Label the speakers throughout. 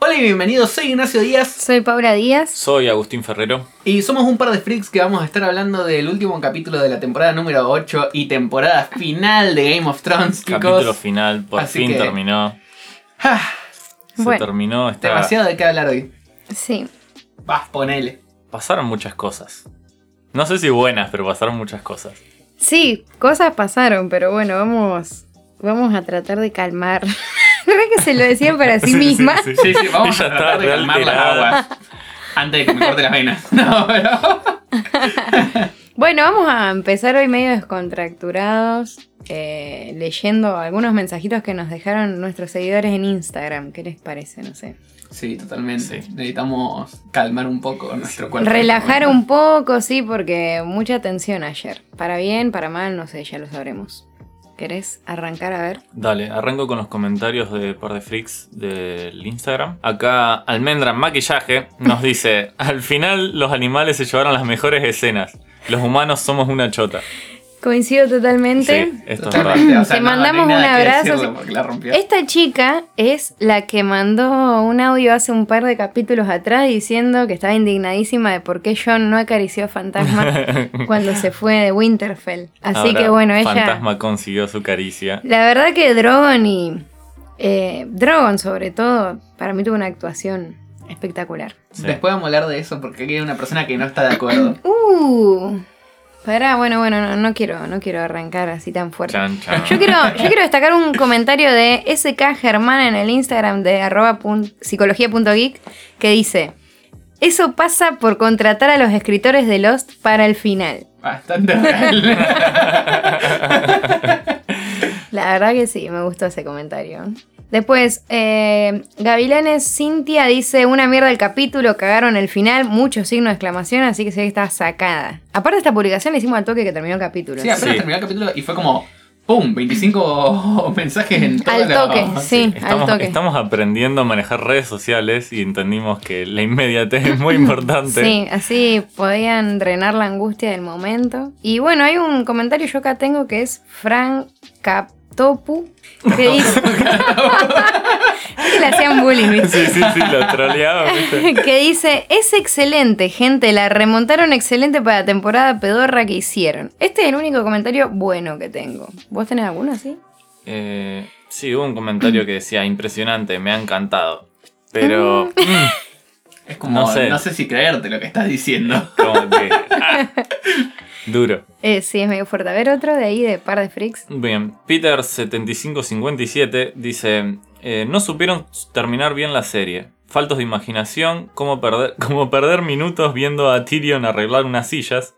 Speaker 1: Hola y bienvenidos, soy Ignacio Díaz
Speaker 2: Soy Paula Díaz.
Speaker 3: Soy Agustín Ferrero.
Speaker 1: y somos un par de freaks que vamos a estar hablando del último capítulo de la temporada número 8 y temporada final de Game of Thrones, chicos.
Speaker 3: Capítulo final, por
Speaker 1: así
Speaker 3: fin
Speaker 1: que-
Speaker 3: terminó.
Speaker 1: Ah,
Speaker 3: Se
Speaker 2: Bueno.
Speaker 3: terminó. está-
Speaker 1: demasiado de qué hablar hoy.
Speaker 2: Sí.
Speaker 1: Vas, ponele.
Speaker 3: Pasaron muchas cosas. No sé si buenas, pero pasaron muchas cosas.
Speaker 2: Sí, cosas pasaron, pero bueno, vamos, vamos a tratar de calmar. ¿Verdad que se lo decían para sí misma?
Speaker 3: sí,
Speaker 1: Sí, sí, vamos
Speaker 3: Ella
Speaker 1: a tratar
Speaker 3: está
Speaker 1: de calmar las
Speaker 3: realterada.
Speaker 1: aguas antes de que me corte las venas. No, pero...
Speaker 2: Bueno, vamos a empezar hoy medio descontracturados, eh, leyendo algunos mensajitos que nos dejaron nuestros seguidores en Instagram. ¿Qué les parece? No sé.
Speaker 1: Sí, totalmente.
Speaker 3: Sí.
Speaker 1: Necesitamos calmar un poco nuestro cuerpo.
Speaker 2: Relajar un poco, sí, porque mucha tensión ayer. Para bien, para mal, no sé, ya lo sabremos. ¿Querés arrancar a ver?
Speaker 3: Dale, arranco con los comentarios de Par de Freaks del Instagram. Acá Almendra Maquillaje nos dice: Al final los animales se llevaron las mejores escenas. Los humanos somos una chota.
Speaker 2: Coincido totalmente.
Speaker 3: Sí, esto es verdad.
Speaker 1: Totalmente, o sea,
Speaker 2: Te
Speaker 1: no, no hay
Speaker 2: mandamos
Speaker 1: nada
Speaker 2: un
Speaker 1: que
Speaker 2: abrazo,
Speaker 1: decirlo
Speaker 2: sí.
Speaker 1: porque la rompió.
Speaker 2: Esta chica es la que mandó un audio hace un par de capítulos atrás diciendo que estaba indignadísima de por qué John no acarició a Fantasma cuando se fue de Winterfell. Así
Speaker 3: Ahora,
Speaker 2: que bueno, ella.
Speaker 3: Fantasma consiguió su caricia.
Speaker 2: La verdad que Drogon y. eh, Drogon, sobre todo, para mí tuvo una actuación espectacular.
Speaker 3: Sí.
Speaker 1: Después vamos a hablar de eso porque aquí hay una persona que no está de acuerdo.
Speaker 2: Uh. Pará, bueno, bueno, no, no quiero, no quiero arrancar así tan fuerte.
Speaker 3: Chan, chan.
Speaker 2: Yo quiero, yo quiero destacar un comentario de SK Germán en el Instagram de arroba pun- psicología.geek que dice: Eso pasa por contratar a los escritores de Lost para el final.
Speaker 1: Bastante real.
Speaker 2: La verdad que sí, me gustó ese comentario. Después, eh, Gavilanes Cintia dice: Una mierda el capítulo, cagaron el final, muchos signos de exclamación, así que se ve que está sacada. Aparte, esta publicación la hicimos al toque que terminó el capítulo.
Speaker 1: Sí, apenas
Speaker 3: Sí.
Speaker 1: terminó el capítulo y fue como, ¡pum! 25 mensajes en todo
Speaker 2: Al toque, sí, al
Speaker 3: Estamos,
Speaker 2: toque.
Speaker 3: estamos aprendiendo a manejar redes sociales y entendimos que la inmediatez es muy importante.
Speaker 2: Sí, así podían drenar la angustia del momento. Y bueno, hay un comentario yo acá tengo que es Frank Captopu, que dice... Es que le hacían bullying, ¿viste?
Speaker 3: sí, sí, sí, lo troleaba, ¿viste?
Speaker 2: que dice, es excelente, gente, la remontaron excelente para la temporada pedorra que hicieron. Este es el único comentario bueno que tengo. ¿Vos tenés alguno así?
Speaker 3: Eh, sí, hubo un comentario que decía, impresionante, me ha encantado. Pero mm,
Speaker 1: Es como, no
Speaker 3: No
Speaker 1: sé.
Speaker 3: sé.
Speaker 1: si creerte lo que estás diciendo.
Speaker 3: como que... ah, duro.
Speaker 2: Eh, sí, es medio fuerte. A ver, otro de ahí de par de freaks.
Speaker 3: Bien, Peter7557 dice, eh, no supieron terminar bien la serie. Faltos de imaginación, como perder, como perder minutos viendo a Tyrion arreglar unas sillas.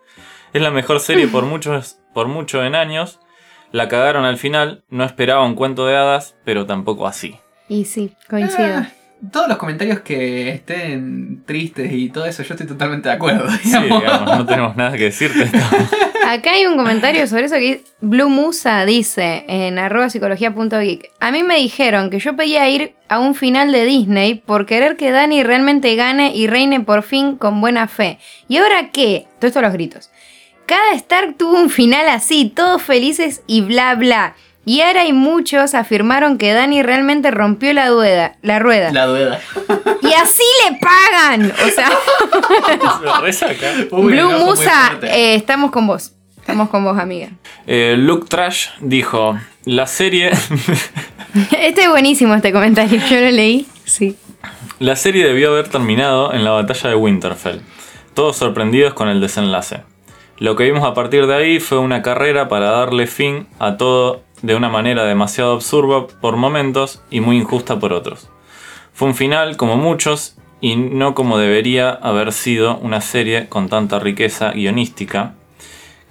Speaker 3: Es la mejor serie por, muchos, por mucho en años. La cagaron al final, no esperaba un cuento de hadas, pero tampoco así.
Speaker 2: Y sí, coincido.
Speaker 1: Ah, todos los comentarios que estén tristes y todo eso, yo estoy totalmente de acuerdo.
Speaker 3: Sí,
Speaker 1: digamos.
Speaker 3: digamos, no tenemos nada que decirte.
Speaker 2: Acá hay un comentario sobre eso que Blue Musa dice en arroba psicología.geek. A mí me dijeron que yo pedía ir a un final de Disney por querer que Dani realmente gane y reine por fin con buena fe. ¿Y ahora qué? Todo esto a los gritos. Cada Stark tuvo un final así, todos felices y bla bla. Y ahora hay muchos afirmaron que Dani realmente rompió la, dueda, la rueda.
Speaker 1: La duda.
Speaker 2: Y así le pagan. O sea,
Speaker 3: Lo resaca.
Speaker 1: Uy,
Speaker 2: Blue
Speaker 1: no, fue muy
Speaker 2: Musa,
Speaker 1: fuerte.
Speaker 2: eh, estamos con vos. Estamos con vos, amiga.
Speaker 3: Eh, Luke Trash dijo, la serie
Speaker 2: Este es buenísimo este comentario, yo lo leí. Sí.
Speaker 3: La serie debió haber terminado en la batalla de Winterfell, todos sorprendidos con el desenlace. Lo que vimos a partir de ahí fue una carrera para darle fin a todo de una manera demasiado absurda por momentos y muy injusta por otros. Fue un final como muchos y no como debería haber sido una serie con tanta riqueza guionística,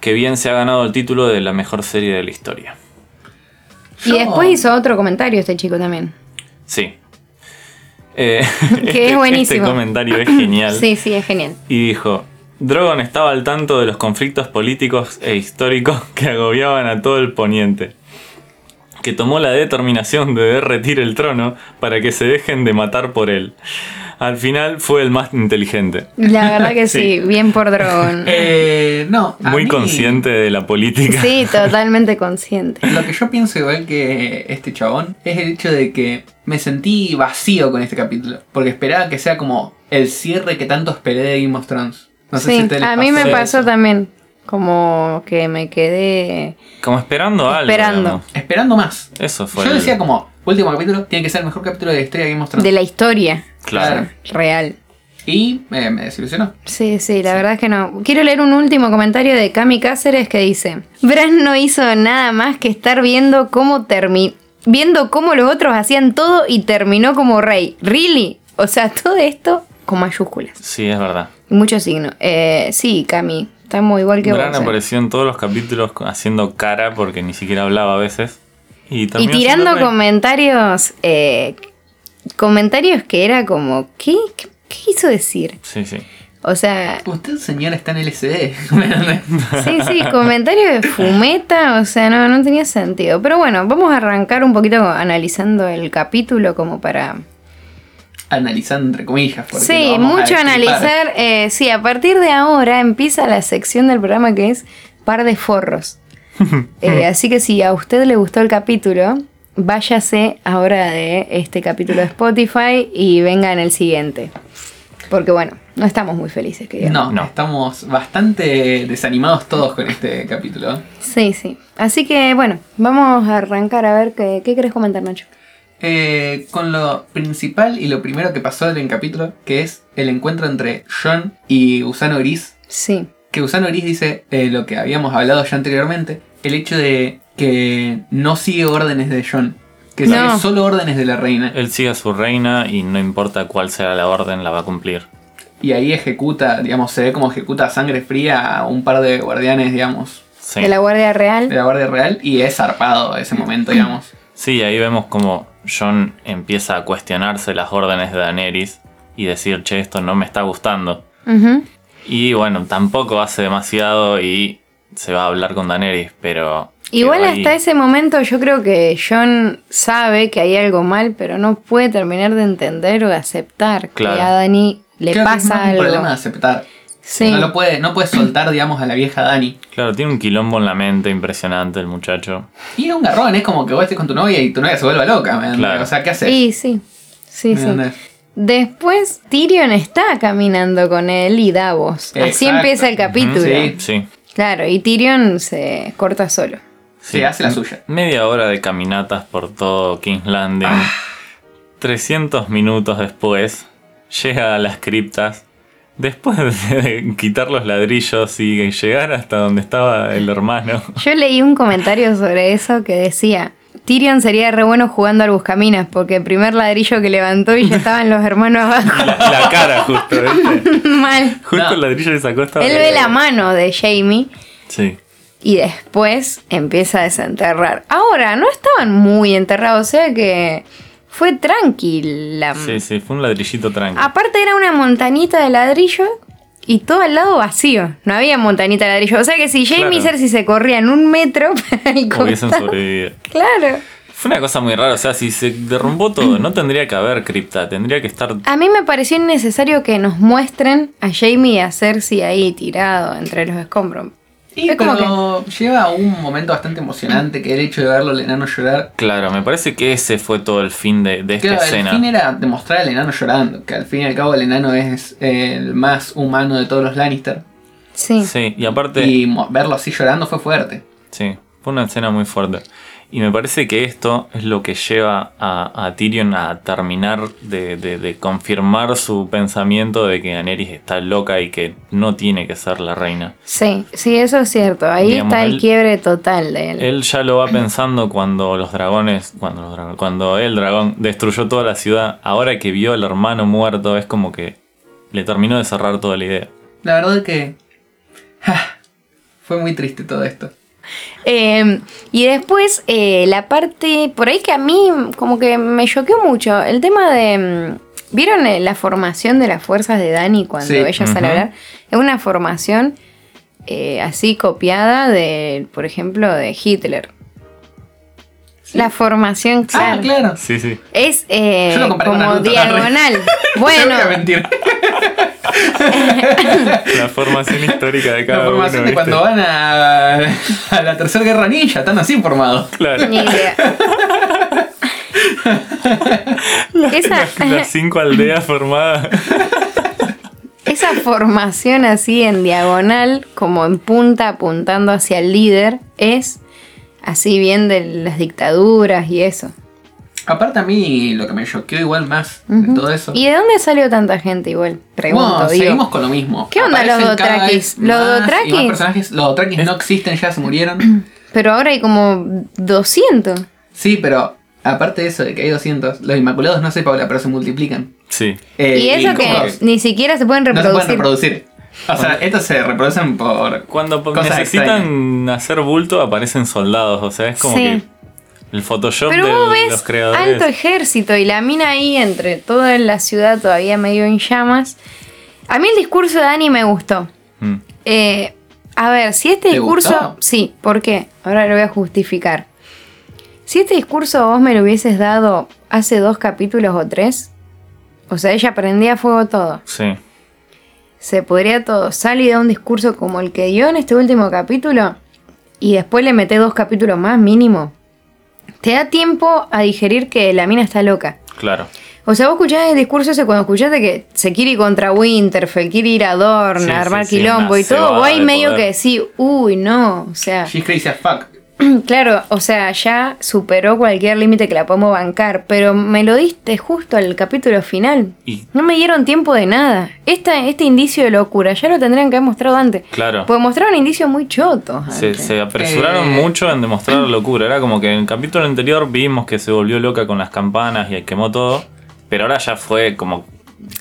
Speaker 3: que bien se ha ganado el título de la mejor serie de la historia.
Speaker 2: Y
Speaker 1: Yo-
Speaker 2: después hizo otro comentario este chico también.
Speaker 3: Sí. Eh,
Speaker 2: Que es
Speaker 3: este-
Speaker 2: buenísimo.
Speaker 3: Este comentario es genial.
Speaker 2: Sí, sí, es genial.
Speaker 3: y dijo, Drogon estaba al tanto de los conflictos políticos e históricos que agobiaban a todo el poniente. que tomó la determinación de derretir el trono para que se dejen de matar por él. Al final fue el más inteligente.
Speaker 2: La verdad que
Speaker 3: Sí.
Speaker 2: sí, bien por dragón.
Speaker 1: Eh, no. a
Speaker 3: Muy
Speaker 1: mí-
Speaker 3: consciente de la política.
Speaker 2: Sí, totalmente consciente.
Speaker 1: Lo que yo pienso igual que este chabón es el hecho de que me sentí vacío con este capítulo. Porque esperaba que sea como el cierre que tanto esperé de Game of Thrones. No sé si a
Speaker 2: sí,
Speaker 1: ustedes les
Speaker 2: a mí me
Speaker 1: pasó
Speaker 2: pasó
Speaker 1: eso.
Speaker 2: también. Como que me quedé.
Speaker 3: Como esperando algo.
Speaker 2: Esperando.
Speaker 3: digamos.
Speaker 1: Esperando más.
Speaker 3: Eso fue.
Speaker 1: Yo
Speaker 3: el-
Speaker 1: decía como, último capítulo, tiene que ser el mejor capítulo de la historia de Game of Thrones.
Speaker 2: de la historia
Speaker 3: Claro.
Speaker 2: real.
Speaker 1: Y eh, me desilusionó.
Speaker 2: Sí, sí, la verdad es que no. Quiero leer un último comentario de Cami Cáceres que dice: Bran no hizo nada más que estar viendo cómo termi viendo cómo los otros hacían todo y terminó como rey. Really? O sea, todo esto con mayúsculas.
Speaker 3: Sí, es verdad.
Speaker 2: Y muchos signos. Eh, sí, Cami, estamos igual que
Speaker 3: Bran
Speaker 2: vos. eh.
Speaker 3: apareció en todos los capítulos haciendo cara porque ni siquiera hablaba a veces. Y,
Speaker 2: Y
Speaker 3: terminó siendo
Speaker 2: tirando
Speaker 3: rey.
Speaker 2: comentarios. eh, comentarios que era como, ¿qué? ¿Qué- ¿Qué quiso decir?
Speaker 3: Sí, sí.
Speaker 2: O sea,
Speaker 1: Usted, señor, está en LCD. ¿me entendés?
Speaker 2: Sí, sí, comentario de fumeta, o sea, no, no tenía sentido. Pero bueno, vamos a arrancar un poquito analizando el capítulo como para...
Speaker 1: Analizando, entre comillas. porque
Speaker 2: sí,
Speaker 1: lo vamos a
Speaker 2: mucho
Speaker 1: destripar.
Speaker 2: analizar. eh, sí, a partir de ahora empieza la sección del programa que es par de forros. Eh, así que si a usted le gustó el capítulo, váyase ahora de este capítulo de Spotify y venga en el siguiente. Porque bueno, no estamos muy felices, que digamos.
Speaker 1: No,
Speaker 3: No.
Speaker 1: estamos bastante desanimados todos con este capítulo.
Speaker 2: Sí, sí. Así que bueno, vamos a arrancar a ver qué, qué querés comentar, Nacho.
Speaker 1: Eh, con lo principal y lo primero que pasó en el capítulo, que es el encuentro entre John y Gusano Gris.
Speaker 2: Sí,
Speaker 1: Que Gusano Gris dice eh, lo que habíamos hablado ya anteriormente, el hecho de que no sigue órdenes de John, que sigue
Speaker 2: No.
Speaker 1: solo órdenes de la reina.
Speaker 3: Él sigue a su reina y no importa cuál sea la orden, la va a cumplir.
Speaker 1: Y ahí ejecuta, digamos, se ve como ejecuta a sangre fría a un par de guardianes, digamos,
Speaker 3: Sí.
Speaker 2: de la Guardia
Speaker 1: de
Speaker 2: Real.
Speaker 1: la Guardia Real, y es zarpado ese momento, digamos.
Speaker 3: Sí, ahí vemos como John empieza a cuestionarse las órdenes de Daenerys y decir, che, esto no me está gustando.
Speaker 2: Ujú.
Speaker 3: Y bueno, tampoco hace demasiado y se va a hablar con Daenerys, pero...
Speaker 2: Igual
Speaker 3: quedó
Speaker 2: hasta
Speaker 3: ahí.
Speaker 2: ese momento yo creo que John sabe que hay algo mal, pero no puede terminar de entender o de aceptar que
Speaker 3: Claro.
Speaker 2: a Dani le
Speaker 1: Creo que es
Speaker 2: pasa
Speaker 1: más un
Speaker 2: algo.
Speaker 1: problema de aceptar.
Speaker 2: Sí.
Speaker 1: No lo puede, no puede soltar, digamos, a la vieja Dani.
Speaker 3: Claro, tiene un quilombo en la mente impresionante el muchacho.
Speaker 1: Y es un garrón, es como que vos estés con tu novia y tu novia se vuelva loca, ¿me entendés?
Speaker 3: Claro.
Speaker 1: O sea, ¿qué haces?
Speaker 2: Sí, sí. Sí,
Speaker 1: ¿Me
Speaker 2: sí.
Speaker 1: entendés?
Speaker 2: Después Tyrion está caminando con él y Davos. Así
Speaker 1: Exacto.
Speaker 2: empieza el capítulo.
Speaker 1: Sí.
Speaker 3: Sí.
Speaker 2: Claro, y Tyrion se corta solo.
Speaker 1: Se hace la suya.
Speaker 3: Media hora de caminatas por todo King's Landing.
Speaker 1: Ah.
Speaker 3: 300 minutos después, llega a las criptas. Después de quitar los ladrillos y llegar hasta donde estaba el hermano.
Speaker 2: Yo leí un comentario sobre eso que decía, Tyrion sería re bueno jugando al buscaminas, porque el primer ladrillo que levantó y ya estaban los hermanos abajo.
Speaker 3: La, la cara justo, ¿viste?
Speaker 2: Mal.
Speaker 3: Justo
Speaker 1: No.
Speaker 3: el ladrillo que sacó estaba...
Speaker 2: Él ve la mano de Jamie
Speaker 3: Sí.
Speaker 2: y después empieza a desenterrar. Ahora, no estaban muy enterrados, o sea que fue tranquila.
Speaker 1: Mm.
Speaker 3: Sí, sí, fue un ladrillito tranquilo.
Speaker 2: Aparte era una montañita de ladrillo y todo al lado vacío. No había montañita de ladrillo. O sea que si Jamie
Speaker 3: Claro.
Speaker 2: y Cersei se corrían un metro para el
Speaker 3: Hubiesen
Speaker 2: costado-
Speaker 3: sobrevivido.
Speaker 2: Claro.
Speaker 3: Fue una cosa muy rara, o sea, si se derrumbó todo, no tendría que haber cripta, tendría que estar
Speaker 2: A mí me pareció innecesario que nos muestren a Jamie y a Cersei ahí tirado entre los escombros.
Speaker 1: Y
Speaker 2: Es como
Speaker 1: pero lleva a un momento bastante emocionante que el hecho de verlo al enano llorar.
Speaker 3: Claro, me parece que ese fue todo el fin de, de esta
Speaker 1: Claro, el
Speaker 3: escena.
Speaker 1: fin era demostrar al enano llorando, que al fin y al cabo el enano es el más humano de todos los Lannister.
Speaker 2: Sí.
Speaker 3: Sí, y aparte,
Speaker 1: Y mo- verlo así llorando fue fuerte.
Speaker 3: sí, fue una escena muy fuerte. Y me parece que esto es lo que lleva a, a Tyrion a terminar de, de- de confirmar su pensamiento de que Daenerys está loca y que no tiene que ser la reina.
Speaker 2: Sí, sí, eso es cierto. Ahí
Speaker 3: Digamos,
Speaker 2: está el
Speaker 3: él-
Speaker 2: quiebre total de él.
Speaker 3: Él ya lo va pensando cuando los dragones, cuando, los dragones- cuando el dragón destruyó toda la ciudad, ahora que vio al hermano muerto, es como que le terminó de cerrar toda la idea.
Speaker 1: La verdad que. ja, fue muy triste todo esto.
Speaker 2: Eh, y después, eh, la parte por ahí que a mí como que me choqueó mucho, el tema de... mm, ¿Vieron eh, la formación de las fuerzas de Dani cuando
Speaker 1: Sí.
Speaker 2: ella sale a
Speaker 3: Ujú.
Speaker 2: hablar? Es una formación eh, así copiada de, por ejemplo, de Hitler. La formación,
Speaker 1: Ah,
Speaker 2: claro.
Speaker 1: claro.
Speaker 3: Sí, sí.
Speaker 2: Es eh,
Speaker 1: Yo lo comparé con
Speaker 2: como
Speaker 1: Naruto,
Speaker 2: diagonal.
Speaker 1: Te
Speaker 2: Bueno,
Speaker 1: voy a mentir.
Speaker 3: La formación histórica de cada
Speaker 1: La formación
Speaker 3: uno.
Speaker 1: de cuando
Speaker 3: ¿viste?
Speaker 1: van a, a la tercera guerra anilla, están así formados.
Speaker 3: Claro.
Speaker 2: ni idea. Esa,
Speaker 3: Las cinco aldeas formadas.
Speaker 2: esa formación así en diagonal, como en punta apuntando hacia el líder, es así bien de las dictaduras y eso.
Speaker 1: Aparte a mí lo que me choqueó igual más
Speaker 2: Ujú.
Speaker 1: de todo eso.
Speaker 2: ¿Y de dónde salió tanta gente igual? Pregunto,
Speaker 1: Bueno,
Speaker 2: digo.
Speaker 1: seguimos con lo mismo.
Speaker 2: ¿Qué onda
Speaker 1: Aparecen
Speaker 2: los
Speaker 1: cada
Speaker 2: Dothrakis?
Speaker 1: vez más
Speaker 2: ¿Los
Speaker 1: y más
Speaker 2: Dothrakis?
Speaker 1: personajes. Los Dothrakis no existen, ya se murieron.
Speaker 2: Pero ahora hay como 200.
Speaker 1: Sí, pero aparte de eso, de que hay 200, los Inmaculados no sé, Paula, pero se multiplican.
Speaker 3: Sí.
Speaker 1: Eh,
Speaker 2: y eso
Speaker 1: ¿cómo?
Speaker 2: que
Speaker 3: que-
Speaker 2: ni siquiera se pueden
Speaker 1: No se pueden
Speaker 2: reproducir.
Speaker 1: reproducir. O sea, estos se reproducen por...
Speaker 3: Cuando po-
Speaker 1: Cosas
Speaker 3: necesitan
Speaker 1: extrañas.
Speaker 3: hacer bulto aparecen soldados, o sea, es como
Speaker 2: Sí.
Speaker 3: que el Photoshop
Speaker 2: Pero
Speaker 3: de
Speaker 2: vos
Speaker 3: los
Speaker 2: ves
Speaker 3: creadores.
Speaker 2: alto ejército y la mina ahí entre toda la ciudad todavía medio en llamas. A mí el discurso de Dani me gustó.
Speaker 3: Mm.
Speaker 2: Eh, a ver, si este
Speaker 1: ¿Te
Speaker 2: discurso...
Speaker 1: gustó?
Speaker 2: Sí, ¿por qué? Ahora lo voy a justificar. Si este discurso vos me lo hubieses dado hace dos capítulos o tres, o sea, ella prendía fuego todo.
Speaker 3: Sí.
Speaker 2: se podría todo. Sally da un discurso como el que dio en este último capítulo y después le mete dos capítulos más mínimo. Te da tiempo a digerir que la mina está loca.
Speaker 3: Claro.
Speaker 2: O sea, vos escuchás el discurso ese cuando escuchaste que se quiere ir contra Winterfell, quiere ir a Dorne,
Speaker 3: Sí,
Speaker 2: a armar
Speaker 3: sí, sí,
Speaker 2: quilombo
Speaker 3: una
Speaker 2: y todo.
Speaker 3: cebada
Speaker 2: Vos ahí
Speaker 3: de
Speaker 2: medio
Speaker 3: poder.
Speaker 2: que decís, uy, no. O sea,
Speaker 1: She's crazy as fuck.
Speaker 2: claro, o sea, ya superó cualquier límite que la podemos bancar. Pero me lo diste justo al capítulo final.
Speaker 3: Y
Speaker 2: No me dieron tiempo de nada. Esta, este indicio de locura ya lo tendrían que haber mostrado antes.
Speaker 3: claro.
Speaker 2: Pues mostraron indicios muy chotos.
Speaker 3: Se,
Speaker 2: antes.
Speaker 3: se apresuraron
Speaker 1: Eh.
Speaker 3: mucho en demostrar locura. Era como que en el capítulo anterior vimos que se volvió loca con las campanas y quemó todo. Pero ahora ya fue como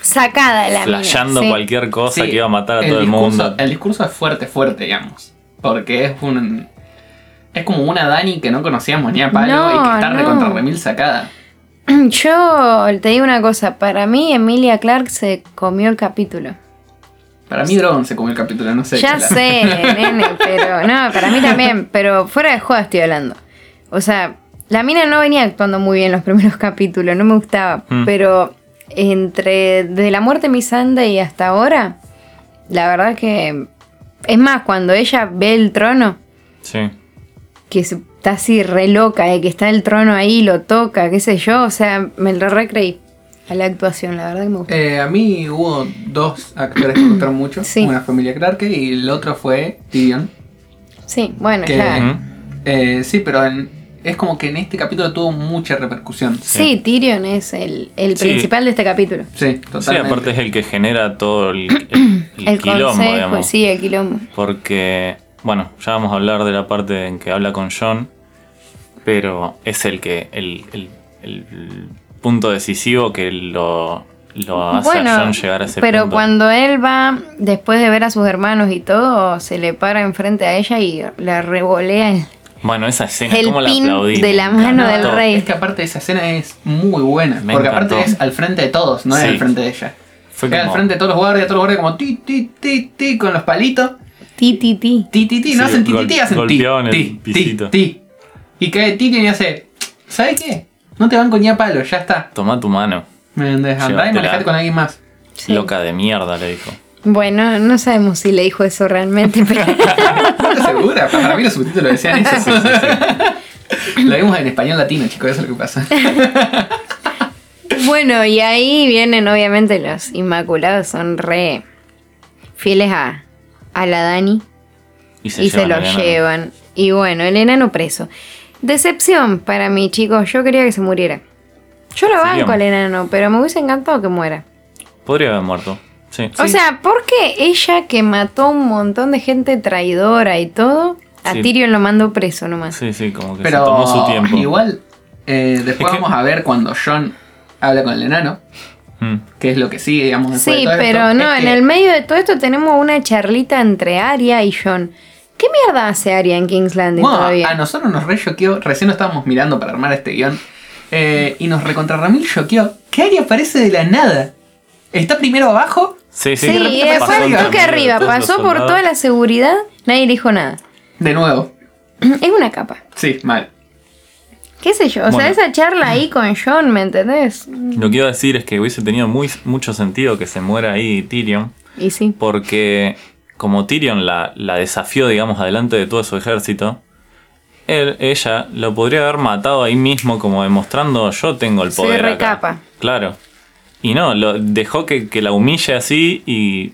Speaker 2: Sacada de la mina,
Speaker 3: flasheando
Speaker 2: sí.
Speaker 3: cualquier cosa
Speaker 1: Sí,
Speaker 3: que iba a matar a todo el
Speaker 1: discurso-
Speaker 3: mundo.
Speaker 1: El discurso es fuerte, fuerte, digamos. Porque es un. Es como una Dani que no conocíamos ni a palo
Speaker 2: No,
Speaker 1: y que está
Speaker 2: no.
Speaker 1: recontra remil sacada.
Speaker 2: Yo te digo una cosa. Para mí, Emilia Clark se comió el capítulo.
Speaker 1: Para mí, Drogon se comió el capítulo, no sé.
Speaker 2: ya
Speaker 1: qué la-
Speaker 2: sé, nene, pero no, para mí también. Pero fuera de juego estoy hablando. O sea, la mina no venía actuando muy bien los primeros capítulos, no me gustaba.
Speaker 3: Mm.
Speaker 2: Pero entre desde la muerte de Miss Sunday y hasta ahora, la verdad que. Es más, cuando ella ve el trono,
Speaker 3: Sí.
Speaker 2: que se- está así re loca, de que está el trono ahí, lo toca, qué sé yo, o sea, me lo recreí a la actuación, la verdad que me gustó.
Speaker 1: Eh, a mí hubo dos actores que me gustaron mucho.
Speaker 2: Sí.
Speaker 1: Una familia Clark y el otro fue Tyrion.
Speaker 2: Sí, bueno,
Speaker 1: que-
Speaker 2: ya.
Speaker 3: Ujú.
Speaker 1: Eh, sí, pero en- es como que en este capítulo tuvo mucha repercusión.
Speaker 2: Sí, Tyrion es el, el
Speaker 3: Sí.
Speaker 2: principal de este capítulo.
Speaker 1: Sí, totalmente.
Speaker 3: Sí, aparte es el que genera todo el, el- el quilombo,
Speaker 2: consejo,
Speaker 3: digamos.
Speaker 2: sí, el quilombo.
Speaker 3: Porque, bueno, ya vamos a hablar de la parte en que habla con John, pero es el que el, el- el punto decisivo que lo, lo hace a John llegar a ese
Speaker 2: pero
Speaker 3: punto.
Speaker 2: cuando él va, después de ver a sus hermanos y todo, se le para enfrente a ella y la revolea. el-
Speaker 3: Bueno, esa escena,
Speaker 2: el
Speaker 3: ¿cómo la
Speaker 2: pin
Speaker 3: aplaudí?
Speaker 2: de la
Speaker 3: Me
Speaker 2: mano
Speaker 3: encantó.
Speaker 2: del rey.
Speaker 1: Es que aparte esa escena es muy buena.
Speaker 3: Me
Speaker 1: porque aparte
Speaker 3: encantó.
Speaker 1: es al frente de todos, no
Speaker 3: Sí.
Speaker 1: es al frente de ella.
Speaker 3: Fue
Speaker 1: Era al
Speaker 3: como-
Speaker 1: frente de todos los guardias, todos los guardias como ti, ti, ti, ti, con los palitos.
Speaker 2: Ti, ti, ti.
Speaker 1: Ti, ti, ti, no
Speaker 3: Sí,
Speaker 1: hacen ti, ti,
Speaker 3: gol-
Speaker 1: ti, hacen ti.
Speaker 3: golpeaban el
Speaker 1: Ti, ti,
Speaker 3: pisito.
Speaker 1: ti. Y cae Tyrion y hace, ¿sabes qué? No te van con ni a palo, ya está.
Speaker 3: Toma tu mano,
Speaker 1: Me entendés, andá y
Speaker 3: Llévatela.
Speaker 1: manejate con alguien más.
Speaker 2: Sí.
Speaker 3: loca de mierda, le dijo.
Speaker 2: Bueno, no sabemos si le dijo eso realmente, pero...
Speaker 1: ¿Estás segura? Para mí los subtítulos decían eso. Lo vimos en español latino, chicos, eso es lo que pasa.
Speaker 2: Bueno, y ahí vienen obviamente los Inmaculados, son re fieles a, a la Dani
Speaker 3: Y se,
Speaker 2: y se
Speaker 3: llevan
Speaker 2: lo
Speaker 3: al enano.
Speaker 2: llevan. Y bueno, el enano preso. Decepción para mí, chicos, yo quería que se muriera. Yo lo banco
Speaker 3: Seguimos.
Speaker 2: al enano, pero me hubiese encantado que muera.
Speaker 3: Podría haber muerto, sí.
Speaker 2: O
Speaker 1: Sí.
Speaker 2: sea, ¿por qué ella que mató un montón de gente traidora y todo, a
Speaker 3: Sí.
Speaker 2: Tyrion lo mandó preso nomás?
Speaker 3: Sí, sí, como que
Speaker 1: Pero
Speaker 3: se tomó su tiempo.
Speaker 1: igual, eh, después
Speaker 3: Es que-
Speaker 1: vamos a ver cuando John habla con el enano,
Speaker 3: Mm.
Speaker 1: que es lo que sigue, digamos, después
Speaker 2: Sí,
Speaker 1: de todo esto,
Speaker 2: pero no,
Speaker 1: es
Speaker 2: en
Speaker 1: que-
Speaker 2: el medio de todo esto tenemos una charlita entre Aria y John. ¿Qué mierda hace Aria en King's Landing
Speaker 1: Bueno,
Speaker 2: todavía?
Speaker 1: a
Speaker 3: ah,
Speaker 1: nosotros nos re choqueó, recién lo estábamos mirando para armar este guión, eh, y nos recontra Ramil choqueó que Ari aparece de la nada. Está primero abajo,
Speaker 3: Sí, sí,
Speaker 2: Sí,
Speaker 1: repente
Speaker 2: y
Speaker 1: me
Speaker 2: después
Speaker 1: pasó
Speaker 2: el
Speaker 1: el
Speaker 2: toque arriba, pasó por toda la seguridad, nadie le dijo nada.
Speaker 1: de nuevo.
Speaker 2: Es una capa.
Speaker 1: Sí, mal.
Speaker 2: ¿Qué sé yo? O sea,
Speaker 3: Bueno.
Speaker 2: esa charla ahí con John, ¿me entendés?
Speaker 3: Lo que iba a decir es que hubiese tenido muy, mucho sentido que se muera ahí Tyrion,
Speaker 2: Y sí.
Speaker 3: porque como Tyrion la, la desafió, digamos, adelante de todo su ejército, él, ella lo podría haber matado ahí mismo, como demostrando yo tengo el
Speaker 2: Se
Speaker 3: poder. acá".
Speaker 2: recapa.
Speaker 3: Claro. Y no, lo dejó que, que la humille así y.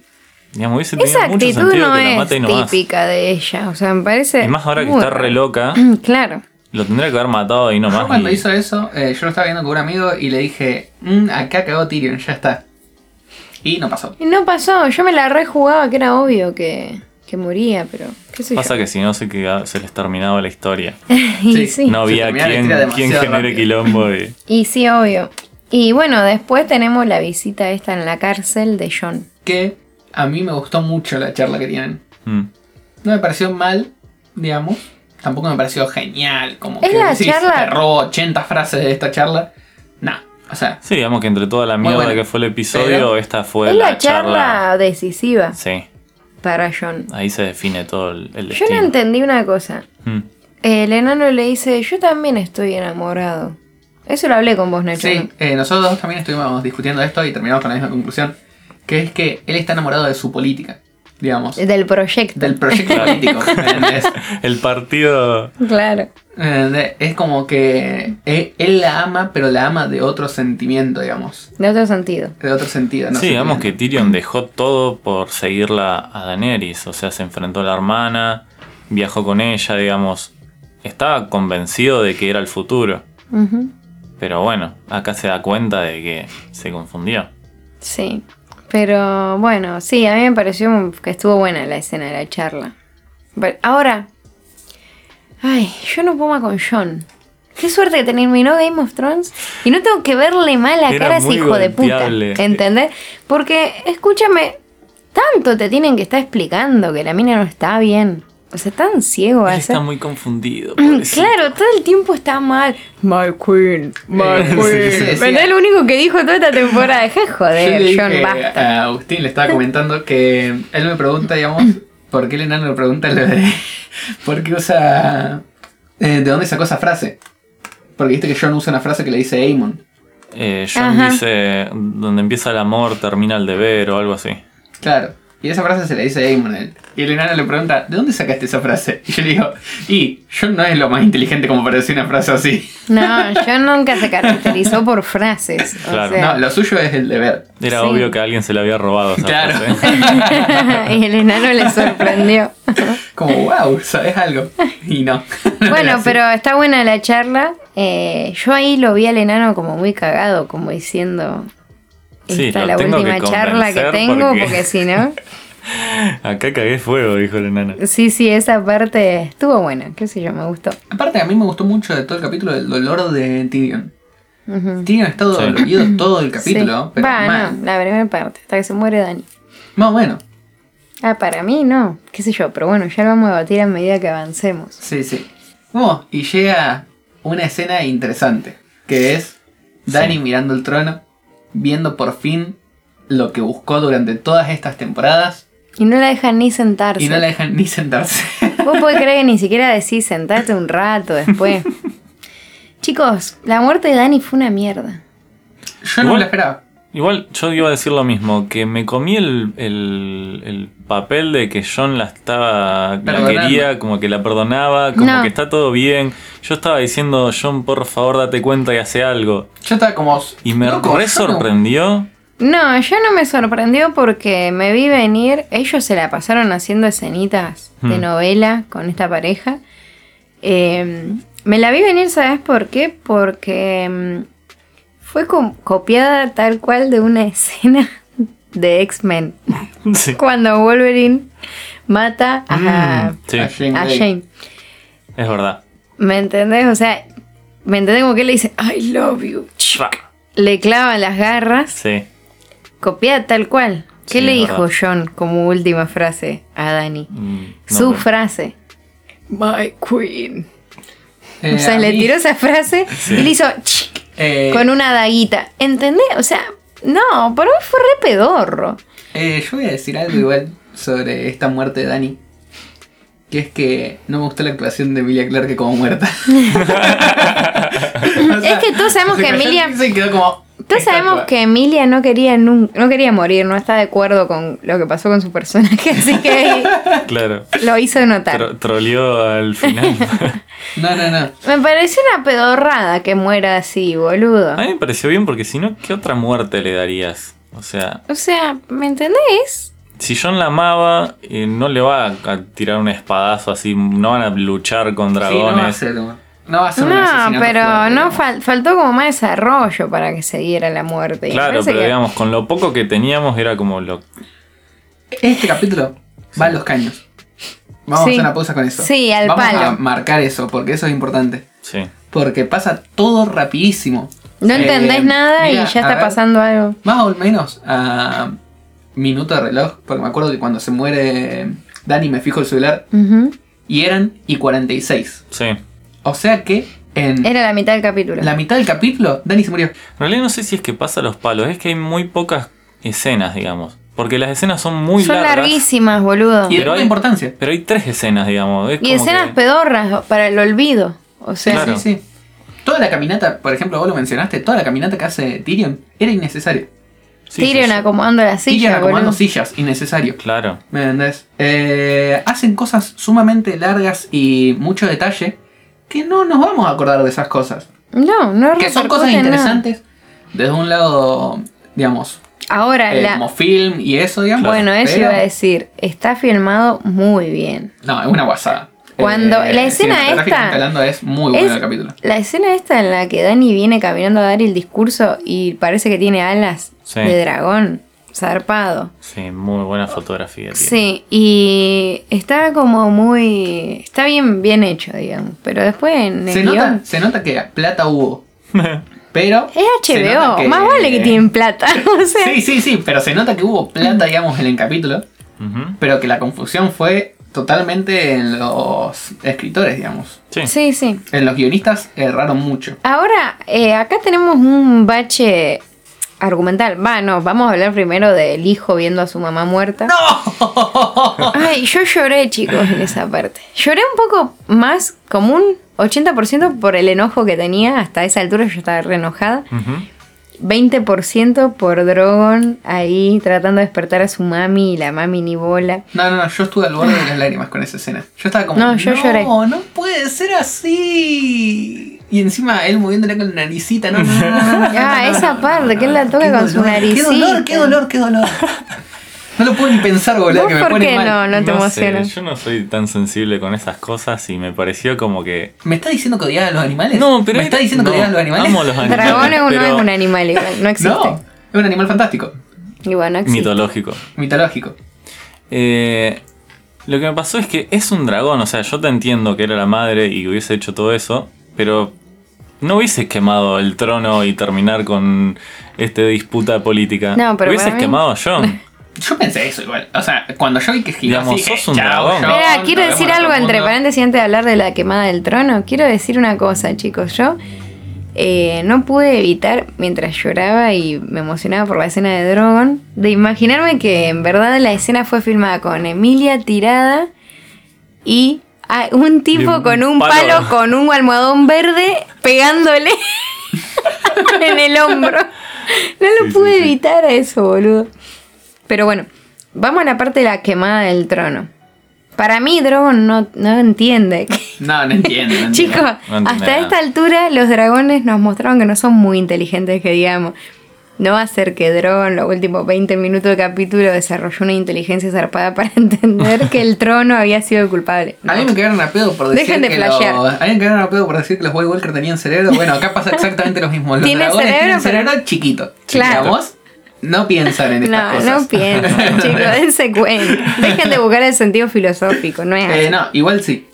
Speaker 3: Digamos, hubiese tenido
Speaker 2: Esa
Speaker 3: mucho
Speaker 2: actitud
Speaker 3: sentido
Speaker 2: no
Speaker 3: que la
Speaker 2: es
Speaker 3: mate y no más. Y
Speaker 2: típica de ella. O sea, me parece.
Speaker 3: más ahora que
Speaker 2: muy
Speaker 3: está
Speaker 2: raro.
Speaker 3: re loca,
Speaker 2: Claro.
Speaker 3: lo tendría que haber matado ahí nomás.
Speaker 1: Yo cuando
Speaker 3: y-
Speaker 1: hizo eso, eh, yo lo estaba viendo con un amigo y le dije, "Mm, acá cagó Tyrion, ya está. Y no pasó.
Speaker 2: Y no pasó. Yo me la rejugaba que era obvio que, que moría, pero. ¿Qué sé
Speaker 3: Pasa
Speaker 2: yo?
Speaker 3: que si no se, queda- se les terminaba la historia.
Speaker 2: Y
Speaker 1: Sí.
Speaker 2: sí.
Speaker 3: No había
Speaker 1: terminaba la
Speaker 3: quien,
Speaker 1: historia
Speaker 3: quien
Speaker 1: demasiado
Speaker 3: genere
Speaker 1: rápido.
Speaker 3: quilombo. y-
Speaker 2: Y sí, obvio. Y bueno, después tenemos la visita esta en la cárcel de John.
Speaker 1: Que a mí me gustó mucho la charla que tienen.
Speaker 3: Mm.
Speaker 1: No me pareció mal, digamos. Tampoco me pareció genial. Como
Speaker 2: Es
Speaker 1: que
Speaker 2: la
Speaker 1: decís,
Speaker 2: charla-
Speaker 1: te robo 80 frases de esta charla. Nah, o sea,
Speaker 3: Sí, digamos que entre toda la
Speaker 1: Muy
Speaker 3: mierda
Speaker 1: bueno.
Speaker 3: que fue el episodio,
Speaker 1: Pero-
Speaker 3: esta fue
Speaker 2: es
Speaker 3: la,
Speaker 2: la charla, decisiva
Speaker 3: Sí,
Speaker 2: para John.
Speaker 3: ahí se define todo el, el
Speaker 2: Yo
Speaker 3: destino.
Speaker 2: no entendí una cosa.
Speaker 3: Mm.
Speaker 2: El enano le dice, yo también estoy enamorado. Eso lo hablé con vos, Nacho.
Speaker 1: Sí, eh, nosotros dos también estuvimos discutiendo esto y terminamos con la misma conclusión, que es que él está enamorado de su política, digamos,
Speaker 2: ¿no? Del proyecto.
Speaker 1: del proyecto
Speaker 3: Claro.
Speaker 1: político. ¿me entendés?
Speaker 3: El partido.
Speaker 2: Claro.
Speaker 1: Eh, Es como que eh, él la ama, pero la ama de otro sentimiento, digamos,
Speaker 2: De otro sentido.
Speaker 1: de otro sentido. No
Speaker 3: sí, digamos que
Speaker 1: sentimiento.
Speaker 3: Tyrion dejó todo por seguirla a Daenerys. O sea, se enfrentó a la hermana, viajó con ella, digamos. Estaba convencido de que era el futuro.
Speaker 2: Ujú.
Speaker 3: Pero bueno, acá se da cuenta de que se confundió.
Speaker 2: Sí. Pero bueno, sí, a mí me pareció que estuvo buena la escena de la charla. Pero ahora, ay, yo no puedo más con John. Qué suerte que terminó Game of Thrones. Y no tengo que verle mal la
Speaker 3: Era
Speaker 2: cara a ese
Speaker 3: muy
Speaker 2: hijo de puta.
Speaker 3: golpeable.
Speaker 2: ¿Entendés? Porque, escúchame, tanto te tienen que estar explicando que la mina no está bien. O sea, tan ciego va
Speaker 3: Él
Speaker 2: a ser.
Speaker 3: está muy confundido. pobrecito.
Speaker 2: Claro, todo el tiempo está mal. My queen, my
Speaker 1: Eh, sí,
Speaker 2: queen.
Speaker 1: sí, sí.
Speaker 2: ¿Verdad? Es lo único que dijo toda esta temporada. Deja de
Speaker 1: Yo
Speaker 2: joder,
Speaker 1: le dije
Speaker 2: John, basta.
Speaker 1: a Agustín le estaba comentando que él me pregunta, digamos, ¿por qué el enano le pregunta lo de. ¿Por qué usa. eh, ¿De dónde sacó esa frase? Porque viste que John usa una frase que le dice Aemon.
Speaker 3: Eh, John
Speaker 2: Ajá.
Speaker 3: dice, donde empieza el amor, termina el deber o algo así.
Speaker 1: Claro. Y esa frase se le dice Aemon a él. Y el enano le pregunta, ¿de dónde sacaste esa frase? Y yo le digo, y John no es lo más inteligente como para decir una frase así.
Speaker 2: No, yo nunca se caracterizó por frases. o
Speaker 3: Claro.
Speaker 2: sea.
Speaker 1: No, lo suyo es el deber.
Speaker 3: Era
Speaker 2: Sí.
Speaker 3: obvio que alguien se le había robado. esa
Speaker 1: Claro.
Speaker 3: frase.
Speaker 2: y el enano le sorprendió.
Speaker 1: Como, wow, ¿sabes algo? Y no. No era
Speaker 2: bueno,
Speaker 1: así.
Speaker 2: pero está buena la charla. Eh, yo ahí lo vi al enano como muy cagado, como diciendo.
Speaker 3: Sí,
Speaker 2: Esta
Speaker 3: lo
Speaker 2: es la
Speaker 3: tengo que
Speaker 2: última charla que
Speaker 3: convencer
Speaker 2: tengo,
Speaker 3: porque-
Speaker 2: porque si no.
Speaker 3: ¿eh? Acá cagué fuego, dijo el enano.
Speaker 2: Sí, sí, esa parte estuvo buena, qué sé yo, me gustó.
Speaker 1: Aparte, a mí me gustó mucho de todo el capítulo el dolor de Tyrion.
Speaker 2: Ujú.
Speaker 1: Tyrion ha estado
Speaker 3: Sí.
Speaker 1: dolorido todo el
Speaker 2: Mm.
Speaker 1: capítulo,
Speaker 2: Sí.
Speaker 1: pero
Speaker 2: Va,
Speaker 1: mal.
Speaker 2: no, la primera parte, hasta que se muere Dani.
Speaker 1: Más o menos.
Speaker 2: Ah, para mí no, qué sé yo, pero bueno, ya lo vamos a debatir a medida que avancemos.
Speaker 1: Sí, sí. Bueno, y llega una escena interesante, que es Dani mirando el trono, viendo por fin lo que buscó durante todas estas temporadas
Speaker 2: Y no la dejan ni sentarse.
Speaker 1: y no la dejan ni sentarse.
Speaker 2: Vos podés creer que ni siquiera decís sentate un rato después. Chicos, la muerte de Dani fue una mierda.
Speaker 1: Yo no me
Speaker 3: Igual-
Speaker 1: lo esperaba.
Speaker 3: Igual yo iba a decir lo mismo, que me comí el, el- el papel de que John la estaba, la
Speaker 1: Perdonando.
Speaker 3: quería, como que la perdonaba, como
Speaker 2: No.
Speaker 3: que está todo bien. Yo estaba diciendo, John, por favor, date cuenta y hace algo.
Speaker 1: Yo estaba como...
Speaker 3: Y me
Speaker 1: "Loco,
Speaker 3: re
Speaker 1: yo no-
Speaker 3: sorprendió.
Speaker 2: No, yo no me sorprendió porque me vi venir. Ellos se la pasaron haciendo escenitas de
Speaker 3: Hmm.
Speaker 2: novela con esta pareja. Eh, me la vi venir, ¿sabes por qué? Porque mm, fue co- copiada tal cual de una escena de X-Men.
Speaker 3: Sí.
Speaker 2: Cuando Wolverine mata a,
Speaker 3: Sí,
Speaker 1: A Mm. Jane
Speaker 2: a
Speaker 1: Grey.
Speaker 2: Jane.
Speaker 3: es verdad.
Speaker 2: ¿Me entendés? O sea, ¿me entendés? Como que le dice, I love you. Le clavan las garras,
Speaker 3: Sí.
Speaker 2: copiada tal cual. ¿Qué
Speaker 3: Sí,
Speaker 2: le
Speaker 3: es
Speaker 2: dijo
Speaker 3: verdad.
Speaker 2: John como última frase a Dani?
Speaker 3: Mm, no,
Speaker 2: Su
Speaker 3: pero-
Speaker 2: frase. My queen.
Speaker 1: Eh,
Speaker 2: o sea,
Speaker 1: a
Speaker 2: le
Speaker 1: mí,
Speaker 2: tiró esa frase y le hizo ch,
Speaker 1: eh,
Speaker 2: con una daguita. ¿Entendés? O sea, no, por mí fue re pedorro.
Speaker 1: Eh, yo voy a decir algo igual sobre esta muerte de Dani. Que es que no me gustó la actuación de Emilia Clarke como muerta. O sea,
Speaker 2: Es que todos sabemos
Speaker 1: se
Speaker 2: que
Speaker 1: cayó
Speaker 2: Emilia-
Speaker 1: el piso y quedó como.
Speaker 2: Todos
Speaker 1: estatua.
Speaker 2: sabemos que Emilia no quería nun- no quería morir, no está de acuerdo con lo que pasó con su personaje, así que ahí
Speaker 3: Claro.
Speaker 2: lo hizo notar.
Speaker 3: Tro- troleó al final.
Speaker 1: No, no, no.
Speaker 2: Me parece una pedorrada que muera así, boludo.
Speaker 3: A mí me pareció bien porque si no, ¿qué otra muerte le darías? O sea,
Speaker 2: O sea, ¿me entendés?
Speaker 3: si John la amaba, eh, no le va a tirar un espadazo así, no van a luchar con
Speaker 1: Sí, no va a
Speaker 3: dragones.
Speaker 1: ser, un- no va a ser un
Speaker 2: No,
Speaker 1: asesinato
Speaker 2: pero
Speaker 1: fuerte,
Speaker 2: no
Speaker 1: digamos.
Speaker 2: fal- faltó como más desarrollo para que se diera la muerte. Y me
Speaker 3: claro,
Speaker 2: parece
Speaker 3: pero
Speaker 2: que-
Speaker 3: digamos, con lo poco que teníamos era como lo...
Speaker 1: Este capítulo va en los caños. Vamos
Speaker 2: Sí.
Speaker 1: a hacer una pausa con eso.
Speaker 2: Sí, al
Speaker 1: Vamos a
Speaker 2: palo.
Speaker 1: marcar eso, porque eso es importante.
Speaker 3: Sí.
Speaker 1: Porque pasa todo rapidísimo.
Speaker 2: No
Speaker 1: Eh,
Speaker 2: entendés nada
Speaker 1: mira,
Speaker 2: y ya
Speaker 1: a
Speaker 2: está
Speaker 1: ver,
Speaker 2: pasando algo.
Speaker 1: Más o menos a minuto de reloj, porque me acuerdo que cuando se muere Dani me fijo el celular
Speaker 2: Ujú.
Speaker 1: y eran y 46.
Speaker 3: Sí. En
Speaker 1: O sea que en
Speaker 2: Era la mitad del capítulo.
Speaker 1: la mitad del capítulo Dani se murió.
Speaker 3: realidad no sé si es que pasa los palos, es que hay muy pocas escenas, digamos. Porque las escenas son muy
Speaker 2: Son
Speaker 3: largas.
Speaker 2: larguísimas, boludo.
Speaker 1: Y
Speaker 2: Y,
Speaker 1: de
Speaker 3: Pero
Speaker 1: una
Speaker 3: hay-
Speaker 1: importancia.
Speaker 3: Pero hay tres escenas, digamos. Es como
Speaker 2: escenas
Speaker 3: que-
Speaker 2: pedorras para el olvido. O
Speaker 1: Sí,
Speaker 2: sea,
Speaker 3: Claro.
Speaker 1: sí, sí. Toda la caminata, por ejemplo, vos lo mencionaste, toda la caminata que hace Tyrion era innecesaria.
Speaker 3: Sí, sí,
Speaker 2: Tyrion
Speaker 3: sí.
Speaker 2: acomodando la silla.
Speaker 1: Tyrion acomodando
Speaker 2: boludo.
Speaker 1: sillas, innecesario.
Speaker 3: Claro.
Speaker 1: ¿Me entendés? Eh, hacen cosas sumamente largas y mucho detalle que no nos vamos a acordar de esas cosas.
Speaker 2: No, no
Speaker 1: Que son
Speaker 2: repercute
Speaker 1: cosas
Speaker 2: en nada.
Speaker 1: interesantes desde un lado, digamos,
Speaker 2: Ahora,
Speaker 1: eh,
Speaker 2: la-
Speaker 1: como film y eso, digamos.
Speaker 2: bueno, eso
Speaker 1: pero-
Speaker 2: iba a decir, está filmado muy bien.
Speaker 1: No, es una guasada. Eh,
Speaker 2: Cuando- la escena
Speaker 1: cinematográficamente
Speaker 2: esta-
Speaker 1: hablando es muy bueno
Speaker 2: es-
Speaker 1: el capítulo.
Speaker 2: La escena esta en la que Dani viene caminando a dar el discurso y parece que tiene alas
Speaker 3: Sí.
Speaker 2: de dragón, zarpado.
Speaker 3: Sí, muy buena fotografía. tiene.
Speaker 2: Sí, y está como muy... Está bien, bien hecho, digamos. Pero después en el
Speaker 1: Se
Speaker 2: guión...
Speaker 1: nota, se nota que plata hubo. Pero.
Speaker 2: Es
Speaker 1: se nota
Speaker 2: HBO,
Speaker 1: que-
Speaker 2: más vale que tienen plata. O sea,
Speaker 1: Sí, sí, sí, pero se nota que hubo plata, digamos, en el capítulo.
Speaker 3: Ujú.
Speaker 1: Pero que la confusión fue totalmente en los escritores, digamos.
Speaker 3: Sí.
Speaker 2: sí, sí.
Speaker 1: En los guionistas erraron mucho.
Speaker 2: Ahora, eh, acá tenemos un bache argumental. Va, no, vamos a hablar primero del hijo viendo a su mamá muerta. Ay, yo lloré, chicos, en esa parte. Lloré un poco más, como un 80% por el enojo que tenía. Hasta esa altura yo estaba re enojada.
Speaker 3: Ujú.
Speaker 2: 20% por Drogon ahí tratando de despertar a su mami y la mami ni bola.
Speaker 1: No, no, no, yo estuve al borde de las lágrimas con esa escena. Yo estaba como,
Speaker 2: No, yo lloré.
Speaker 1: No, no puede ser así. Y encima él moviéndole con la naricita, no, no, no, no, no, no,
Speaker 2: Ah,
Speaker 1: no, no,
Speaker 2: esa
Speaker 1: no,
Speaker 2: parte,
Speaker 1: no,
Speaker 2: que él la
Speaker 1: no,
Speaker 2: toca
Speaker 1: qué
Speaker 2: con su
Speaker 1: dolor,
Speaker 2: naricita.
Speaker 1: Qué dolor, qué dolor, qué dolor. No lo puedo ni pensar, boludo,
Speaker 2: ¿Vos
Speaker 1: que me
Speaker 2: por
Speaker 1: pone
Speaker 2: qué
Speaker 1: mal.
Speaker 2: no, no te
Speaker 3: sé,
Speaker 2: emocionas?
Speaker 3: yo no soy tan sensible con esas cosas y me pareció como que.
Speaker 1: ¿Me está diciendo que odias a los animales?
Speaker 3: No, pero.
Speaker 1: ¿Me está diciendo
Speaker 3: no,
Speaker 1: que odias a los animales?
Speaker 3: Amo a los animales.
Speaker 2: Dragón es un- no
Speaker 3: pero
Speaker 2: es un animal igual, no existe.
Speaker 1: No, es un animal fantástico,
Speaker 2: Igual no existe.
Speaker 3: Mitológico.
Speaker 1: mitológico.
Speaker 3: Eh, lo que me pasó es que es un dragón, o sea, yo te entiendo que era la madre y hubiese hecho todo eso, pero no hubiese quemado el trono y terminar con este disputa política.
Speaker 2: No, pero
Speaker 3: hubieses
Speaker 2: para mí-
Speaker 3: quemado a John.
Speaker 1: Yo pensé eso igual. O sea, cuando yo vi que giró
Speaker 3: Digamos,
Speaker 1: así, dije,
Speaker 3: sos un
Speaker 1: "Chao,
Speaker 3: dragón".
Speaker 1: John,
Speaker 2: Espera,
Speaker 1: nos
Speaker 2: quiero
Speaker 1: vemos
Speaker 2: decir
Speaker 1: en otro
Speaker 2: algo entre
Speaker 1: mundo".
Speaker 2: paréntesis antes de hablar de la quemada del trono. Quiero decir una cosa, chicos. Yo eh, no pude evitar, mientras lloraba y me emocionaba por la escena de Drogon, de imaginarme que en verdad la escena fue filmada con Emilia tirada y ah, un tipo
Speaker 3: Y un
Speaker 2: con un
Speaker 3: palo.
Speaker 2: palo con un almohadón verde pegándole en el hombro. No lo
Speaker 3: Sí,
Speaker 2: pude
Speaker 3: sí, sí.
Speaker 2: evitar a eso, boludo. Pero bueno, vamos a la parte de la quemada del trono. Para mí, Drogon no, no entiende.
Speaker 1: No, no entiendo. No entiendo.
Speaker 2: Chicos,
Speaker 3: no entiende
Speaker 2: hasta
Speaker 3: nada.
Speaker 2: esta altura los dragones nos mostraron que no son muy inteligentes, que digamos. No va a ser que Drogon, los últimos 20 minutos del capítulo, desarrolló una inteligencia zarpada para entender que el trono había sido el culpable. No.
Speaker 1: A mí me quedaron a pedo por decir
Speaker 2: Dejen de
Speaker 1: que
Speaker 2: flashear.
Speaker 1: los, a mí me quedaron a pedo por decir que los White Walker tenían cerebro. Bueno, acá pasa exactamente lo mismo. Los
Speaker 2: Tiene
Speaker 1: dragones
Speaker 2: cerebro,
Speaker 1: tienen
Speaker 2: pero-
Speaker 1: cerebro chiquito.
Speaker 2: Claro.
Speaker 1: Digamos, no piensan en estas
Speaker 2: No,
Speaker 1: cosas. Eh,
Speaker 2: no piensen, chicos, dense cuenta. Dejen de buscar el sentido filosófico, no es así.
Speaker 1: Eh, no, igual sí.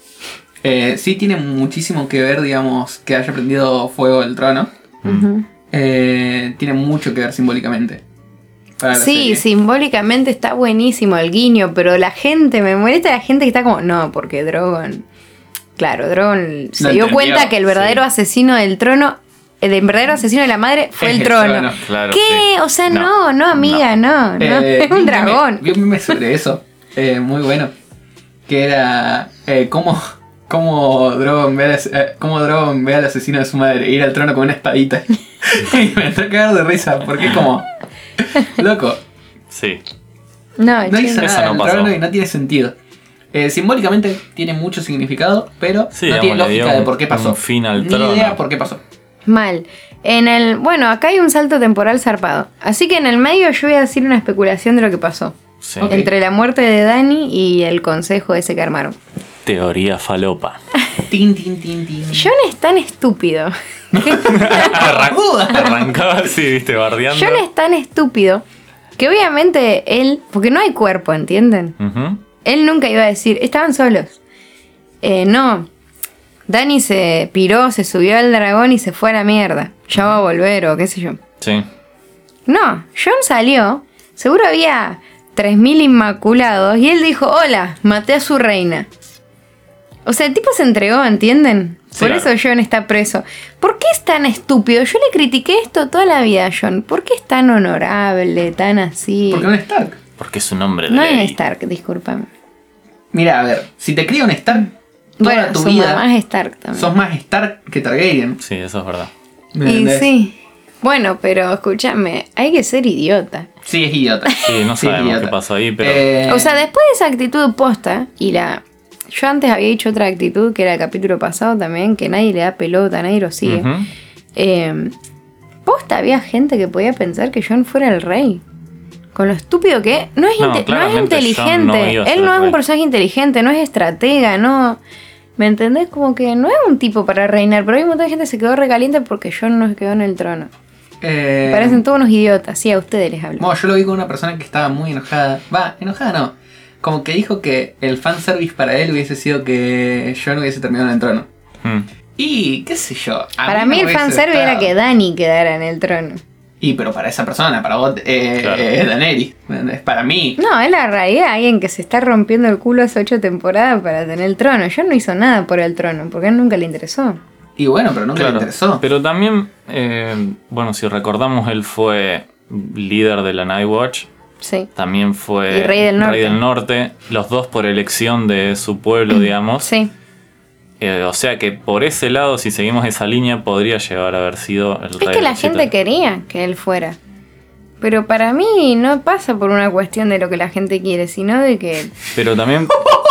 Speaker 1: Eh, sí tiene muchísimo que ver, digamos, que haya prendido fuego el trono.
Speaker 2: Ujú.
Speaker 1: Eh, tiene mucho que ver simbólicamente. para Ah, la
Speaker 2: Sí,
Speaker 1: serie.
Speaker 2: simbólicamente está buenísimo el guiño, pero la gente, me molesta la gente que está como, no, porque Drogon, claro, Drogon se
Speaker 1: Lo
Speaker 2: dio
Speaker 1: entendió,
Speaker 2: cuenta que el verdadero asesino del trono, el verdadero asesino de la madre fue
Speaker 1: Es
Speaker 2: el
Speaker 1: el
Speaker 2: trono.
Speaker 1: trono,
Speaker 3: claro,
Speaker 2: ¿Qué?
Speaker 3: sí.
Speaker 2: O sea,
Speaker 3: No,
Speaker 2: no, no, amiga, no, no,
Speaker 1: Eh,
Speaker 2: es un
Speaker 1: vi meme-
Speaker 2: dragón.
Speaker 1: Vi un meme sobre eso. eh, muy bueno. Que era eh, cómo cómo Drogon, ve al, as- eh, cómo Drogon ve al asesino de su madre ir al trono con una espadita. y me está cagando de risa, porque es como. Loco,
Speaker 3: Sí.
Speaker 2: No,
Speaker 1: no
Speaker 2: chico.
Speaker 1: hizo
Speaker 3: Eso no
Speaker 1: nada en el
Speaker 3: pasó.
Speaker 1: trono y no tiene sentido. Eh, simbólicamente tiene mucho significado, pero
Speaker 3: Sí,
Speaker 1: no
Speaker 3: digamos,
Speaker 1: tiene
Speaker 3: le dio
Speaker 1: lógica de
Speaker 3: un-
Speaker 1: por qué pasó.
Speaker 3: un fin al
Speaker 1: Ni
Speaker 3: trono.
Speaker 1: idea por qué pasó.
Speaker 2: Mal. En el, bueno, acá hay un salto temporal zarpado. Así que en el medio yo voy a decir una especulación de lo que pasó.
Speaker 3: Sí.
Speaker 1: Ok.
Speaker 2: Entre la muerte de Dani y el consejo ese que armaron.
Speaker 3: Teoría falopa.
Speaker 1: Tin, tin, tin, tin.
Speaker 2: John es tan estúpido.
Speaker 3: Arran-
Speaker 1: Joda.
Speaker 3: Arrancaba así, viste, bardeando.
Speaker 2: John es tan estúpido que obviamente él, porque no hay cuerpo, ¿entienden?
Speaker 3: Ujú.
Speaker 2: Él nunca iba a decir, estaban solos. Eh, no. Dani se piró, se subió al dragón y se fue a la mierda. Ya va a volver o qué sé yo.
Speaker 3: Sí.
Speaker 2: No, John salió, seguro había 3.000 inmaculados y él dijo, hola, maté a su reina. O sea, el tipo se entregó, ¿entienden?
Speaker 3: Sí,
Speaker 2: Por
Speaker 3: claro.
Speaker 2: eso John está preso. ¿Por qué es tan estúpido? Yo le critiqué esto toda la vida a John. ¿Por qué es tan honorable, tan así?
Speaker 1: Porque no es Stark.
Speaker 3: Porque es un hombre de
Speaker 2: No
Speaker 3: ley.
Speaker 2: es Stark, discúlpame.
Speaker 1: Mira, a ver, si te cría un Stark, toda
Speaker 2: Bueno,
Speaker 1: tu
Speaker 2: su
Speaker 1: vida
Speaker 2: mamá es Stark también.
Speaker 1: sos más Stark que Targaryen.
Speaker 3: Sí, eso es verdad.
Speaker 1: ¿me
Speaker 2: Y
Speaker 1: entendés?
Speaker 2: sí. Bueno, pero escúchame, hay que ser idiota.
Speaker 1: Sí, es idiota.
Speaker 3: Sí, no
Speaker 1: es
Speaker 3: sabemos
Speaker 1: idiota.
Speaker 3: qué pasó ahí, pero-
Speaker 1: Eh,
Speaker 2: O sea, después de esa actitud posta y la... Yo antes había dicho otra actitud que era el capítulo pasado también, que nadie le da pelota, nadie lo sigue.
Speaker 3: Ujú.
Speaker 2: Eh, posta había gente que podía pensar que John fuera el rey. Con lo estúpido que es. no es,
Speaker 3: No,
Speaker 2: inte- no es
Speaker 3: claramente Jon no
Speaker 2: inteligente.
Speaker 3: iba a ser
Speaker 2: Él no
Speaker 3: el
Speaker 2: es un
Speaker 3: rey.
Speaker 2: personaje inteligente, no es estratega, no... ¿Me entendés? Como que no es un tipo para reinar, pero hay un montón de gente que se quedó recaliente porque John no se quedó en el trono.
Speaker 1: eh,
Speaker 2: Parecen todos unos idiotas, sí, a ustedes les hablo.
Speaker 1: Bueno, yo lo vi con una persona que estaba muy enojada. Va, enojada no. Como que dijo que el fanservice para él hubiese sido que yo no hubiese terminado en el trono.
Speaker 3: Mm.
Speaker 1: Y qué sé yo. a
Speaker 2: Para
Speaker 1: no
Speaker 2: mí el
Speaker 1: hubiese
Speaker 2: fanservice era
Speaker 1: gustado.
Speaker 2: que Dani quedara en el trono.
Speaker 1: Y pero para esa persona, para vos, eh,
Speaker 3: Claro.
Speaker 1: eh, Daenerys. ¿me entendés? Para mí.
Speaker 2: No, es la realidad, alguien que se está rompiendo el culo hace ocho temporadas para tener el trono. Yo no hizo nada por el trono, porque a él nunca le interesó.
Speaker 1: Y bueno, pero nunca
Speaker 3: Claro.
Speaker 1: le interesó.
Speaker 3: Pero también, eh, bueno, si recordamos, él fue líder de la Nightwatch.
Speaker 2: Sí.
Speaker 3: También fue
Speaker 2: Y Rey del Norte. Mm.
Speaker 3: Norte, Los dos por elección de su pueblo, digamos.
Speaker 2: Sí.
Speaker 3: Eh, o sea que por ese lado, si seguimos esa línea, podría llegar a haber sido el
Speaker 2: Es
Speaker 3: rey
Speaker 2: que la
Speaker 3: del
Speaker 2: gente
Speaker 3: Chita.
Speaker 2: quería que él fuera. Pero para mí no pasa por una cuestión de lo que la gente quiere, sino de que...
Speaker 3: Pero también,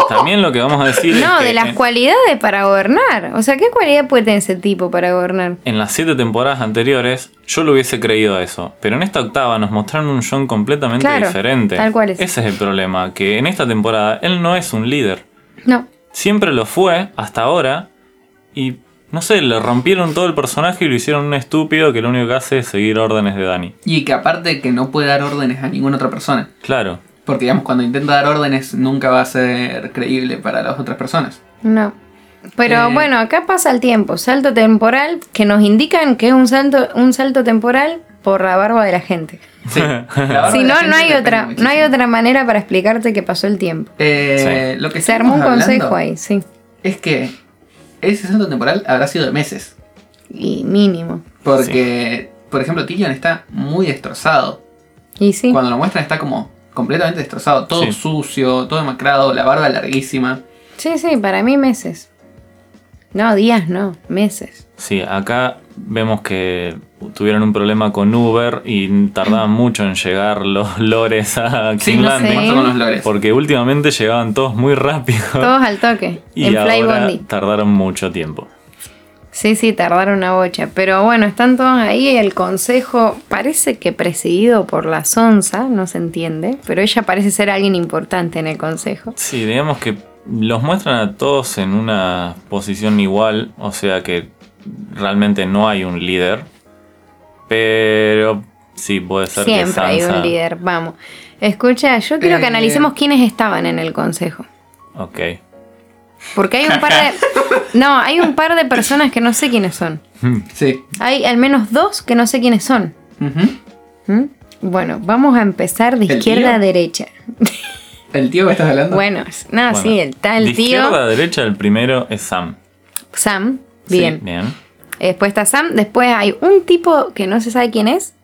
Speaker 3: también lo que vamos a decir es
Speaker 2: No,
Speaker 3: que
Speaker 2: de
Speaker 3: en,
Speaker 2: las cualidades para gobernar. O sea, ¿qué cualidad puede tener ese tipo para gobernar?
Speaker 3: en las siete temporadas anteriores yo lo hubiese creído a eso. Pero en esta octava nos mostraron un John completamente
Speaker 2: Claro,
Speaker 3: diferente.
Speaker 2: tal cual es.
Speaker 3: Ese es el problema, que en esta temporada él no es un líder.
Speaker 2: No.
Speaker 3: Siempre lo fue, hasta ahora. Y no sé, le rompieron todo el personaje y lo hicieron un estúpido que lo único que hace es seguir órdenes de Dani.
Speaker 1: Y que aparte que no puede dar órdenes a ninguna otra persona.
Speaker 3: Claro.
Speaker 1: Porque digamos, cuando intenta dar órdenes nunca va a ser creíble para las otras personas.
Speaker 2: No. Pero
Speaker 1: Eh,
Speaker 2: bueno, acá pasa el tiempo, salto temporal, que nos indican que es un salto, un salto temporal por la barba de la gente.
Speaker 1: Sí. La barba
Speaker 2: Si
Speaker 1: de
Speaker 2: no,
Speaker 1: la gente
Speaker 2: no hay
Speaker 1: depende
Speaker 2: otra, no
Speaker 1: muchísimo.
Speaker 2: hay otra manera para explicarte que pasó el tiempo.
Speaker 1: Eh, Lo que
Speaker 2: Se armó un
Speaker 1: estuvimos
Speaker 2: consejo
Speaker 1: hablando
Speaker 2: ahí, sí.
Speaker 1: Es que ese salto temporal habrá sido de meses.
Speaker 2: Y mínimo.
Speaker 1: Porque, por ejemplo, Tyrion está muy destrozado.
Speaker 2: Y sí.
Speaker 1: Cuando lo muestran está como completamente destrozado. Todo
Speaker 3: Sí.
Speaker 1: sucio, todo demacrado, la barba larguísima.
Speaker 2: Sí, sí, para mí meses. No, días no, meses.
Speaker 3: Sí, acá vemos que tuvieron un problema con Uber y tardaban mucho en llegar los lores a
Speaker 1: Sí, no
Speaker 3: Kingland.
Speaker 1: sé.
Speaker 2: Landing.
Speaker 1: Con los lores.
Speaker 3: Porque últimamente llegaban todos muy rápido
Speaker 2: Todos al toque.
Speaker 3: y
Speaker 2: en Fly
Speaker 3: ahora
Speaker 2: Bondi.
Speaker 3: tardaron mucho tiempo.
Speaker 2: Sí, sí, tardaron una bocha. Pero bueno, están todos ahí. El consejo parece que presidido por la Sonsa, no se entiende. Pero ella parece ser alguien importante en el consejo.
Speaker 3: Sí, digamos que los muestran a todos en una posición igual, o sea que realmente no hay un líder. Pero sí, puede ser que
Speaker 2: Siempre hay
Speaker 3: Sansa-
Speaker 2: un líder, vamos. Escucha, yo quiero que
Speaker 1: Eh.
Speaker 2: analicemos quiénes estaban en el consejo.
Speaker 3: Ok.
Speaker 2: Porque hay un par de. No, hay un par de personas que no sé quiénes son.
Speaker 1: Sí.
Speaker 2: Hay al menos dos que no sé quiénes son.
Speaker 1: Ujú.
Speaker 2: ¿Mm? Bueno, vamos a empezar de
Speaker 1: ¿El
Speaker 2: izquierda a
Speaker 1: tío? Ah.
Speaker 2: derecha.
Speaker 1: El tío que estás hablando.
Speaker 2: Bueno, s- no,
Speaker 3: Bueno,
Speaker 2: sí, el
Speaker 3: de
Speaker 2: tal
Speaker 3: Izquierda a
Speaker 2: tío
Speaker 3: derecha, el primero es Sam.
Speaker 2: Sam.
Speaker 1: Sí,
Speaker 2: Bien.
Speaker 3: Bien.
Speaker 2: Eh, Después está Sam. Después hay un tipo que no se sabe quién es.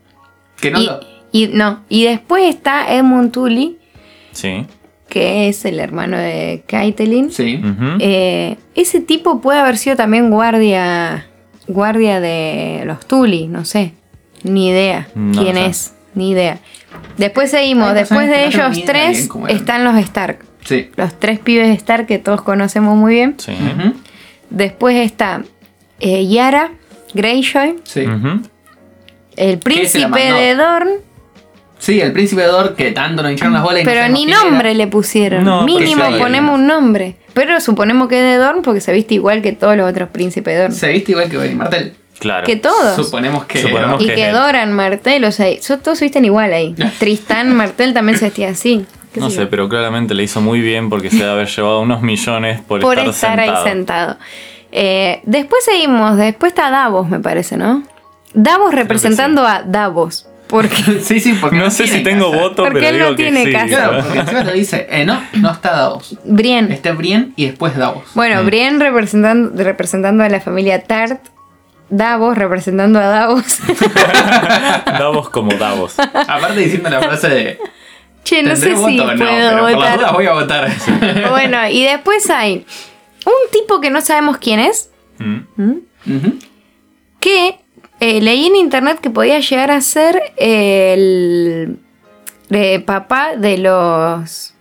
Speaker 1: que no
Speaker 2: y,
Speaker 1: lo-
Speaker 2: y- no. Y después está Edmund Tully,
Speaker 3: Sí.
Speaker 2: que es el hermano de Caitlyn.
Speaker 1: Sí.
Speaker 3: Ujú.
Speaker 2: Eh, ese tipo puede haber sido también guardia guardia de los Tuli, no sé. Ni idea
Speaker 3: No
Speaker 2: quién
Speaker 3: sé.
Speaker 2: es, ni idea. Después seguimos,
Speaker 1: Hay
Speaker 2: después de
Speaker 1: personajes que no
Speaker 2: ellos
Speaker 1: tengo ni idea bien
Speaker 2: tres
Speaker 1: cómo eran.
Speaker 2: están los Stark.
Speaker 1: Sí.
Speaker 2: Los tres pibes Stark que todos conocemos muy bien.
Speaker 3: Sí.
Speaker 1: Ujú.
Speaker 2: Después está eh, Yara, Greyjoy,
Speaker 1: Sí.
Speaker 3: Ujú.
Speaker 2: el
Speaker 1: se la
Speaker 2: príncipe
Speaker 1: mandó?
Speaker 2: de Dorn,
Speaker 1: Sí, el príncipe de Dor que tanto nos hincharon las bolas. y no
Speaker 2: pero
Speaker 1: sabemos
Speaker 2: ni
Speaker 1: quién era.
Speaker 2: nombre le pusieron.
Speaker 3: No, pero
Speaker 2: Mínimo
Speaker 1: sí.
Speaker 2: ponemos un nombre. Pero suponemos que es de Dorn porque se viste igual que todos los otros príncipes de Dorn.
Speaker 1: Se viste igual que Benny Martel.
Speaker 3: Claro.
Speaker 2: Que todos.
Speaker 1: Suponemos que.
Speaker 3: Suponemos
Speaker 2: Y
Speaker 3: Ok.
Speaker 2: que Doran, Martel, o sea, so- todos se visten igual ahí. Tristán, Martel también se vestía así. qué
Speaker 3: No
Speaker 2: yo.
Speaker 3: sé, pero claramente le hizo muy bien porque se debe haber llevado unos millones por,
Speaker 2: Por
Speaker 3: estar,
Speaker 2: estar
Speaker 3: sentado.
Speaker 2: ahí sentado. Eh, después seguimos, después está Davos, me parece, ¿no? Davos representando a Davos. Porque
Speaker 1: sí, sí, porque
Speaker 3: No sé
Speaker 1: tiene
Speaker 3: si tengo
Speaker 1: casa.
Speaker 3: voto,
Speaker 2: Porque
Speaker 3: pero
Speaker 2: él
Speaker 3: digo
Speaker 2: no
Speaker 3: que
Speaker 2: tiene
Speaker 3: sí.
Speaker 2: casa.
Speaker 1: Claro, porque encima te dice, eh, no, no está Davos.
Speaker 2: Brienne.
Speaker 1: Está Brienne y después Davos.
Speaker 2: Bueno, Brienne representando, representando a la familia Tart. Davos representando a Davos.
Speaker 3: Davos como Davos.
Speaker 1: Aparte diciendo la frase de.
Speaker 2: che, no
Speaker 1: ¿Tendré
Speaker 2: sé
Speaker 1: voto
Speaker 2: si
Speaker 1: o no?
Speaker 2: puedo
Speaker 1: pero por las
Speaker 2: votar.
Speaker 1: dudas voy a votar.
Speaker 2: Bueno, y después hay un tipo que no sabemos quién es.
Speaker 3: Mm.
Speaker 1: Ujú.
Speaker 2: que eh, leí en internet que podía llegar a ser el eh, papá de los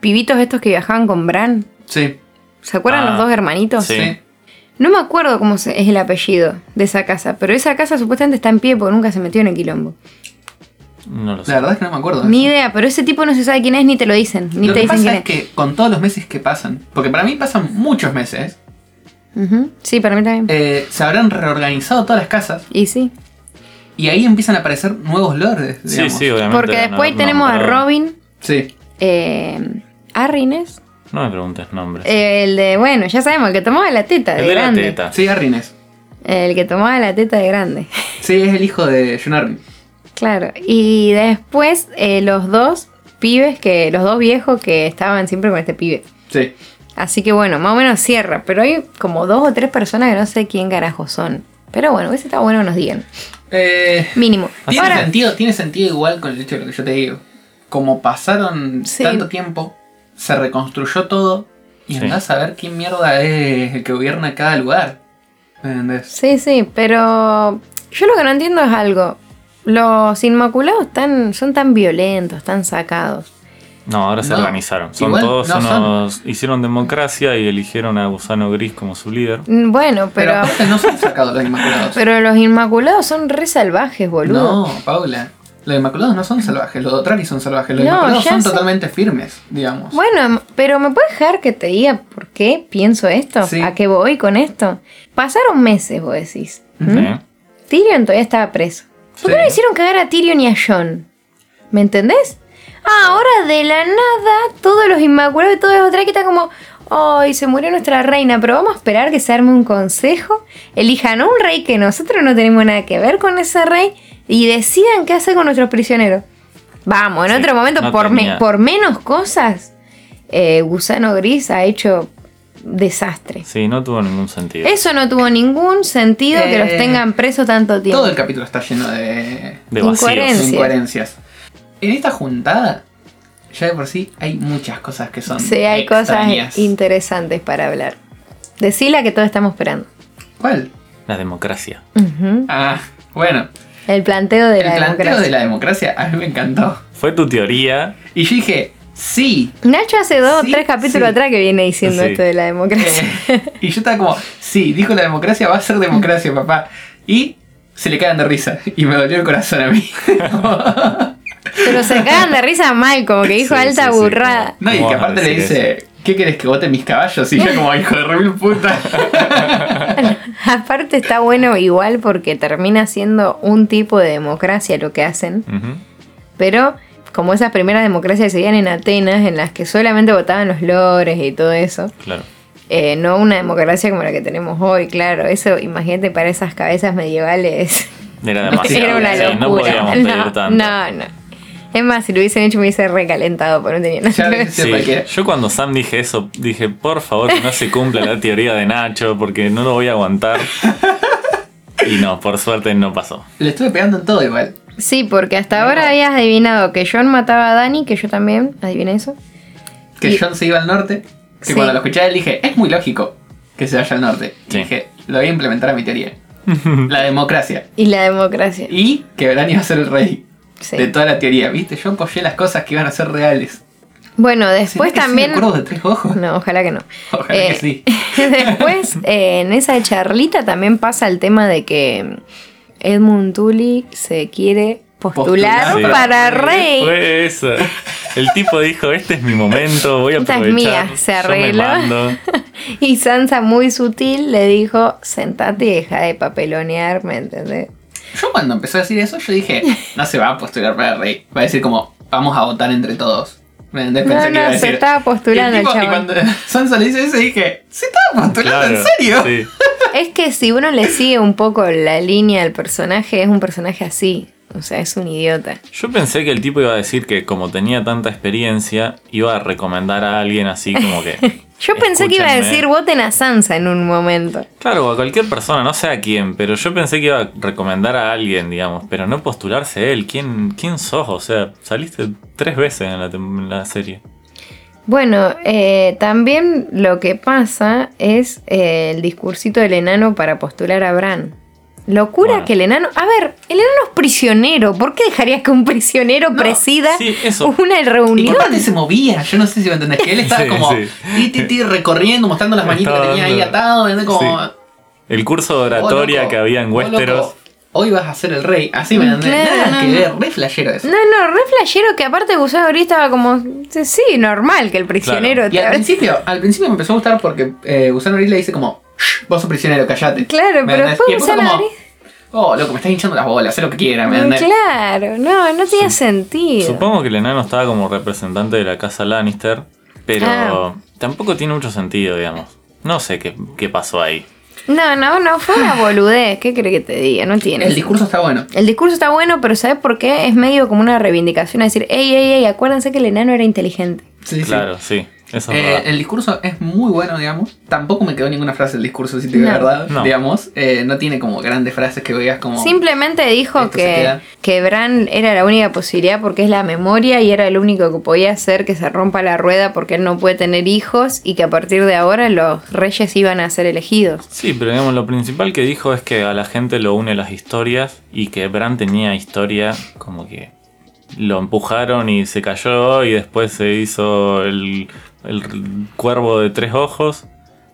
Speaker 2: pibitos estos que viajaban con Bran.
Speaker 1: Sí.
Speaker 2: ¿Se acuerdan
Speaker 3: Ah,
Speaker 2: los dos hermanitos?
Speaker 3: Sí.
Speaker 1: Sí.
Speaker 2: No me acuerdo cómo se- es el apellido de esa casa, pero esa casa supuestamente está en pie porque nunca se metió en el quilombo.
Speaker 3: No lo sé.
Speaker 1: La verdad es que no me acuerdo.
Speaker 2: Ni idea, pero ese tipo no se sabe quién es ni te lo dicen, ni
Speaker 1: Lo
Speaker 2: te
Speaker 1: que
Speaker 2: dicen
Speaker 1: pasa
Speaker 2: quién
Speaker 1: es
Speaker 2: es.
Speaker 1: que con todos los meses que pasan, porque para mí pasan muchos meses,
Speaker 2: Ujú, Sí, para mí también.
Speaker 1: eh, se habrán reorganizado todas las casas
Speaker 2: y sí.
Speaker 1: y ahí empiezan a aparecer nuevos lords.
Speaker 3: Sí,
Speaker 1: Digamos.
Speaker 3: sí, obviamente.
Speaker 2: Porque
Speaker 3: no-
Speaker 2: después
Speaker 3: no,
Speaker 2: tenemos a
Speaker 3: pero-
Speaker 2: Robin,
Speaker 1: Sí.
Speaker 2: eh, Arrines,
Speaker 3: No me preguntes nombres.
Speaker 2: el de, bueno, ya sabemos, el que tomaba la teta de,
Speaker 3: el de la
Speaker 2: grande.
Speaker 3: teta.
Speaker 1: Sí, Arrines.
Speaker 2: El que tomaba la teta de grande.
Speaker 1: Sí, es el hijo de John Arryn.
Speaker 2: Claro. Y después eh, los dos pibes que. los dos viejos que estaban siempre con este pibe.
Speaker 1: Sí.
Speaker 2: Así que bueno, más o menos cierra. Pero hay como dos o tres personas que no sé quién carajo son. Pero bueno, hubiese estado bueno que nos digan.
Speaker 1: Eh,
Speaker 2: Mínimo.
Speaker 1: tiene,
Speaker 2: Ahora,
Speaker 1: sentido, tiene sentido igual con el hecho de lo que yo te digo. Como pasaron
Speaker 2: Sí.
Speaker 1: tanto tiempo, se reconstruyó todo y
Speaker 3: Sí.
Speaker 1: andás a ver quién mierda es el que gobierna cada lugar. ¿Me entendés?
Speaker 2: Sí, sí, pero. Yo lo que no entiendo es algo. Los inmaculados tan, son tan violentos, tan sacados.
Speaker 3: No, ahora se
Speaker 1: No,
Speaker 3: organizaron. Son
Speaker 1: igual
Speaker 3: todos
Speaker 1: no son.
Speaker 3: unos. Hicieron democracia y eligieron a Gusano Gris como su líder.
Speaker 2: Mm, Bueno, pero.
Speaker 1: Pero, aparte no son sacados los Inmaculados.
Speaker 2: Pero los inmaculados son re salvajes, boludo.
Speaker 1: no, Paula. Los Inmaculados no son salvajes, los Dothraki son salvajes. Los
Speaker 2: No,
Speaker 1: Inmaculados
Speaker 2: ya
Speaker 1: son
Speaker 2: sé.
Speaker 1: totalmente firmes, digamos.
Speaker 2: Bueno, m- pero ¿me puedes dejar que te diga por qué pienso esto?
Speaker 1: Sí.
Speaker 2: ¿A qué voy con esto? Pasaron meses, vos decís. ¿Mm? ¿m?
Speaker 3: ¿eh?
Speaker 2: Tyrion todavía estaba preso. ¿Por qué
Speaker 1: Sí.
Speaker 2: no hicieron cagar a Tyrion y a Jon? ¿Me entendés? Ah, ahora de la nada, todos los inmaculados y todos los otros que están como... Ay, se murió nuestra reina, pero vamos a esperar que se arme un consejo. Elijan un rey que nosotros no tenemos nada que ver con ese rey y decidan qué hacer con nuestros prisioneros. Vamos, en
Speaker 3: Sí,
Speaker 2: otro momento,
Speaker 3: no
Speaker 2: por, me-
Speaker 3: tenía.
Speaker 2: por menos cosas, eh, Gusano Gris ha hecho desastre.
Speaker 3: Sí, no tuvo ningún sentido.
Speaker 2: Eso no tuvo ningún sentido que los
Speaker 1: Eh,
Speaker 2: tengan presos tanto tiempo.
Speaker 1: Todo el capítulo está lleno de,
Speaker 3: De vacíos.
Speaker 2: incoherencia.
Speaker 1: de incoherencias. En esta juntada, ya de por sí, hay muchas cosas que son.
Speaker 2: Sí, hay
Speaker 1: extrañas.
Speaker 2: cosas interesantes para hablar. Decila que todos estamos esperando.
Speaker 1: ¿Cuál?
Speaker 3: La democracia.
Speaker 2: Ujú.
Speaker 1: Ah, bueno.
Speaker 2: El planteo de
Speaker 1: el
Speaker 2: la
Speaker 1: planteo
Speaker 2: democracia.
Speaker 1: de la democracia a mí me encantó.
Speaker 3: Fue tu teoría.
Speaker 1: Y yo dije, sí.
Speaker 2: Nacho hace dos o
Speaker 1: Sí,
Speaker 2: tres capítulos
Speaker 1: sí.
Speaker 2: atrás que viene diciendo
Speaker 3: Sí.
Speaker 2: esto de la democracia.
Speaker 1: Eh, y yo estaba como, sí, dijo la democracia, va a ser democracia, papá. Y se le cagan de risa. Y me dolió el corazón a mí.
Speaker 2: Pero se cagan de risa mal, como que dijo
Speaker 3: Sí,
Speaker 2: alta
Speaker 3: sí, sí,
Speaker 2: burrada.
Speaker 1: No, y
Speaker 3: ¿Cómo
Speaker 1: que
Speaker 3: vas a
Speaker 1: aparte le
Speaker 3: decir
Speaker 1: dice, ¿qué querés que vote mis caballos? Y yo como, hijo de remil puta.
Speaker 2: Aparte está bueno igual porque termina siendo un tipo de democracia lo que hacen.
Speaker 3: Ujú.
Speaker 2: Pero como esas primeras democracias que se veían en Atenas, en las que solamente votaban los lores y todo eso.
Speaker 3: Claro.
Speaker 2: Eh, no una democracia como la que tenemos hoy, claro. Eso, imagínate, para esas cabezas medievales.
Speaker 3: Era demasiado.
Speaker 2: Era una
Speaker 3: sí,
Speaker 2: locura.
Speaker 3: no podíamos pedir
Speaker 2: no,
Speaker 3: tanto.
Speaker 2: no, no. Es más, si lo hubiesen hecho me hubiese recalentado por no tenía nada
Speaker 1: Ya
Speaker 2: que ver.
Speaker 1: ves.
Speaker 3: Sí,
Speaker 1: Porque-
Speaker 3: yo cuando Sam dije eso, dije, por favor, que no se cumpla la teoría de Nacho, porque no lo voy a aguantar. Y no, por suerte no pasó.
Speaker 1: Le estuve pegando en todo igual.
Speaker 2: Sí, porque hasta ahora habías adivinado que John mataba a Dani, que yo también adiviné eso.
Speaker 1: que
Speaker 2: Y-
Speaker 1: John se iba al norte. Que
Speaker 2: Sí.
Speaker 1: cuando lo escuché a él dije, es muy lógico que se vaya al norte. Y
Speaker 3: Sí.
Speaker 1: dije, lo voy a implementar a mi teoría. La democracia.
Speaker 2: Y la democracia.
Speaker 1: Y que Bran iba a ser el rey
Speaker 2: Sí.
Speaker 1: de toda la teoría. ¿Viste? Yo copié las cosas que iban a ser reales.
Speaker 2: Bueno, después
Speaker 1: ¿Será que es
Speaker 2: también.
Speaker 1: un cuervo de tres ojos?
Speaker 2: No, ojalá que no.
Speaker 1: Ojalá que sí.
Speaker 2: Eh, después, eh, en esa charlita también pasa el tema de que Edmund Tully se quiere postular,
Speaker 1: Postular
Speaker 3: Sí.
Speaker 2: para rey.
Speaker 3: Fue eso. El tipo dijo, este es mi momento, voy a
Speaker 2: Esta es
Speaker 3: aprovechar.
Speaker 2: mía, se
Speaker 3: Yo
Speaker 2: arregló.
Speaker 3: me mando.
Speaker 2: Y Sansa, muy sutil, le dijo: Sentate y deja de papelonear, ¿me entendés?
Speaker 1: Yo cuando empezó a decir eso, yo dije, no se va a postular para rey. Va a decir como, vamos a votar entre todos. ¿Me entendés?
Speaker 2: No,
Speaker 1: Pensé que
Speaker 2: no,
Speaker 1: iba a
Speaker 2: se
Speaker 1: decir.
Speaker 2: estaba postulando
Speaker 1: y el tipo-
Speaker 2: el
Speaker 1: Y
Speaker 2: chabón.
Speaker 1: cuando Sansa le dice eso, dije, ¿se estaba postulando
Speaker 3: Claro,
Speaker 1: en serio?
Speaker 3: sí.
Speaker 2: Es que si uno le sigue un poco la línea al personaje, es un personaje así. O sea, es un idiota.
Speaker 3: Yo pensé que el tipo iba a decir que como tenía tanta experiencia, iba a recomendar a alguien así como que...
Speaker 2: Yo pensé que iba a
Speaker 3: "Escúchenme".
Speaker 2: decir voten a Sansa en un momento.
Speaker 3: Claro, o a cualquier persona, no sé a quién, pero yo pensé que iba a recomendar a alguien, digamos, pero no postularse él. ¿Quién, quién sos? O sea, saliste tres veces en la, tem- en la serie.
Speaker 2: Bueno, eh, también lo que pasa es eh, el discursito del enano para postular a Bran. Locura
Speaker 3: Bueno.
Speaker 2: que el enano. A ver, el enano es prisionero. ¿Por qué dejarías que un prisionero
Speaker 1: No,
Speaker 2: presida
Speaker 3: sí, eso.
Speaker 2: una
Speaker 1: Y
Speaker 2: reunión?
Speaker 1: aparte se movía, yo no sé si me entendés, que él estaba
Speaker 3: Sí,
Speaker 1: como
Speaker 3: sí.
Speaker 1: ti, ti, ti, recorriendo, mostrando las manitas que
Speaker 3: Estaba
Speaker 1: tenía ahí
Speaker 3: dando-
Speaker 1: atado, ¿entendés? como
Speaker 3: Sí. El curso de
Speaker 1: "Oh,
Speaker 3: oratoria
Speaker 1: loco,
Speaker 3: que había en
Speaker 1: oh,
Speaker 3: Westeros. Mm,
Speaker 1: loco, Hoy vas a ser el rey, así me entendés.
Speaker 2: Claro,
Speaker 1: Nada que
Speaker 2: no,
Speaker 1: ver, re flashero eso.
Speaker 2: No, no, re flashero que aparte Gusano Gris estaba como. sí, Sí, normal que el prisionero
Speaker 1: Y
Speaker 2: te
Speaker 1: al
Speaker 2: hable".
Speaker 1: principio, al principio me empezó a gustar porque eh, Gusano Gris le dice como, "Shh, vos sos prisionero, callate.
Speaker 2: Claro,
Speaker 1: ¿Me
Speaker 2: pero
Speaker 1: entendés?
Speaker 2: después
Speaker 1: Y el puto
Speaker 2: Gusano
Speaker 1: como,
Speaker 2: Gris-
Speaker 1: Oh, loco, me estás hinchando las bolas, haz lo que quieras,
Speaker 3: Mm,
Speaker 1: ¿me entendés?
Speaker 2: Claro, no, no tenía sentido.
Speaker 3: Supongo que el enano estaba como representante de la casa Lannister, pero
Speaker 2: Ah.
Speaker 3: tampoco tiene mucho sentido, digamos. No sé qué, qué pasó ahí.
Speaker 2: No, no, no, fue una boludez. ¿Qué crees que te diga? No tiene.
Speaker 1: El discurso está bueno.
Speaker 2: El discurso está bueno, pero ¿sabes por qué? Es medio como una reivindicación a decir, ey, ey, ey, acuérdense que el enano era inteligente.
Speaker 1: Sí, sí.
Speaker 3: claro, sí. Eso es
Speaker 1: Eh,
Speaker 3: verdad.
Speaker 1: el discurso es muy bueno, digamos. Tampoco me quedó ninguna frase del discurso, si te digo la
Speaker 2: No.
Speaker 1: verdad.
Speaker 3: No.
Speaker 1: Digamos, Eh, no tiene como grandes frases que veas como.
Speaker 2: Simplemente dijo
Speaker 1: Esto se
Speaker 2: que,
Speaker 1: queda.
Speaker 2: que Bran era la única posibilidad porque es la memoria y era el único que podía hacer que se rompa la rueda porque él no puede tener hijos y que a partir de ahora los reyes iban a ser elegidos.
Speaker 3: Sí, pero digamos, lo principal que dijo es que a la gente lo une las historias y que Bran tenía historia como que lo empujaron y se cayó y después se hizo el, el cuervo de tres ojos.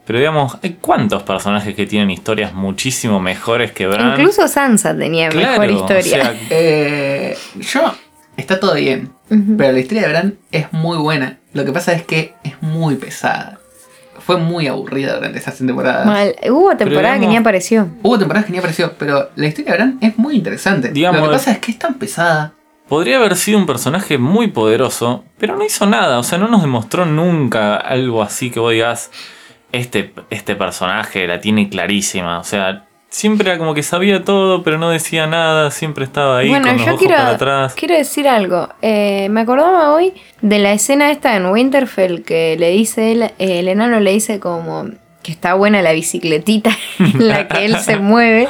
Speaker 3: Pero digamos, hay cuántos personajes que tienen historias muchísimo mejores que Bran.
Speaker 2: Incluso Sansa tenía
Speaker 3: Claro,
Speaker 2: mejor
Speaker 3: o
Speaker 2: historia.
Speaker 3: sea,
Speaker 1: Eh, yo. Está todo bien.
Speaker 2: Ujú.
Speaker 1: Pero la historia de Bran es muy buena. Lo que pasa es que es muy pesada. Fue muy aburrida durante estas temporadas.
Speaker 2: Mal. Hubo temporada que
Speaker 3: digamos-
Speaker 2: ni apareció.
Speaker 1: Hubo temporadas que ni apareció, pero la historia de Bran es muy interesante.
Speaker 3: Digamos,
Speaker 1: Lo que pasa es que es tan pesada.
Speaker 3: Podría haber sido un personaje muy poderoso, pero no hizo nada, o sea, no nos demostró nunca algo así que vos digas, este, este personaje la tiene clarísima, o sea, siempre era como que sabía todo, pero no decía nada, siempre estaba ahí
Speaker 2: Bueno,
Speaker 3: con los
Speaker 2: yo
Speaker 3: ojos
Speaker 2: quiero,
Speaker 3: para atrás.
Speaker 2: quiero decir algo. Eh, me acordaba hoy de la escena esta en Winterfell que le dice él, eh, el enano le dice como que está buena la bicicletita en la que él se mueve.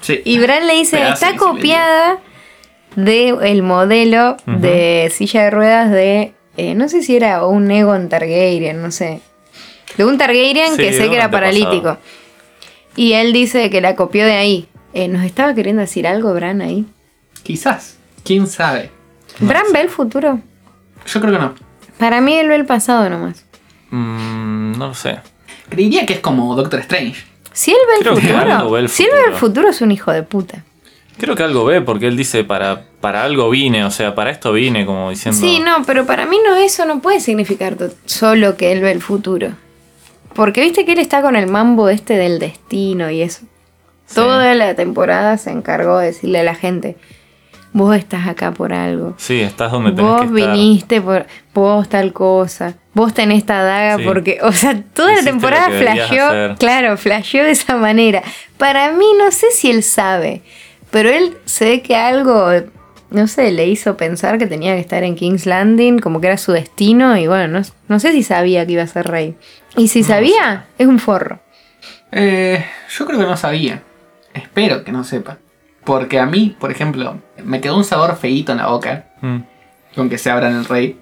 Speaker 1: Sí.
Speaker 2: Y Bran le dice,
Speaker 1: Pedazo de
Speaker 2: está
Speaker 1: bicicleta".
Speaker 2: copiada del modelo de silla de ruedas de, eh, no sé si era un Egon Targaryen, no sé. De un Targaryen
Speaker 3: Sí,
Speaker 2: que
Speaker 3: de
Speaker 2: sé
Speaker 3: un
Speaker 2: que era
Speaker 3: antepasado.
Speaker 2: paralítico. Y él dice que la copió de ahí. Eh, ¿Nos estaba queriendo decir algo Bran ahí?
Speaker 1: Quizás. ¿Quién sabe?
Speaker 2: Bran ve el futuro.
Speaker 1: Yo creo que no.
Speaker 2: Para mí él ve el pasado nomás.
Speaker 3: Mm, no lo sé.
Speaker 1: Creería que es como Doctor Strange.
Speaker 2: Si él ve el
Speaker 3: Creo que Bran
Speaker 2: futuro,
Speaker 3: no ve el
Speaker 2: si él ve el
Speaker 3: futuro.
Speaker 2: futuro es un hijo de puta.
Speaker 3: Creo que algo ve, porque él dice, para, para algo vine, o sea, para esto vine, como diciendo...
Speaker 2: Sí, no, pero para mí no eso no puede significar to- solo que él ve el futuro. Porque viste que él está con el mambo este del destino y eso.
Speaker 3: Sí.
Speaker 2: Toda la temporada se encargó de decirle a la gente, vos estás acá por algo.
Speaker 3: Sí, estás donde tenés
Speaker 2: Vos
Speaker 3: que estar.
Speaker 2: viniste por vos tal cosa. Vos tenés esta daga
Speaker 3: Sí.
Speaker 2: porque, o sea, toda
Speaker 3: Hiciste
Speaker 2: la
Speaker 3: lo
Speaker 2: temporada
Speaker 3: que deberías
Speaker 2: flasheó,
Speaker 3: hacer.
Speaker 2: claro, flasheó de esa manera. Para mí no sé si él sabe, pero él se ve que algo no sé, le hizo pensar que tenía que estar en King's Landing, como que era su destino y bueno, no, no sé si sabía que iba a ser rey. Y si sabía, es un forro.
Speaker 1: Eh, yo creo que no sabía. Espero que no sepa. Porque a mí, por ejemplo, me quedó un sabor feíto en la boca
Speaker 3: Mm.
Speaker 1: con que se abran el rey.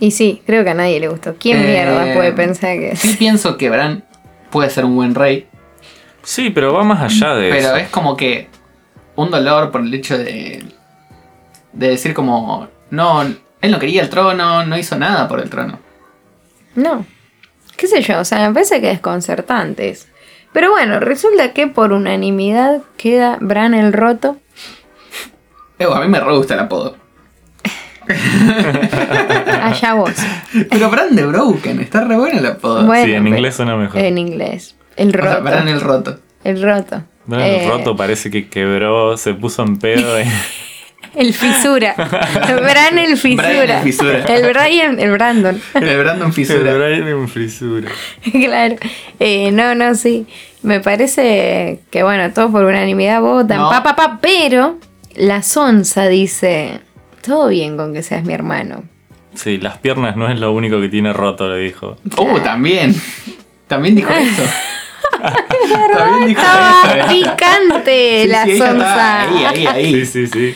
Speaker 2: Y sí, creo que a nadie le gustó. ¿Quién
Speaker 1: Eh,
Speaker 2: mierda puede pensar que
Speaker 1: Sí pienso que Bran puede ser un buen rey,
Speaker 3: Sí, pero va más allá de
Speaker 1: pero
Speaker 3: eso.
Speaker 1: es como que un dolor por el hecho de, de decir como, no, él no quería el trono, no hizo nada por el trono.
Speaker 2: No. ¿Qué sé yo? O sea, me parece que desconcertantes. Pero bueno, resulta que por unanimidad queda Bran el roto.
Speaker 1: Eh, a mí me re gusta el apodo.
Speaker 2: Allá vos.
Speaker 1: Pero Bran de Broken, está re bueno el apodo.
Speaker 2: Bueno, eh,
Speaker 3: sí, en
Speaker 2: pero-
Speaker 3: inglés suena mejor.
Speaker 2: En inglés. El
Speaker 1: O sea,
Speaker 2: roto.
Speaker 1: Bran
Speaker 2: el...
Speaker 1: el roto.
Speaker 2: roto.
Speaker 3: Bueno,
Speaker 2: Eh,
Speaker 3: el roto parece que quebró, se puso en pedo. y-
Speaker 2: El fisura. Bran el fisura.
Speaker 1: Bran el fisura.
Speaker 2: El Brian, el Brandon.
Speaker 1: El Brandon
Speaker 3: El
Speaker 1: fisura.
Speaker 3: Brian en frisura.
Speaker 2: claro. Eh, no, no, sí. Me parece que, bueno, todos por unanimidad votan.
Speaker 1: No.
Speaker 2: Pa, pa, pa, pero la Sonsa dice: Todo bien con que seas mi hermano.
Speaker 3: Sí, las piernas no es lo único que tiene roto, le dijo.
Speaker 1: Uh, también. También dijo eso. también dijo
Speaker 2: Estaba
Speaker 1: eso. eh.
Speaker 2: picante
Speaker 1: Sí,
Speaker 2: la
Speaker 1: sí, ella
Speaker 2: Sonsa.
Speaker 1: estaba Ahí, ahí,
Speaker 3: Sí,
Speaker 1: ahí.
Speaker 3: sí, sí.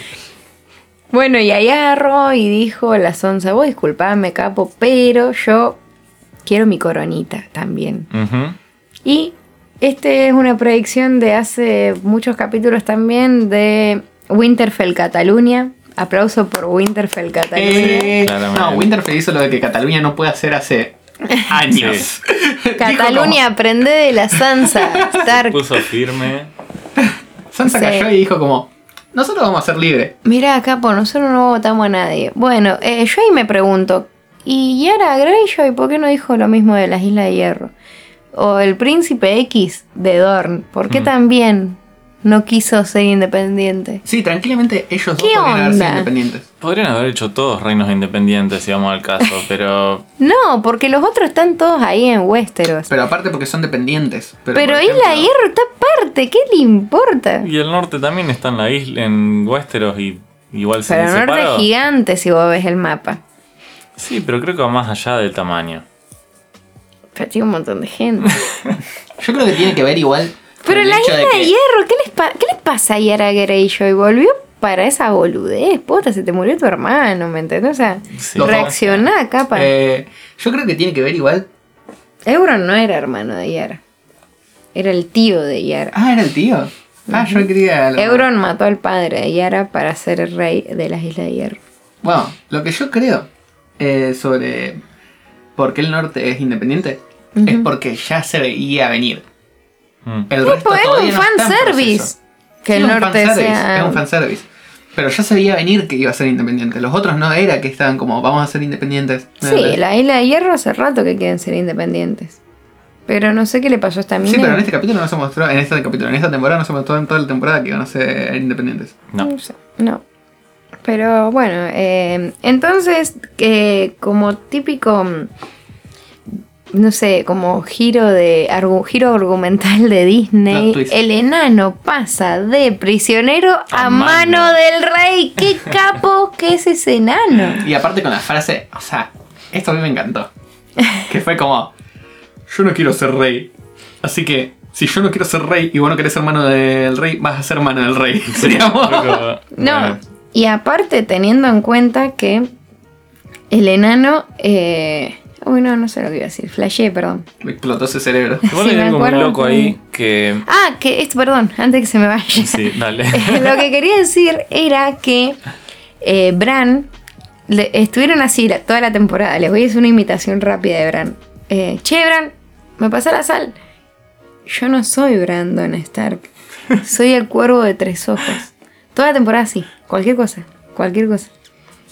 Speaker 2: Bueno, y ahí agarró y dijo la Sonsa: Vos disculpame, capo, pero yo quiero mi coronita también.
Speaker 3: Ujú.
Speaker 2: Y este es una predicción de hace muchos capítulos también de Winterfell Cataluña. Aplauso por Winterfell Cataluña.
Speaker 1: Eh,
Speaker 3: Claramente.
Speaker 1: no, Winterfell hizo lo de que Cataluña no puede hacer hace años. Dijo
Speaker 2: Cataluña, aprende de la Sansa, Stark.
Speaker 3: Puso firme.
Speaker 1: como- Sansa
Speaker 2: Sí.
Speaker 1: cayó y dijo como, nosotros vamos a ser libres.
Speaker 2: Mirá, capo, nosotros no votamos a nadie. Bueno, eh, yo ahí me pregunto, ¿y Yara Greyjoy por qué no dijo lo mismo de las Islas de Hierro? O el Príncipe X de Dorn, ¿por
Speaker 1: Mm.
Speaker 2: qué también no quiso ser independiente?
Speaker 1: Sí, tranquilamente ellos dos
Speaker 2: ¿Qué
Speaker 1: podrían haber sido
Speaker 2: onda?
Speaker 1: independientes.
Speaker 3: Podrían haber hecho todos reinos independientes, si vamos al caso, pero
Speaker 2: No, porque los otros están todos ahí en Westeros.
Speaker 1: Pero aparte porque son dependientes. Pero,
Speaker 2: Pero
Speaker 1: por
Speaker 2: Isla de
Speaker 1: ejemplo-
Speaker 2: Hierro está aparte, ¿qué le importa?
Speaker 3: Y el norte también está en la isla, en Westeros y igual se
Speaker 2: Pero el norte
Speaker 3: separó.
Speaker 2: es gigante si vos ves el mapa.
Speaker 3: Sí, pero creo que va más allá del tamaño.
Speaker 2: Pero tiene un montón de gente.
Speaker 1: Yo creo que tiene que ver igual. con
Speaker 2: Pero
Speaker 1: el
Speaker 2: la
Speaker 1: hecho
Speaker 2: Isla de,
Speaker 1: que-
Speaker 2: Hierro, ¿qué les, pa- qué les pasa a Yara Greyjoy? Volvió para esa boludez, puta, se te murió tu hermano, ¿me entendés? O sea,
Speaker 3: Sí.
Speaker 2: reaccioná, capa.
Speaker 1: Eh, yo creo que tiene que ver igual.
Speaker 2: Euron no era hermano de Yara. Era el tío de Yara.
Speaker 1: Ah, era el tío. Ah, yo quería.
Speaker 2: Euron mató al padre de Yara para ser el rey de las Islas de Hierro.
Speaker 1: Bueno, lo que yo creo eh, sobre por qué el norte es independiente es porque ya se veía venir.
Speaker 3: Mm.
Speaker 1: El
Speaker 2: Tipo,
Speaker 1: resto
Speaker 2: es
Speaker 1: todavía
Speaker 2: un
Speaker 1: no está en
Speaker 2: fanservice.
Speaker 1: proceso.
Speaker 2: Que
Speaker 1: Sí,
Speaker 2: el
Speaker 1: es un
Speaker 2: norte
Speaker 1: fanservice,
Speaker 2: sea.
Speaker 1: Es un fanservice. Pero ya se veía venir que iba a ser independiente. Los otros no era que estaban como, vamos a ser independientes.
Speaker 2: Sí, la isla de hierro hace rato que quieren ser independientes. Pero no sé qué le pasó a esta mina.
Speaker 1: Sí, pero en este capítulo no se mostró, en este capítulo, en esta temporada no se mostró en toda la temporada que iban a ser independientes.
Speaker 3: No.
Speaker 2: No sé, no. Pero bueno, eh, entonces, que como típico, mm, no sé, como giro de argu- giro argumental de
Speaker 1: Plot
Speaker 2: Disney,
Speaker 1: twist.
Speaker 2: el enano pasa de prisionero a,
Speaker 3: A
Speaker 2: mano.
Speaker 3: mano.
Speaker 2: del rey. ¡Qué capo que es ese enano!
Speaker 1: Y aparte con la frase, o sea, esto a mí me encantó. Que fue como, yo no quiero ser rey. Así que, si yo no quiero ser rey y vos no querés ser hermano del rey, vas a ser hermano del rey. Digamos.
Speaker 3: Creo que-
Speaker 2: No,
Speaker 3: bueno,
Speaker 2: y aparte teniendo en cuenta que el enano... Eh, uy, no, no sé lo que iba a decir. Flashé, perdón.
Speaker 1: Me explotó ese cerebro.
Speaker 3: Igual
Speaker 2: Sí,
Speaker 3: hay
Speaker 2: me
Speaker 3: algo muy
Speaker 2: acuerdo
Speaker 3: loco
Speaker 2: que-
Speaker 3: ahí que.
Speaker 2: Ah, que esto, perdón, antes que se me vaya.
Speaker 3: Sí, dale.
Speaker 2: lo que quería decir era que eh, Bran, le- estuvieron así la- toda la temporada. Les voy a hacer una imitación rápida de Bran. Eh, che, Bran, me pasa la sal. Yo no soy Brandon Stark. Soy el cuervo de tres ojos. Toda la temporada así. Cualquier cosa. Cualquier cosa.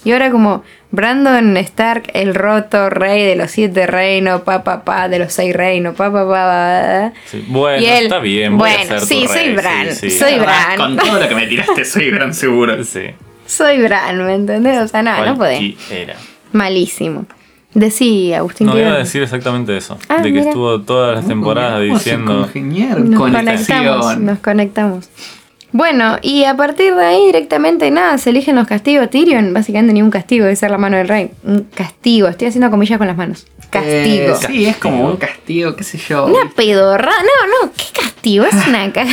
Speaker 2: Y ahora como Brandon Stark, el roto rey de los siete reinos, pa, pa, pa, de los seis reinos, pa, pa, pa, pa, pa.
Speaker 3: Sí, Bueno,
Speaker 2: Y él,
Speaker 3: está bien. voy a
Speaker 2: bueno,
Speaker 3: ser tu
Speaker 2: sí, soy
Speaker 3: rey,
Speaker 2: Bran,
Speaker 3: sí, sí.
Speaker 2: soy- Bran.
Speaker 1: Con todo lo que me tiraste, soy Bran seguro.
Speaker 3: Sí.
Speaker 2: Soy Bran, ¿me entendés? O sea, Ah, no, no podés.
Speaker 3: Cualquiera.
Speaker 2: Malísimo. Decí, Agustín.
Speaker 3: No
Speaker 2: que
Speaker 3: iba a
Speaker 2: era-
Speaker 3: decir exactamente eso.
Speaker 2: Ah,
Speaker 3: de que
Speaker 2: mira.
Speaker 3: estuvo todas las temporadas
Speaker 1: Vamos a
Speaker 3: diciendo.
Speaker 1: congeniar
Speaker 2: Nos conectamos,
Speaker 1: conexión.
Speaker 2: nos conectamos. Bueno, y a partir de ahí directamente nada, se eligen los castigos. Tyrion, básicamente ni un castigo, debe ser la mano del rey. Un castigo, estoy haciendo comillas con las manos. Castigo.
Speaker 1: Eh, sí, es como un castigo, qué sé yo.
Speaker 2: una pedorra. No, no, ¿qué castigo? Es una caga.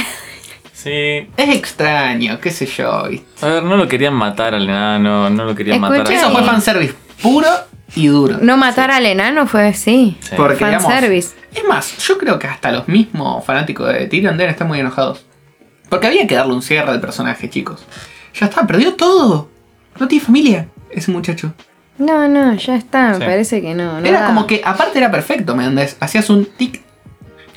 Speaker 3: Sí.
Speaker 1: Es extraño, qué sé yo. ¿viste?
Speaker 3: A ver, no lo querían matar al enano, no lo querían matar
Speaker 2: Escucha
Speaker 3: a
Speaker 1: Eso
Speaker 2: Sí.
Speaker 1: fue fanservice puro y duro.
Speaker 2: No matar al enano fue así.
Speaker 3: Sí.
Speaker 1: Porque, digamos,
Speaker 2: Fanservice.
Speaker 1: es más, yo creo que hasta los mismos fanáticos de Tyrion deben estar muy enojados. Porque había que darle un cierre al personaje, chicos. Ya está, perdió todo. No tiene familia ese muchacho.
Speaker 2: No, no, ya está, me
Speaker 3: Sí.
Speaker 2: parece que no. no
Speaker 1: era
Speaker 2: da.
Speaker 1: como que, aparte era perfecto, ¿me entendés? Hacías un tic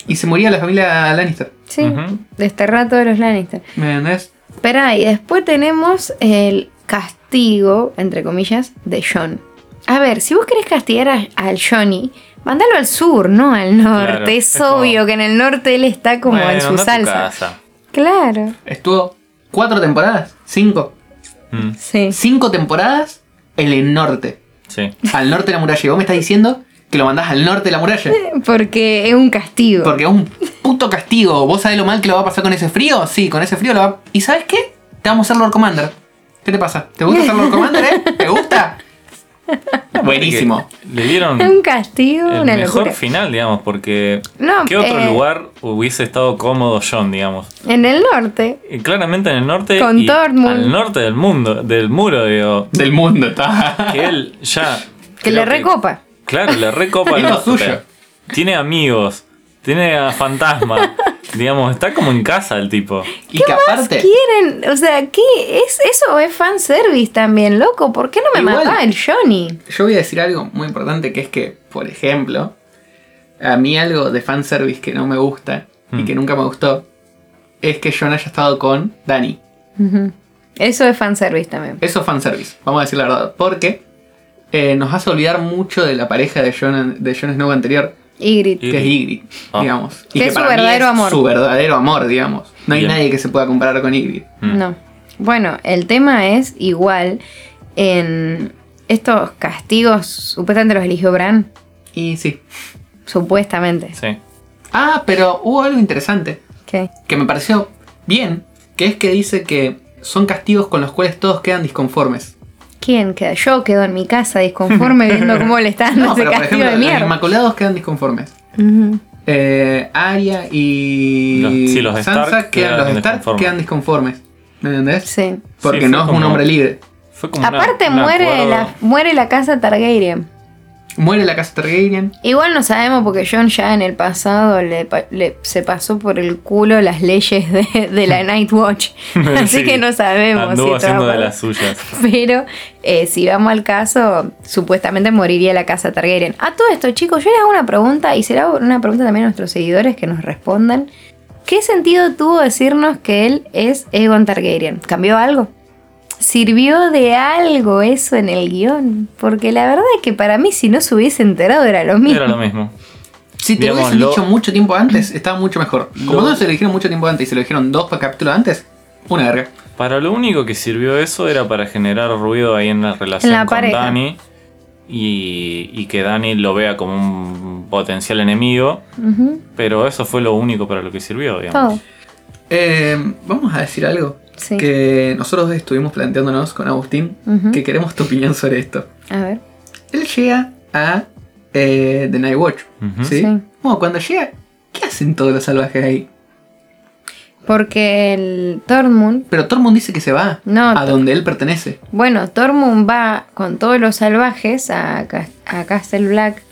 Speaker 1: y se moría la familia Lannister.
Speaker 2: Sí,
Speaker 3: Ujú.
Speaker 2: desterrar a todos los Lannister.
Speaker 1: ¿Me entendés?
Speaker 2: Espera, y después tenemos el castigo, entre comillas, de John. A ver, si vos querés castigar a- al Johnny, mándalo al sur, no al norte.
Speaker 3: Claro,
Speaker 2: es,
Speaker 3: es como-
Speaker 2: obvio que en el norte él está como
Speaker 3: Bueno,
Speaker 2: en su
Speaker 3: anda a tu
Speaker 2: salsa.
Speaker 3: casa.
Speaker 2: Claro.
Speaker 1: Estuvo cuatro temporadas, cinco.
Speaker 3: Mm,
Speaker 2: Sí.
Speaker 1: Cinco temporadas en el norte.
Speaker 3: sí.
Speaker 1: Al norte de la muralla. Y vos me estás diciendo que lo mandás al norte de la muralla.
Speaker 2: Porque es un castigo.
Speaker 1: Porque es un puto castigo. ¿Vos sabés lo mal que lo va a pasar con ese frío? Sí, con ese frío lo va. ¿Y sabes qué? Te vamos a hacer Lord Commander. ¿Qué te pasa? ¿Te gusta ser Lord Commander, eh? ¿Te gusta? Buenísimo.
Speaker 3: Le dieron
Speaker 2: Es un castigo,
Speaker 3: el
Speaker 2: una
Speaker 3: mejor
Speaker 2: locura.
Speaker 3: final, digamos, porque
Speaker 2: No,
Speaker 3: ¿qué otro
Speaker 2: eh,
Speaker 3: lugar hubiese estado cómodo John, digamos?
Speaker 2: En el norte.
Speaker 3: Y claramente en el norte
Speaker 2: Con
Speaker 3: y
Speaker 2: Dortmund.
Speaker 3: al norte del mundo, del muro, digo,
Speaker 1: Del mundo, está.
Speaker 3: que él ya
Speaker 2: Que
Speaker 3: creo
Speaker 2: le recopa.
Speaker 3: Claro, le recopa
Speaker 1: Es
Speaker 3: al
Speaker 1: lo
Speaker 3: norte.
Speaker 1: suyo.
Speaker 3: Tiene amigos, tiene a fantasma, digamos, está como en casa el tipo.
Speaker 1: Y que aparte.
Speaker 2: Quieren, o sea, ¿qué es eso? Es fanservice también, loco. ¿Por qué no me
Speaker 1: Igual.
Speaker 2: mataba el Johnny?
Speaker 1: Yo voy a decir algo muy importante que es que, por ejemplo, a mí algo de fanservice que no me gusta y
Speaker 3: Mm.
Speaker 1: que nunca me gustó es que John haya estado con Dani.
Speaker 2: Ujú. Eso es fanservice también.
Speaker 1: Eso es fanservice, vamos a decir la verdad. Porque eh, nos hace olvidar mucho de la pareja de Jon, de Jon Snow anterior,
Speaker 2: Ygritte.
Speaker 1: que es Ygritte,
Speaker 3: Ah.
Speaker 1: digamos.
Speaker 2: Que es su
Speaker 1: mí
Speaker 2: verdadero amor.
Speaker 1: Su verdadero amor, digamos. No hay
Speaker 3: Bien.
Speaker 1: nadie que se pueda comparar con Ygritte.
Speaker 3: Mm.
Speaker 2: No. Bueno, el tema es igual en estos castigos, supuestamente los eligió Bran,
Speaker 1: Y sí.
Speaker 2: supuestamente.
Speaker 3: Sí.
Speaker 1: Ah, pero hubo algo interesante
Speaker 2: ¿Qué?
Speaker 1: que me pareció bien, que es que dice que son castigos con los cuales todos quedan disconformes.
Speaker 2: ¿Quién queda? Yo quedo en mi casa disconforme viendo cómo le están dando
Speaker 1: No,
Speaker 2: ese
Speaker 1: pero por
Speaker 2: castigo
Speaker 1: ejemplo,
Speaker 2: de
Speaker 1: los
Speaker 2: mierda.
Speaker 1: Inmaculados quedan disconformes.
Speaker 2: Ujú.
Speaker 1: Eh, Arya y
Speaker 3: Los- sí, los
Speaker 1: Sansa
Speaker 3: Stark
Speaker 1: quedan,
Speaker 3: quedan
Speaker 1: los Stark
Speaker 3: disconformes.
Speaker 1: quedan disconformes. ¿Me entendés?
Speaker 2: Sí.
Speaker 1: Porque
Speaker 3: Sí, fue
Speaker 1: no es un
Speaker 3: como-
Speaker 1: hombre libre.
Speaker 3: Fue como una-
Speaker 2: Aparte
Speaker 3: un
Speaker 2: muere,
Speaker 3: acuerdo.
Speaker 2: la, muere la casa Targaryen.
Speaker 1: Muere la casa Targaryen.
Speaker 2: Igual no sabemos porque John ya en el pasado le, pa- le- se pasó por el culo las leyes de, de la Night Watch. Así
Speaker 3: Sí.
Speaker 2: que no sabemos. si
Speaker 3: Anduvo
Speaker 2: estaba
Speaker 3: haciendo de
Speaker 2: mal.
Speaker 3: las suyas.
Speaker 2: Pero eh, si vamos al caso, supuestamente moriría la casa Targaryen. A todo esto, chicos, yo les hago una pregunta y será una pregunta también a nuestros seguidores que nos respondan. ¿Qué sentido tuvo decirnos que él es Egon Targaryen? ¿Cambió algo? ¿Sirvió de algo eso en el guión? Porque la verdad es que para mí, si no se hubiese enterado, era lo mismo.
Speaker 3: Era lo mismo.
Speaker 1: Si te
Speaker 3: Digamos,
Speaker 1: hubiesen
Speaker 3: lo-
Speaker 1: dicho mucho tiempo antes, estaba mucho mejor. Como
Speaker 3: Lo-
Speaker 1: no se lo dijeron mucho tiempo antes y se lo dijeron dos capítulos antes, una verga.
Speaker 3: Para lo único que sirvió eso era para generar ruido ahí en la relación
Speaker 2: En la
Speaker 3: con
Speaker 2: pareja.
Speaker 3: Dani. Y, y que Dani lo vea como un potencial enemigo.
Speaker 2: Ujú,
Speaker 3: Pero eso fue lo único para lo que sirvió, digamos.
Speaker 2: todo.
Speaker 1: Eh, vamos a decir algo
Speaker 2: Sí.
Speaker 1: que nosotros estuvimos planteándonos con Agustín,
Speaker 2: Ujú.
Speaker 1: que queremos tu opinión sobre esto.
Speaker 2: A ver.
Speaker 1: Él llega a eh, The Night Watch,
Speaker 3: Ujú.
Speaker 1: ¿sí?
Speaker 2: Sí.
Speaker 1: Bueno, cuando llega, ¿qué hacen todos los salvajes ahí?
Speaker 2: Porque el Tormund
Speaker 1: Pero todo el mundo dice que se va
Speaker 2: No,
Speaker 1: a
Speaker 2: to-
Speaker 1: donde él pertenece.
Speaker 2: Bueno, Tormund va con todos los salvajes a, Cas- a Castle Black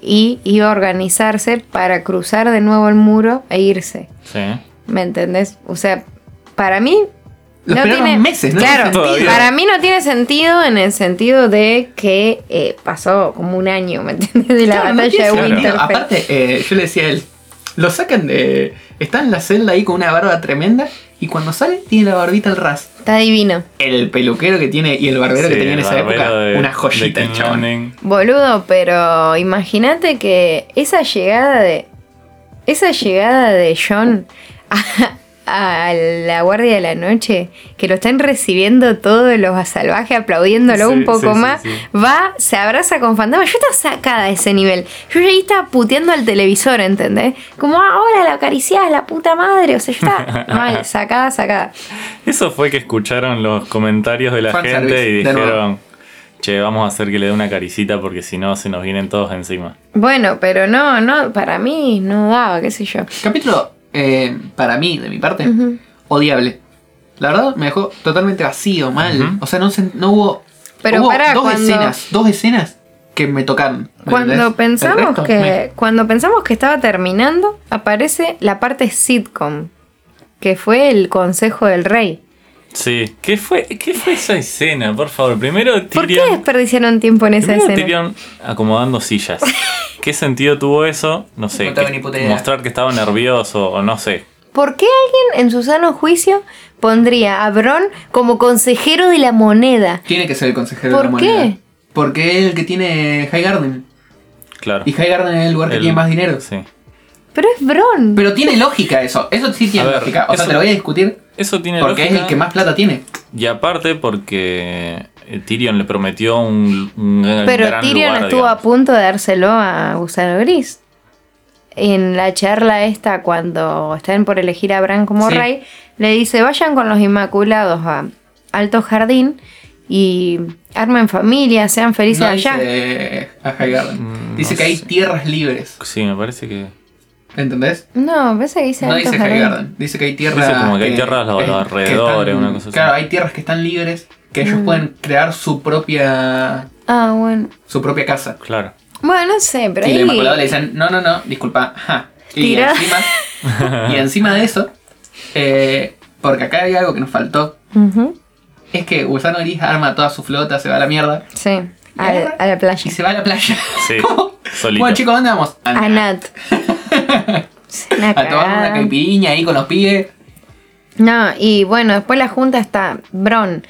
Speaker 2: y iba a organizarse para cruzar de nuevo el muro e irse.
Speaker 3: Sí.
Speaker 2: ¿Me entendés? O sea, para mí.
Speaker 1: Lo esperaron meses, ¿no?
Speaker 2: Claro,
Speaker 3: Todavía.
Speaker 2: para mí no tiene sentido en el sentido de que eh, pasó como un año, ¿me entendés? De la
Speaker 1: Claro, no
Speaker 2: batalla
Speaker 1: tiene
Speaker 2: de
Speaker 1: sentido.
Speaker 2: Winterfell.
Speaker 1: Aparte, eh, yo le decía a él, lo sacan de... Está en la celda ahí con una barba tremenda y cuando sale tiene la barbita al ras.
Speaker 2: Está divino.
Speaker 1: El peluquero que tiene y el barbero que
Speaker 3: Sí,
Speaker 1: tenía en
Speaker 3: el
Speaker 1: esa
Speaker 3: barbero
Speaker 1: época,
Speaker 3: de-
Speaker 1: una joyita
Speaker 3: de
Speaker 1: el
Speaker 3: King
Speaker 1: chabón.
Speaker 3: Landing.
Speaker 2: Boludo, pero imagínate que esa llegada de. Esa llegada de John a, a la Guardia de la Noche, que lo están recibiendo todos los salvajes aplaudiéndolo
Speaker 3: Sí,
Speaker 2: un poco
Speaker 3: sí, sí,
Speaker 2: más,
Speaker 3: sí.
Speaker 2: va, se abraza con fantasma. Yo estaba sacada de ese nivel. Yo ya ahí estaba puteando al televisor, ¿entendés? Como "Ah, ahora la acariciás, la puta madre. O sea, yo estaba mal, sacada, sacada.
Speaker 3: Eso fue que escucharon los comentarios de la
Speaker 1: Fanservice,
Speaker 3: gente y
Speaker 1: de nuevo.
Speaker 3: dijeron, che, vamos a hacer que le dé una caricita porque si no se nos vienen todos encima.
Speaker 2: Bueno, pero no, no, para mí no daba, qué sé yo.
Speaker 1: Capítulo, eh, para mí, de mi parte,
Speaker 2: Ujú.
Speaker 1: odiable. La verdad, me dejó totalmente vacío, mal.
Speaker 3: Ujú.
Speaker 1: O sea, no, se- no hubo...
Speaker 2: Pero
Speaker 1: hubo
Speaker 2: pará,
Speaker 1: dos
Speaker 2: cuando-
Speaker 1: escenas, dos escenas que me tocaron. ¿me entendés?
Speaker 2: Cuando
Speaker 1: El
Speaker 2: pensamos
Speaker 1: resto, me-
Speaker 2: que cuando pensamos que estaba terminando, aparece la parte sitcom, que fue el consejo del rey.
Speaker 3: Sí. ¿Qué fue, ¿Qué fue esa escena? Por favor, primero Tyrion.
Speaker 2: ¿Por qué desperdiciaron tiempo en esa
Speaker 3: primero
Speaker 2: escena?
Speaker 3: Tyrion acomodando sillas. ¿Qué sentido tuvo eso? No sé.
Speaker 1: No tengo
Speaker 3: que-
Speaker 1: ni puta idea.
Speaker 3: mostrar que estaba nervioso o no sé.
Speaker 2: ¿Por qué alguien en su sano juicio pondría a Bron como consejero de la moneda?
Speaker 1: Tiene que ser el consejero de la
Speaker 2: ¿Por qué?
Speaker 1: moneda. Porque es el que tiene Highgarden.
Speaker 3: Claro.
Speaker 1: Y Highgarden es el lugar que
Speaker 3: El-
Speaker 1: tiene más dinero.
Speaker 3: Sí.
Speaker 2: Pero es Bron.
Speaker 1: Pero tiene lógica eso. Eso sí tiene
Speaker 3: A ver,
Speaker 1: lógica. O sea,
Speaker 3: eso-
Speaker 1: te lo voy a discutir
Speaker 3: Eso tiene
Speaker 1: porque es
Speaker 3: lógica.
Speaker 1: el que más plata tiene.
Speaker 3: Y aparte porque eh, Tyrion le prometió un, un gran
Speaker 2: Pero
Speaker 3: gran
Speaker 2: Tyrion
Speaker 3: lugar,
Speaker 2: estuvo a
Speaker 3: digamos.
Speaker 2: punto de dárselo a Gusano Gris. En la charla esta, cuando están por elegir a Bran como
Speaker 1: Sí.
Speaker 2: rey, le dice, vayan con los Inmaculados a Alto Jardín y armen familia, sean felices
Speaker 1: No
Speaker 2: allá.
Speaker 1: dice a Highgarden.
Speaker 3: Mm,
Speaker 1: Dice
Speaker 3: no
Speaker 1: que hay
Speaker 3: sé.
Speaker 1: tierras libres.
Speaker 3: Sí, me parece que...
Speaker 1: ¿Entendés?
Speaker 2: No, parece que dice
Speaker 1: No
Speaker 2: Alto
Speaker 1: dice
Speaker 2: Jardín.
Speaker 1: Highgarden. Dice que hay tierras.
Speaker 3: Dice como que hay tierras a los alrededores,
Speaker 1: están-
Speaker 3: una cosa así.
Speaker 1: Claro, hay tierras que están libres que
Speaker 2: Mm.
Speaker 1: ellos pueden crear su propia.
Speaker 2: Ah, bueno.
Speaker 1: su propia casa.
Speaker 3: Claro.
Speaker 2: Bueno, no sé, pero
Speaker 1: Y los
Speaker 2: ahí-
Speaker 1: Inmaculados le dicen, no, no, no, disculpa. ajá". Y,
Speaker 2: Tira.
Speaker 1: encima, y encima de eso, eh, porque acá hay algo que nos faltó,
Speaker 2: Ujú,
Speaker 1: es que Gusano Gris arma toda su flota, se va a la mierda
Speaker 2: Sí, a, la- a la
Speaker 1: y
Speaker 2: playa.
Speaker 1: se va a la playa.
Speaker 3: Sí,
Speaker 1: ¿Cómo?
Speaker 3: solito.
Speaker 1: Bueno, chicos, ¿dónde vamos?
Speaker 2: A
Speaker 1: A,
Speaker 2: Nat. Sí, una
Speaker 1: a tomar
Speaker 2: cagada.
Speaker 1: una caipiriña ahí con los pibes.
Speaker 2: No, y bueno, después la junta está Bron,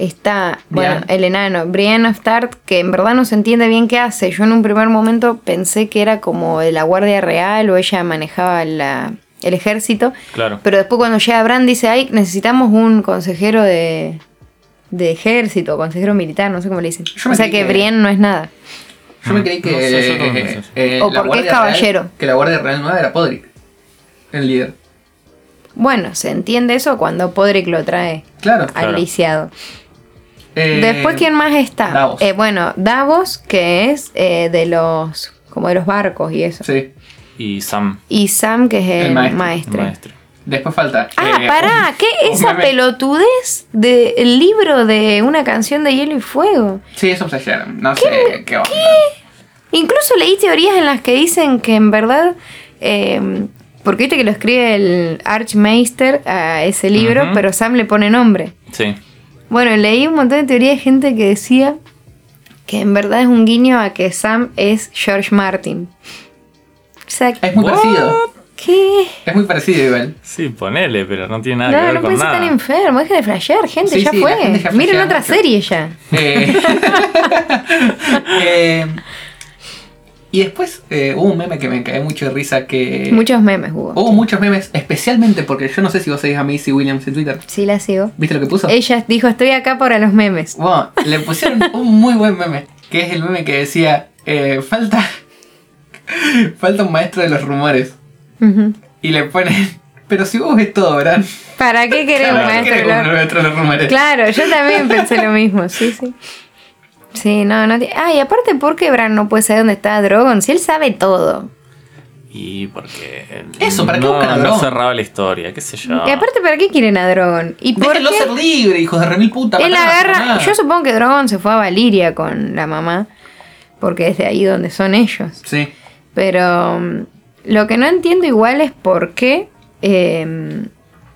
Speaker 2: está, bueno,
Speaker 1: Brian.
Speaker 2: el enano, Brienne of Tarth, que en verdad no se entiende bien qué hace. Yo en un primer momento pensé que era como de la Guardia Real o ella manejaba la- el ejército.
Speaker 3: Claro.
Speaker 2: Pero después cuando llega Bran dice, ay, necesitamos un consejero de, de ejército, consejero militar, no sé cómo le dicen.
Speaker 1: Yo
Speaker 2: o
Speaker 1: me
Speaker 2: sea
Speaker 1: creí
Speaker 2: que
Speaker 1: que-
Speaker 2: Brienne no es nada.
Speaker 1: Yo me creí que.
Speaker 3: Mm. No sé, yo también pensé eso.
Speaker 1: eh,
Speaker 2: O
Speaker 1: la
Speaker 2: porque es
Speaker 1: Guardia Real-
Speaker 2: caballero.
Speaker 1: que la Guardia Real Nueva era Podrick, el líder.
Speaker 2: Bueno, se entiende eso cuando Podrick lo trae
Speaker 1: Claro.
Speaker 2: al
Speaker 3: Claro.
Speaker 2: lisiado.
Speaker 1: Eh,
Speaker 2: Después, ¿quién más está?
Speaker 1: Davos.
Speaker 2: Eh, bueno, Davos, que es eh, de los como de los barcos y eso.
Speaker 1: Sí.
Speaker 3: Y Sam,
Speaker 2: Y Sam, que es el,
Speaker 1: El maestro.
Speaker 3: el
Speaker 2: maestro.
Speaker 3: maestro.
Speaker 1: Después falta.
Speaker 2: Ah,
Speaker 1: eh,
Speaker 2: pará,
Speaker 1: un-
Speaker 2: ¿qué?
Speaker 1: un
Speaker 2: Esa
Speaker 1: meme.
Speaker 2: pelotudez del libro de una canción de hielo y fuego.
Speaker 1: Sí, eso se hallaron. No sé qué onda.
Speaker 2: Incluso leí teorías en las que dicen que en verdad. eh, porque viste que lo escribe el Archmeister a ese libro,
Speaker 3: Ujú.
Speaker 2: pero Sam le pone nombre.
Speaker 3: Sí.
Speaker 2: Bueno, leí un montón de teoría de gente que decía que en verdad es un guiño a que Sam es George Martin. O sea,
Speaker 1: Es muy
Speaker 3: What?
Speaker 1: parecido.
Speaker 2: ¿qué?
Speaker 1: Es muy parecido igual.
Speaker 3: Sí, ponele, pero no tiene nada que
Speaker 2: No,
Speaker 3: ver
Speaker 2: no
Speaker 3: con
Speaker 2: parece
Speaker 3: nada.
Speaker 2: tan enfermo, dejen de flashear, gente,
Speaker 1: Sí,
Speaker 2: ya
Speaker 1: sí,
Speaker 2: fue.
Speaker 1: la gente ya
Speaker 2: Miren
Speaker 1: flashea
Speaker 2: otra
Speaker 1: mucho.
Speaker 2: serie ya.
Speaker 1: Eh, eh, y después eh, hubo un meme que me cae mucho de risa que...
Speaker 2: Muchos memes hubo.
Speaker 1: Hubo muchos memes, especialmente porque yo no sé si vos seguís a Macy Williams en Twitter.
Speaker 2: Sí, la sigo.
Speaker 1: ¿Viste lo que puso?
Speaker 2: Ella dijo, estoy acá para los memes.
Speaker 1: Bueno, le pusieron un muy buen meme, que es el meme que decía, eh, falta, falta un maestro de los rumores.
Speaker 2: Ujú.
Speaker 1: Y le ponen, pero si vos ves todo, ¿verdad?
Speaker 2: ¿Para qué queremos
Speaker 1: ¿Para qué
Speaker 2: maestro?
Speaker 1: querés un maestro de los rumores?
Speaker 2: Claro, yo también pensé lo mismo, sí, sí. Sí, no, no. ti- Ah, y aparte, ¿por qué Bran no puede saber dónde está Drogon? Si él sabe todo.
Speaker 3: Y porque...
Speaker 1: Eso, ¿para qué
Speaker 3: no,
Speaker 1: buscan a
Speaker 3: No
Speaker 1: Drogon?
Speaker 3: cerraba la historia, qué sé yo.
Speaker 2: Y aparte, ¿para qué quieren a Drogon? ¿Y por
Speaker 1: Déjenlo
Speaker 2: qué
Speaker 1: ser libre, hijos de remil puta.
Speaker 2: él
Speaker 1: matar a la
Speaker 2: agarra?
Speaker 1: jornada.
Speaker 2: Yo supongo que Drogon se fue a Valiria con la mamá, porque es de ahí donde son ellos.
Speaker 1: Sí.
Speaker 2: Pero mm, lo que no entiendo igual es por qué eh,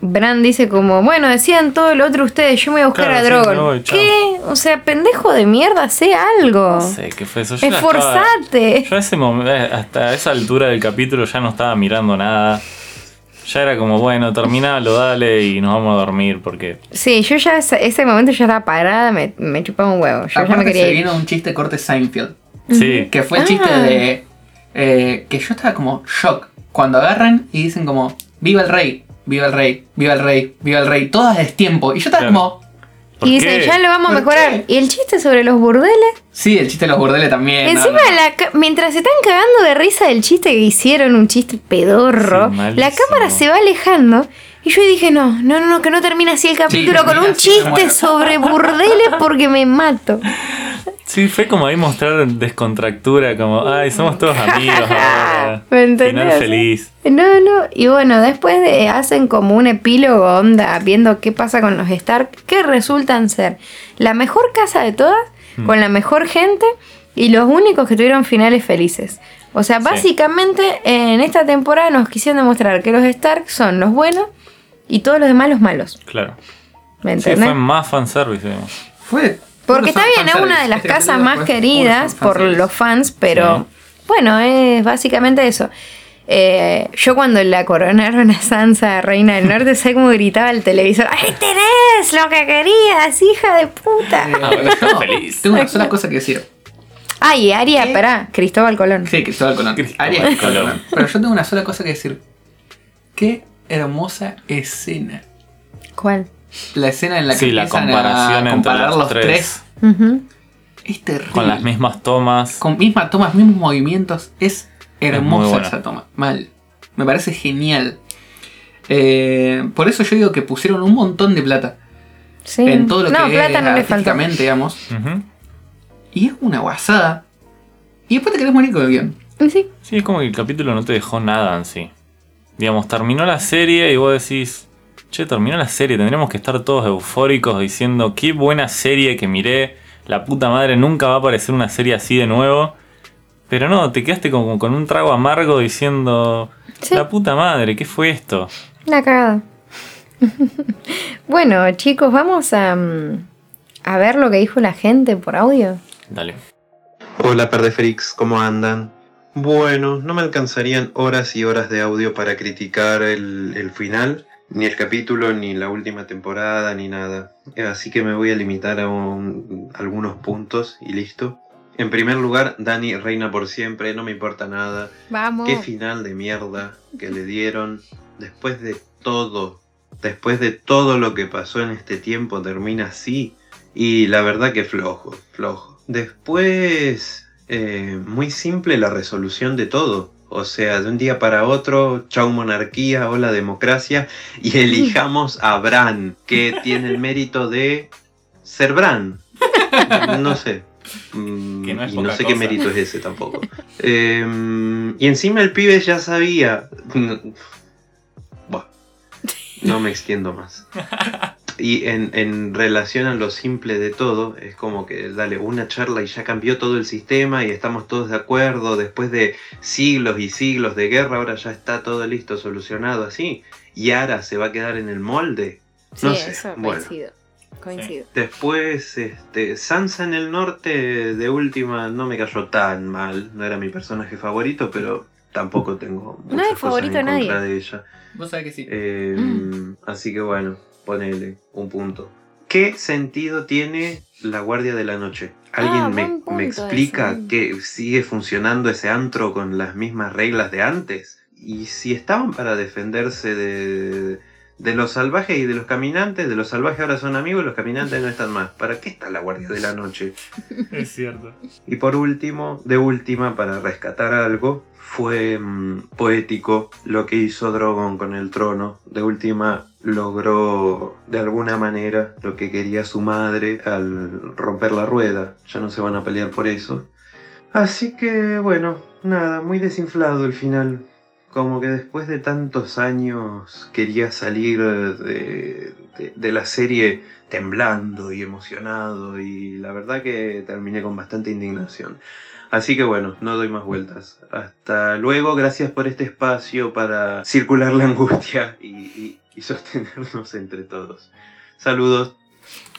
Speaker 2: Bran dice como, bueno, decían todo lo otro ustedes, yo me voy a buscar
Speaker 3: Claro,
Speaker 2: a
Speaker 3: sí,
Speaker 2: Drogon.
Speaker 3: me voy, chao.
Speaker 2: ¿Qué? O sea, pendejo de mierda, sé algo.
Speaker 3: No sé qué fue eso. Yo ya
Speaker 2: Esforzate.
Speaker 3: estaba- yo a ese momento, hasta esa altura del capítulo ya no estaba mirando nada. Ya era como, bueno, terminalo, dale y nos vamos a dormir porque...
Speaker 2: Sí, yo ya ese, ese momento ya estaba parada, me, me chupaba un huevo. Yo ya me
Speaker 1: Aparte
Speaker 2: quería
Speaker 1: se
Speaker 2: ir.
Speaker 1: vino un chiste corte Seinfeld.
Speaker 3: Sí.
Speaker 1: Que fue el
Speaker 2: Ah.
Speaker 1: chiste de. eh, que yo estaba como shock. Cuando agarran y dicen como. Viva el rey, viva el rey, viva el rey, viva el rey. Todo es tiempo. Y yo estaba
Speaker 3: Claro.
Speaker 1: como.
Speaker 3: ¿Por
Speaker 2: Y dicen,
Speaker 3: qué?
Speaker 2: ya lo vamos a
Speaker 1: ¿Por
Speaker 2: mejorar.
Speaker 1: qué?
Speaker 2: Y el chiste sobre los burdeles.
Speaker 1: Sí, el chiste de los burdeles también. ¿no?
Speaker 2: Encima, la ca- mientras se están cagando de risa del chiste que hicieron, un chiste pedorro,
Speaker 3: Sí, malísimo.
Speaker 2: la cámara se va alejando. Y yo dije, no, no, no, no, que no termine así el capítulo con
Speaker 1: termina
Speaker 2: un
Speaker 1: así, me
Speaker 2: chiste
Speaker 1: muero.
Speaker 2: sobre burdeles porque me mato.
Speaker 3: Sí, fue como ahí mostrar descontractura, como, ay, somos todos amigos ahora.
Speaker 2: ¿Me entendés?
Speaker 3: ah, Final feliz.
Speaker 2: No, no. Y bueno, después de- hacen como un epílogo onda, viendo qué pasa con los
Speaker 3: Hmm.
Speaker 2: Stark, que resultan ser la mejor casa de todas, con la mejor gente y los únicos que tuvieron finales felices. O sea,
Speaker 3: Sí.
Speaker 2: básicamente en esta temporada nos quisieron demostrar que los Stark son los buenos y todos los demás los malos.
Speaker 3: Claro.
Speaker 2: ¿Me
Speaker 3: Sí,
Speaker 2: entiendes?
Speaker 3: fue más fanservice, digamos.
Speaker 1: Fue.
Speaker 2: Porque
Speaker 1: puro
Speaker 2: está bien, es
Speaker 1: fanservice.
Speaker 2: una de las
Speaker 1: Este
Speaker 2: casas
Speaker 1: capítulo
Speaker 2: más
Speaker 1: fue
Speaker 2: queridas
Speaker 1: puro
Speaker 2: por
Speaker 1: fanservice.
Speaker 2: los fans, pero bueno, es básicamente eso. Eh, yo cuando la coronaron a Sansa, reina del norte, sé cómo gritaba el televisor, ¡Ahí tenés lo que querías, hija de puta!
Speaker 1: Eh, yo
Speaker 3: Ah, Feliz.
Speaker 1: Tengo una sola cosa que decir.
Speaker 2: Ay, Aria,
Speaker 1: ¿Qué?
Speaker 2: pará, Cristóbal Colón.
Speaker 1: Sí, Cristóbal Colón.
Speaker 3: Cristóbal
Speaker 1: Arias Cristóbal
Speaker 3: Colón.
Speaker 1: Colón. Pero yo tengo una sola cosa que decir. Qué hermosa escena.
Speaker 2: ¿Cuál?
Speaker 1: La escena en la que
Speaker 3: Sí, la
Speaker 1: empiezan a
Speaker 3: comparación entre
Speaker 1: comparar
Speaker 3: los
Speaker 1: los
Speaker 3: tres.
Speaker 1: tres.
Speaker 2: Ujú.
Speaker 1: Es terrible.
Speaker 3: Con las mismas tomas.
Speaker 1: Con misma tomas, mismos movimientos. Es hermosa
Speaker 3: muy buena.
Speaker 1: esa toma. Mal. Me parece genial. Eh, por eso yo digo que pusieron un montón de plata
Speaker 2: Sí.
Speaker 1: en todo lo
Speaker 2: no,
Speaker 1: que
Speaker 2: plata
Speaker 1: es
Speaker 2: no le falta.
Speaker 1: artísticamente, digamos.
Speaker 3: Ujú.
Speaker 1: Y es una guasada. Y después te querés morir con el guión.
Speaker 2: Sí.
Speaker 3: Sí, es como que el capítulo no te dejó nada en sí. Digamos, terminó la serie y vos decís, che, terminó la serie, tendríamos que estar todos eufóricos diciendo, qué buena serie que miré, la puta madre, nunca va a aparecer una serie así de nuevo. Pero no, te quedaste como con un trago amargo diciendo,
Speaker 2: Sí.
Speaker 3: la puta madre, ¿qué fue esto?
Speaker 2: Una cagada. bueno, chicos, vamos a, mm, a ver lo que dijo la gente por audio.
Speaker 3: Dale.
Speaker 4: Hola, Perdeferix, ¿cómo andan? Bueno, no me alcanzarían horas y horas de audio para criticar el, el final, ni el capítulo, ni la última temporada, ni nada. Eh, Así que me voy a limitar a un- algunos puntos y listo. En primer lugar, Dani reina por siempre, no me importa nada.
Speaker 2: Vamos.
Speaker 4: Qué final de mierda que le dieron después de todo, después de todo lo que pasó en este tiempo termina así y la verdad que flojo, flojo. Después, eh, muy simple la resolución de todo. O sea, de un día para otro, chau monarquía, hola democracia, y elijamos a Bran, que tiene el mérito de ser Bran. No sé. Mm,
Speaker 3: Que no es
Speaker 4: y no
Speaker 3: poca
Speaker 4: sé qué
Speaker 3: cosa.
Speaker 4: mérito es ese tampoco. Eh, y encima el pibe ya sabía. Buah, no me extiendo más. Y en, en relación a lo simple de todo, es como que dale una charla y ya cambió todo el sistema y estamos todos de acuerdo. Después de siglos y siglos de guerra, ahora ya está todo listo, solucionado así. Y ahora se va a quedar en el molde. no sé, bueno.
Speaker 2: coincido.
Speaker 3: coincido.
Speaker 4: Después, este, Sansa en el norte, de última, no me cayó tan mal. No era mi personaje favorito, pero tampoco tengo
Speaker 2: No
Speaker 4: muchas
Speaker 2: es favorito
Speaker 4: cosas en
Speaker 2: a
Speaker 4: contra
Speaker 2: nadie.
Speaker 4: de ella.
Speaker 1: Vos sabés que sí.
Speaker 4: Eh,
Speaker 2: Mm.
Speaker 4: Así que bueno, ponele un punto. ¿Qué sentido tiene la Guardia de la Noche? ¿Alguien
Speaker 2: Ah,
Speaker 4: me,
Speaker 2: buen punto
Speaker 4: me explica
Speaker 2: ese.
Speaker 4: que sigue funcionando ese antro con las mismas reglas de antes? Y si estaban para defenderse de, de los salvajes y de los caminantes, de los salvajes ahora son amigos, los caminantes no están más. ¿Para qué está la Guardia de la Noche?
Speaker 3: Es cierto.
Speaker 4: Y por último, de última, para rescatar algo, fue mm, poético lo que hizo Drogon con el trono. De última, logró de alguna manera lo que quería su madre al romper la rueda. Ya no se van a pelear por eso. Así que, bueno, nada, muy desinflado el final. Como que después de tantos años quería salir de, de- de la serie temblando y emocionado y la verdad que terminé con bastante indignación. Así que bueno, no doy más vueltas. Hasta luego, gracias por este espacio para circular la angustia y, y- y sostenernos entre todos. Saludos.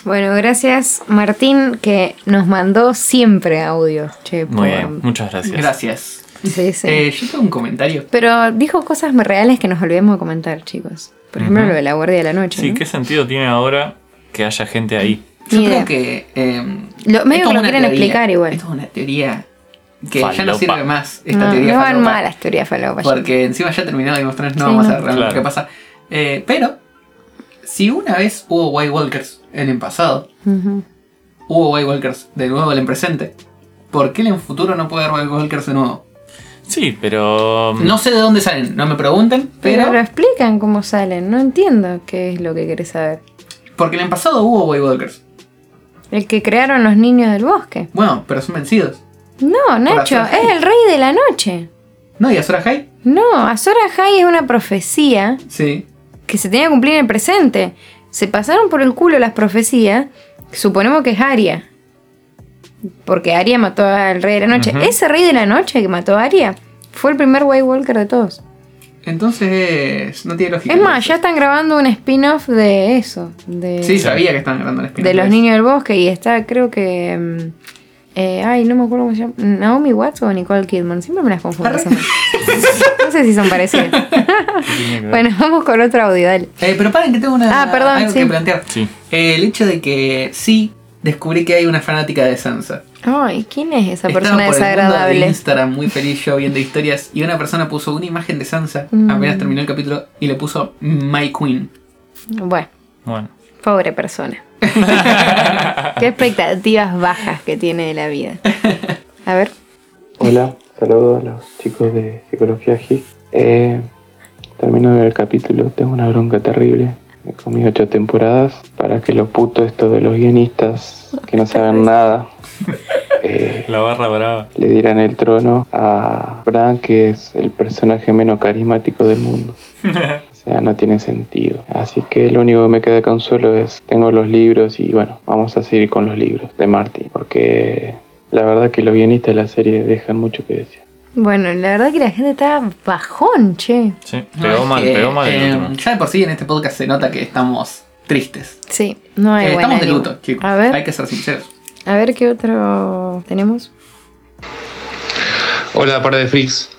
Speaker 2: Bueno, gracias Martín que nos mandó siempre audio. Che, por-
Speaker 3: Muy bien, muchas gracias.
Speaker 1: Gracias.
Speaker 2: Sí, sí.
Speaker 1: Eh, yo tengo un comentario.
Speaker 2: Pero dijo cosas reales que nos olvidemos de comentar, chicos. Por ejemplo,
Speaker 3: Ujú.
Speaker 2: lo de la Guardia de la Noche.
Speaker 3: Sí,
Speaker 2: ¿no?
Speaker 3: ¿qué sentido tiene ahora que haya gente ahí?
Speaker 1: Yo
Speaker 2: Ni idea.
Speaker 1: creo que. eh,
Speaker 2: Lo- medio
Speaker 1: esto
Speaker 2: que
Speaker 1: es
Speaker 2: lo
Speaker 1: una
Speaker 2: quieren
Speaker 1: teoría.
Speaker 2: explicar igual.
Speaker 1: Esto es una teoría que ya
Speaker 3: Falopa.
Speaker 1: no sirve más. Esta
Speaker 2: no,
Speaker 1: teoría
Speaker 2: no van
Speaker 1: falopa.
Speaker 2: mal las teorías falopa.
Speaker 1: Porque encima ya terminado Game of Thrones, no
Speaker 2: Sí,
Speaker 1: vamos
Speaker 2: no.
Speaker 1: a ver
Speaker 3: Claro.
Speaker 1: qué pasa. Eh, pero, si una vez hubo White Walkers en el pasado,
Speaker 2: Ujú.
Speaker 1: hubo White Walkers de nuevo en el presente, ¿por qué en el futuro no puede haber White Walkers de nuevo?
Speaker 3: Sí, pero... mm,
Speaker 1: No sé de dónde salen, no me pregunten,
Speaker 2: Pero, lo
Speaker 1: pero.
Speaker 2: explican cómo salen. No entiendo qué es lo que querés saber.
Speaker 1: Porque en el pasado hubo White Walkers.
Speaker 2: El que crearon los niños del bosque.
Speaker 1: Bueno, pero son vencidos.
Speaker 2: No, Nacho,
Speaker 1: Azor Ahai.
Speaker 2: es el rey de la noche.
Speaker 1: ¿No? ¿Y Azor Ahai?
Speaker 2: No, Azor Ahai es una profecía
Speaker 1: Sí.
Speaker 2: que se tenía que cumplir en el presente. Se pasaron por el culo las profecías. Suponemos que es Aria. porque Arya mató al rey de la noche.
Speaker 3: Ujú.
Speaker 2: Ese rey de la noche que mató a Arya fue el primer White Walker de todos.
Speaker 1: Entonces, no tiene lógica.
Speaker 2: Es más, ya están grabando un spin-off de eso. De,
Speaker 1: Sí, sabía que estaban grabando el spin-off.
Speaker 2: de los
Speaker 1: ese.
Speaker 2: niños del bosque y está, creo que. mm, eh, ay, no me acuerdo cómo se llama. Naomi Watts o Nicole Kidman. Siempre me las confundo. esas mujeres. no sé si son parecidas. bueno, vamos con otro audio, dale.
Speaker 1: Eh, pero paren que tengo una,
Speaker 2: Ah, perdón,
Speaker 1: algo
Speaker 2: sí.
Speaker 1: que plantear.
Speaker 3: Sí.
Speaker 1: Eh, el hecho de que sí descubrí que hay una fanática de Sansa.
Speaker 2: Ay, ¿quién es esa
Speaker 1: Estaba
Speaker 2: persona
Speaker 1: por el mundo de
Speaker 2: desagradable?
Speaker 1: Instagram muy feliz yo viendo historias y una persona puso una imagen de Sansa
Speaker 2: Mm.
Speaker 1: apenas terminó el capítulo y le puso My Queen.
Speaker 2: Bueno,
Speaker 3: Bueno.
Speaker 2: pobre persona. Qué expectativas bajas que tiene de la vida. A ver.
Speaker 5: Hola, saludos a los chicos de Psicología GIC. Eh, termino de ver el capítulo, tengo una bronca terrible. Me comí ocho temporadas para que los putos estos de los guionistas que no saben nada eh,
Speaker 3: La barra brava.
Speaker 5: le dieran el trono a Bran, que es el personaje menos carismático del mundo. O sea, no tiene sentido. Así que lo único que me queda de consuelo es, tengo los libros y bueno, vamos a seguir con los libros de Martin, porque la verdad que los guionistas de la serie dejan mucho que desear.
Speaker 2: Bueno, la verdad que la gente está bajón, che.
Speaker 3: Sí. Pegó
Speaker 1: Es
Speaker 3: mal,
Speaker 1: que,
Speaker 3: pegó mal el
Speaker 1: eh,
Speaker 3: último.
Speaker 1: Ya de por sí en este podcast se nota que estamos tristes.
Speaker 2: Sí, no hay
Speaker 1: Eh,
Speaker 2: buena
Speaker 1: estamos de
Speaker 2: línea.
Speaker 1: luto, chicos.
Speaker 2: A
Speaker 1: Hay
Speaker 2: ver,
Speaker 1: que ser sinceros.
Speaker 2: a ver qué otro tenemos.
Speaker 6: Hola, par de freaks.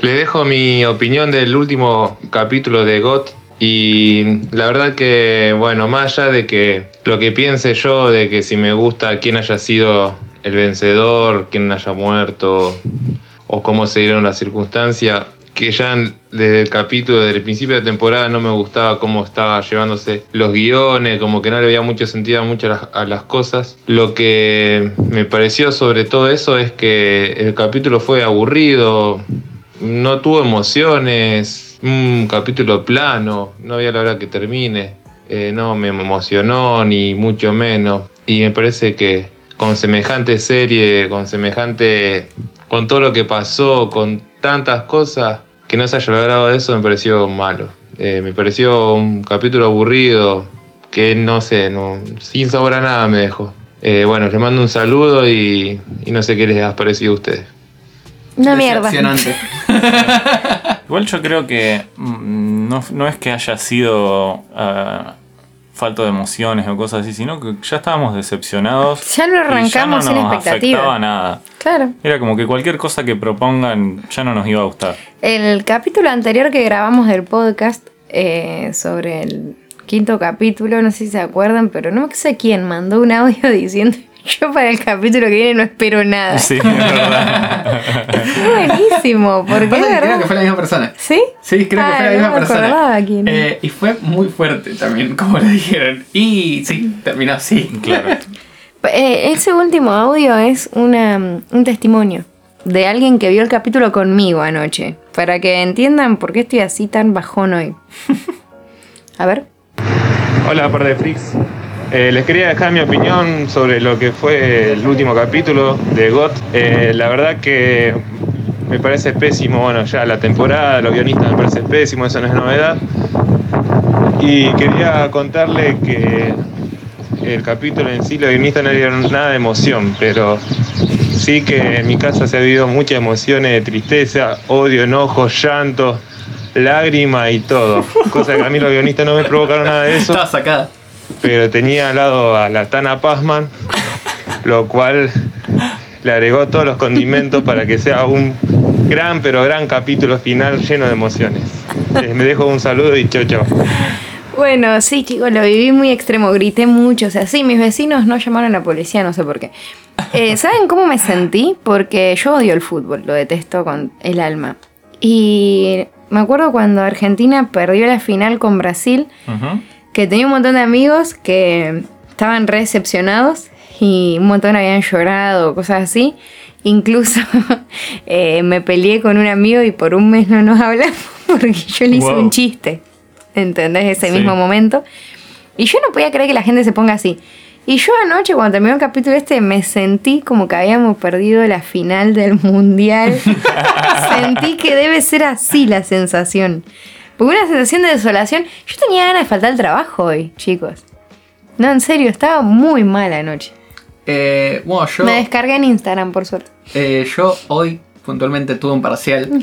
Speaker 6: Les dejo mi opinión del último capítulo de GOT. Y la verdad que, bueno, más allá de que lo que piense yo, de que si me gusta quién haya sido el vencedor, quién haya muerto, o cómo se dieron las circunstancias, que ya en- desde el capítulo, desde el principio de temporada, no me gustaba cómo estaba llevándose los guiones, como que no le había mucho sentido a muchas las- a las cosas. Lo que me pareció sobre todo eso es que el capítulo fue aburrido, no tuvo emociones, un capítulo plano, no había la hora que termine. Eh, no me emocionó, ni mucho menos. Y me parece que con semejante serie, con semejante. con todo lo que pasó, con tantas cosas, que no se haya logrado eso me pareció malo. Eh, me pareció un capítulo aburrido, que no sé, no, sin sabor a nada me dejó. Eh, bueno, les mando un saludo y, y no sé qué les ha parecido a ustedes.
Speaker 2: Una mierda.
Speaker 1: Decepcionante.
Speaker 3: Igual yo creo que mm, no, no es que haya sido ah, falta de emociones o cosas así, sino que ya estábamos decepcionados.
Speaker 2: Ya lo
Speaker 3: y
Speaker 2: arrancamos
Speaker 3: ya no
Speaker 2: sin
Speaker 3: nos
Speaker 2: expectativa.
Speaker 3: afectaba nada.
Speaker 2: Claro.
Speaker 3: Era como que cualquier cosa que propongan ya no nos iba a gustar.
Speaker 2: El capítulo anterior que grabamos del podcast eh, sobre el quinto capítulo, no sé si se acuerdan, pero no sé quién mandó un audio diciendo yo para el capítulo que viene no espero
Speaker 1: Ah.
Speaker 2: nada.
Speaker 3: Sí, es verdad.
Speaker 2: Fue Buenísimo, porque
Speaker 1: Pasa
Speaker 2: es
Speaker 1: que creo
Speaker 2: verdad.
Speaker 1: que fue la misma persona.
Speaker 2: ¿Sí?
Speaker 1: Sí, creo que
Speaker 2: Ah,
Speaker 1: fue la
Speaker 2: no
Speaker 1: misma
Speaker 2: me acordaba
Speaker 1: persona.
Speaker 2: quién era.
Speaker 1: Eh, y fue muy fuerte también, como lo dijeron. Y sí, terminó así.
Speaker 3: claro.
Speaker 2: Eh, ese último audio es una, mm, un testimonio de alguien que vio el capítulo conmigo anoche, para que entiendan por qué estoy así tan bajón hoy. A ver.
Speaker 6: Hola, par de freaks. Eh, les quería dejar mi opinión sobre lo que fue el último capítulo de GOT. Eh, la verdad que me parece pésimo, bueno, ya la temporada, los guionistas me parece pésimo, eso no es novedad. Y quería contarle que el capítulo en sí, los guionistas no le dieron nada de emoción, pero sí que en mi casa se ha vivido muchas emociones de tristeza, odio, enojo, llanto, lágrima y todo. Cosa que a mí los guionistas no me provocaron nada de eso
Speaker 1: Estaba sacada.
Speaker 6: pero tenía al lado a la Tana Pazman, lo cual le agregó todos los condimentos para que sea un gran, pero gran capítulo final lleno de emociones. Les me dejo un saludo y chao, chao.
Speaker 2: Bueno, sí, chicos, lo viví muy extremo, grité mucho, o sea, sí, mis vecinos no llamaron a la policía, no sé por qué. Eh, ¿Saben cómo me sentí? Porque yo odio el fútbol, lo detesto con el alma. Y me acuerdo cuando Argentina perdió la final con Brasil,
Speaker 3: Ujú.
Speaker 2: que tenía un montón de amigos que estaban recepcionados y un montón habían llorado, cosas así. Incluso eh, me peleé con un amigo y por un mes no nos hablamos porque yo le hice
Speaker 3: Wow.
Speaker 2: un chiste. ¿Entendés? Ese
Speaker 3: Sí.
Speaker 2: mismo momento. Y yo no podía creer que la gente se ponga así. Y yo anoche, cuando terminó el capítulo este, me sentí como que habíamos perdido la final del mundial. sentí que debe ser así la sensación. Porque una sensación de desolación. Yo tenía ganas de faltar al trabajo hoy, chicos. No, en serio, estaba muy mal anoche.
Speaker 1: Eh, bueno, yo,
Speaker 2: Me descargué en Instagram, por suerte.
Speaker 1: eh, yo hoy puntualmente tuve un parcial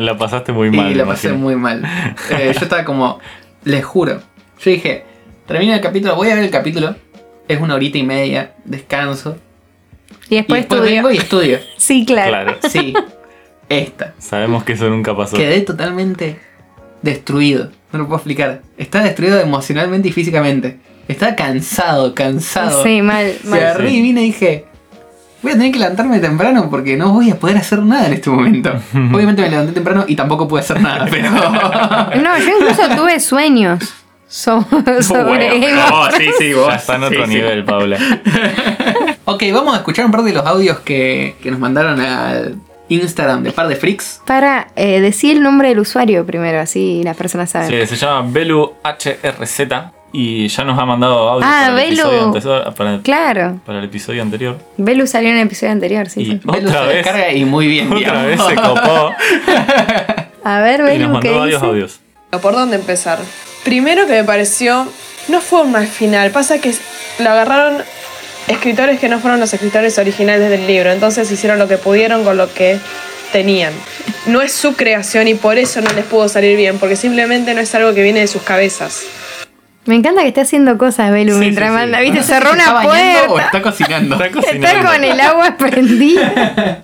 Speaker 3: la pasaste muy mal.
Speaker 1: y la pasé
Speaker 3: imagino.
Speaker 1: muy mal. Eh, yo estaba como, les juro. Yo dije, termino el capítulo, voy a ver el capítulo. Es una horita y media, descanso.
Speaker 2: Y después,
Speaker 1: y después
Speaker 2: estudió.
Speaker 1: vengo y estudio.
Speaker 2: Sí, claro.
Speaker 3: Claro.
Speaker 1: Sí, esta.
Speaker 3: Sabemos que eso nunca pasó.
Speaker 1: Quedé totalmente destruido. No lo puedo explicar. Estaba destruido emocionalmente y físicamente. Estaba cansado, cansado.
Speaker 2: Sí, mal,
Speaker 1: Se
Speaker 2: mal.
Speaker 1: agarré y vine y dije, voy a tener que levantarme temprano porque no voy a poder hacer nada en este momento. Obviamente me levanté temprano y tampoco pude hacer nada, pero...
Speaker 2: No, yo incluso tuve sueños so- sobre
Speaker 3: Bueno,
Speaker 2: Game of
Speaker 3: no, Oh, sí, sí, vos. Ya está en otro
Speaker 1: Sí, sí.
Speaker 3: nivel, Paula.
Speaker 1: ok, vamos a escuchar un par de los audios que, que nos mandaron al Instagram de Par de Freaks.
Speaker 2: Para eh, decir el nombre del usuario primero, así las personas saben.
Speaker 3: Sí, se llama Belu HRZ y ya nos ha mandado audio
Speaker 2: Ah,
Speaker 3: para, el
Speaker 2: Belu.
Speaker 3: episodio antes- para, el-
Speaker 2: Claro.
Speaker 3: para el episodio anterior.
Speaker 2: Belu salió en el episodio anterior, sí.
Speaker 3: Y
Speaker 2: sí.
Speaker 1: Velo
Speaker 3: otra
Speaker 1: se
Speaker 3: vez,
Speaker 1: descarga y muy bien.
Speaker 3: otra
Speaker 1: digamos.
Speaker 3: vez se copó
Speaker 2: A
Speaker 3: y
Speaker 2: ver,
Speaker 3: nos
Speaker 2: Belu, ¿qué
Speaker 3: mandó varios
Speaker 2: dice?
Speaker 3: audios.
Speaker 7: ¿Por dónde empezar? Primero que me pareció, no fue un mal final, pasa que lo agarraron escritores que no fueron los escritores originales del libro, entonces hicieron lo que pudieron con lo que tenían. No es su creación y por eso no les pudo salir bien, porque simplemente no es algo que viene de sus cabezas.
Speaker 2: Me encanta que esté haciendo cosas, Belu,
Speaker 3: Sí,
Speaker 2: mientras
Speaker 3: sí, sí.
Speaker 2: manda.
Speaker 1: No
Speaker 2: Viste,
Speaker 1: sé si
Speaker 2: cerró
Speaker 1: se está
Speaker 2: una
Speaker 1: bañando o
Speaker 2: puerta.
Speaker 1: está cocinando,
Speaker 3: Está
Speaker 2: Está
Speaker 3: cocinando.
Speaker 2: con el agua prendida.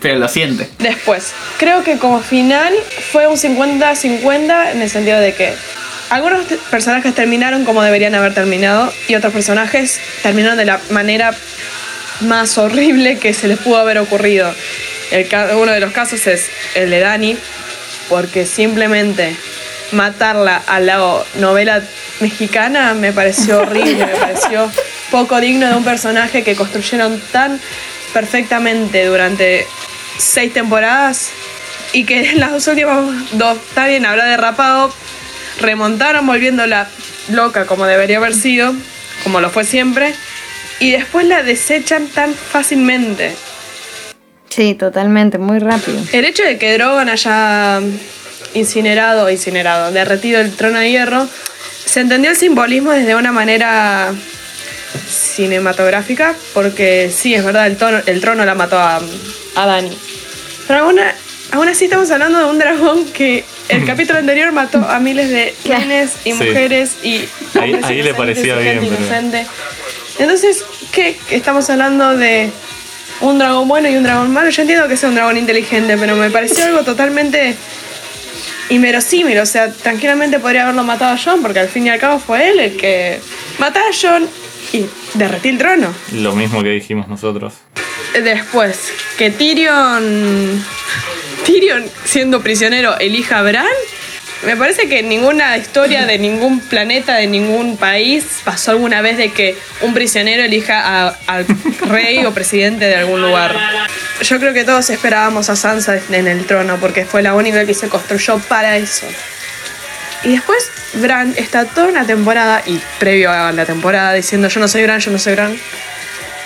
Speaker 1: pero lo siente.
Speaker 7: Después, creo que como final fue un 50-50 en el sentido de que algunos te- personajes terminaron como deberían haber terminado y otros personajes terminaron de la manera más horrible que se les pudo haber ocurrido. El ca- uno de los casos es el de Dani, porque simplemente matarla a la o- novela mexicana me pareció horrible, me pareció poco digno de un personaje que construyeron tan perfectamente durante seis temporadas y que en las dos últimas dos, está bien, habrá derrapado, remontaron volviéndola loca como debería haber sido, como lo fue siempre, y después la desechan tan fácilmente.
Speaker 2: Sí, totalmente, muy rápido.
Speaker 7: El hecho de que Drogon haya incinerado, incinerado, derretido el trono de hierro, se entendió el simbolismo desde una manera cinematográfica, porque sí, es verdad, el, tono- el trono la mató a, a Dani. Pero aún, a- aún así estamos hablando de un dragón que el capítulo anterior mató a miles de
Speaker 2: Claro.
Speaker 7: nenes y
Speaker 3: Sí.
Speaker 7: mujeres y...
Speaker 3: Ahí-
Speaker 7: hombres
Speaker 3: ahí le
Speaker 7: inocentes
Speaker 3: parecía
Speaker 7: y gente
Speaker 3: bien, pero-
Speaker 7: inocente. Entonces, ¿qué? Estamos hablando de un dragón bueno y un dragón malo. Yo entiendo que sea un dragón inteligente, pero me pareció algo totalmente inverosímil. O sea, tranquilamente podría haberlo matado a John, porque al fin y al cabo fue él el que mató a John y derretí el trono.
Speaker 3: Lo mismo que dijimos nosotros.
Speaker 7: Eh, Después, que Tyrion. Tyrion, siendo prisionero, elija a Bran. Me parece que en ninguna historia de ningún planeta, de ningún país, pasó alguna vez de que un prisionero elija a- al rey o presidente de algún lugar. Yo creo que todos esperábamos a Sansa en el trono, porque fue la única que se construyó para eso. Y después Bran está toda una temporada, y previo a la temporada, diciendo yo no soy Bran, yo no soy Bran.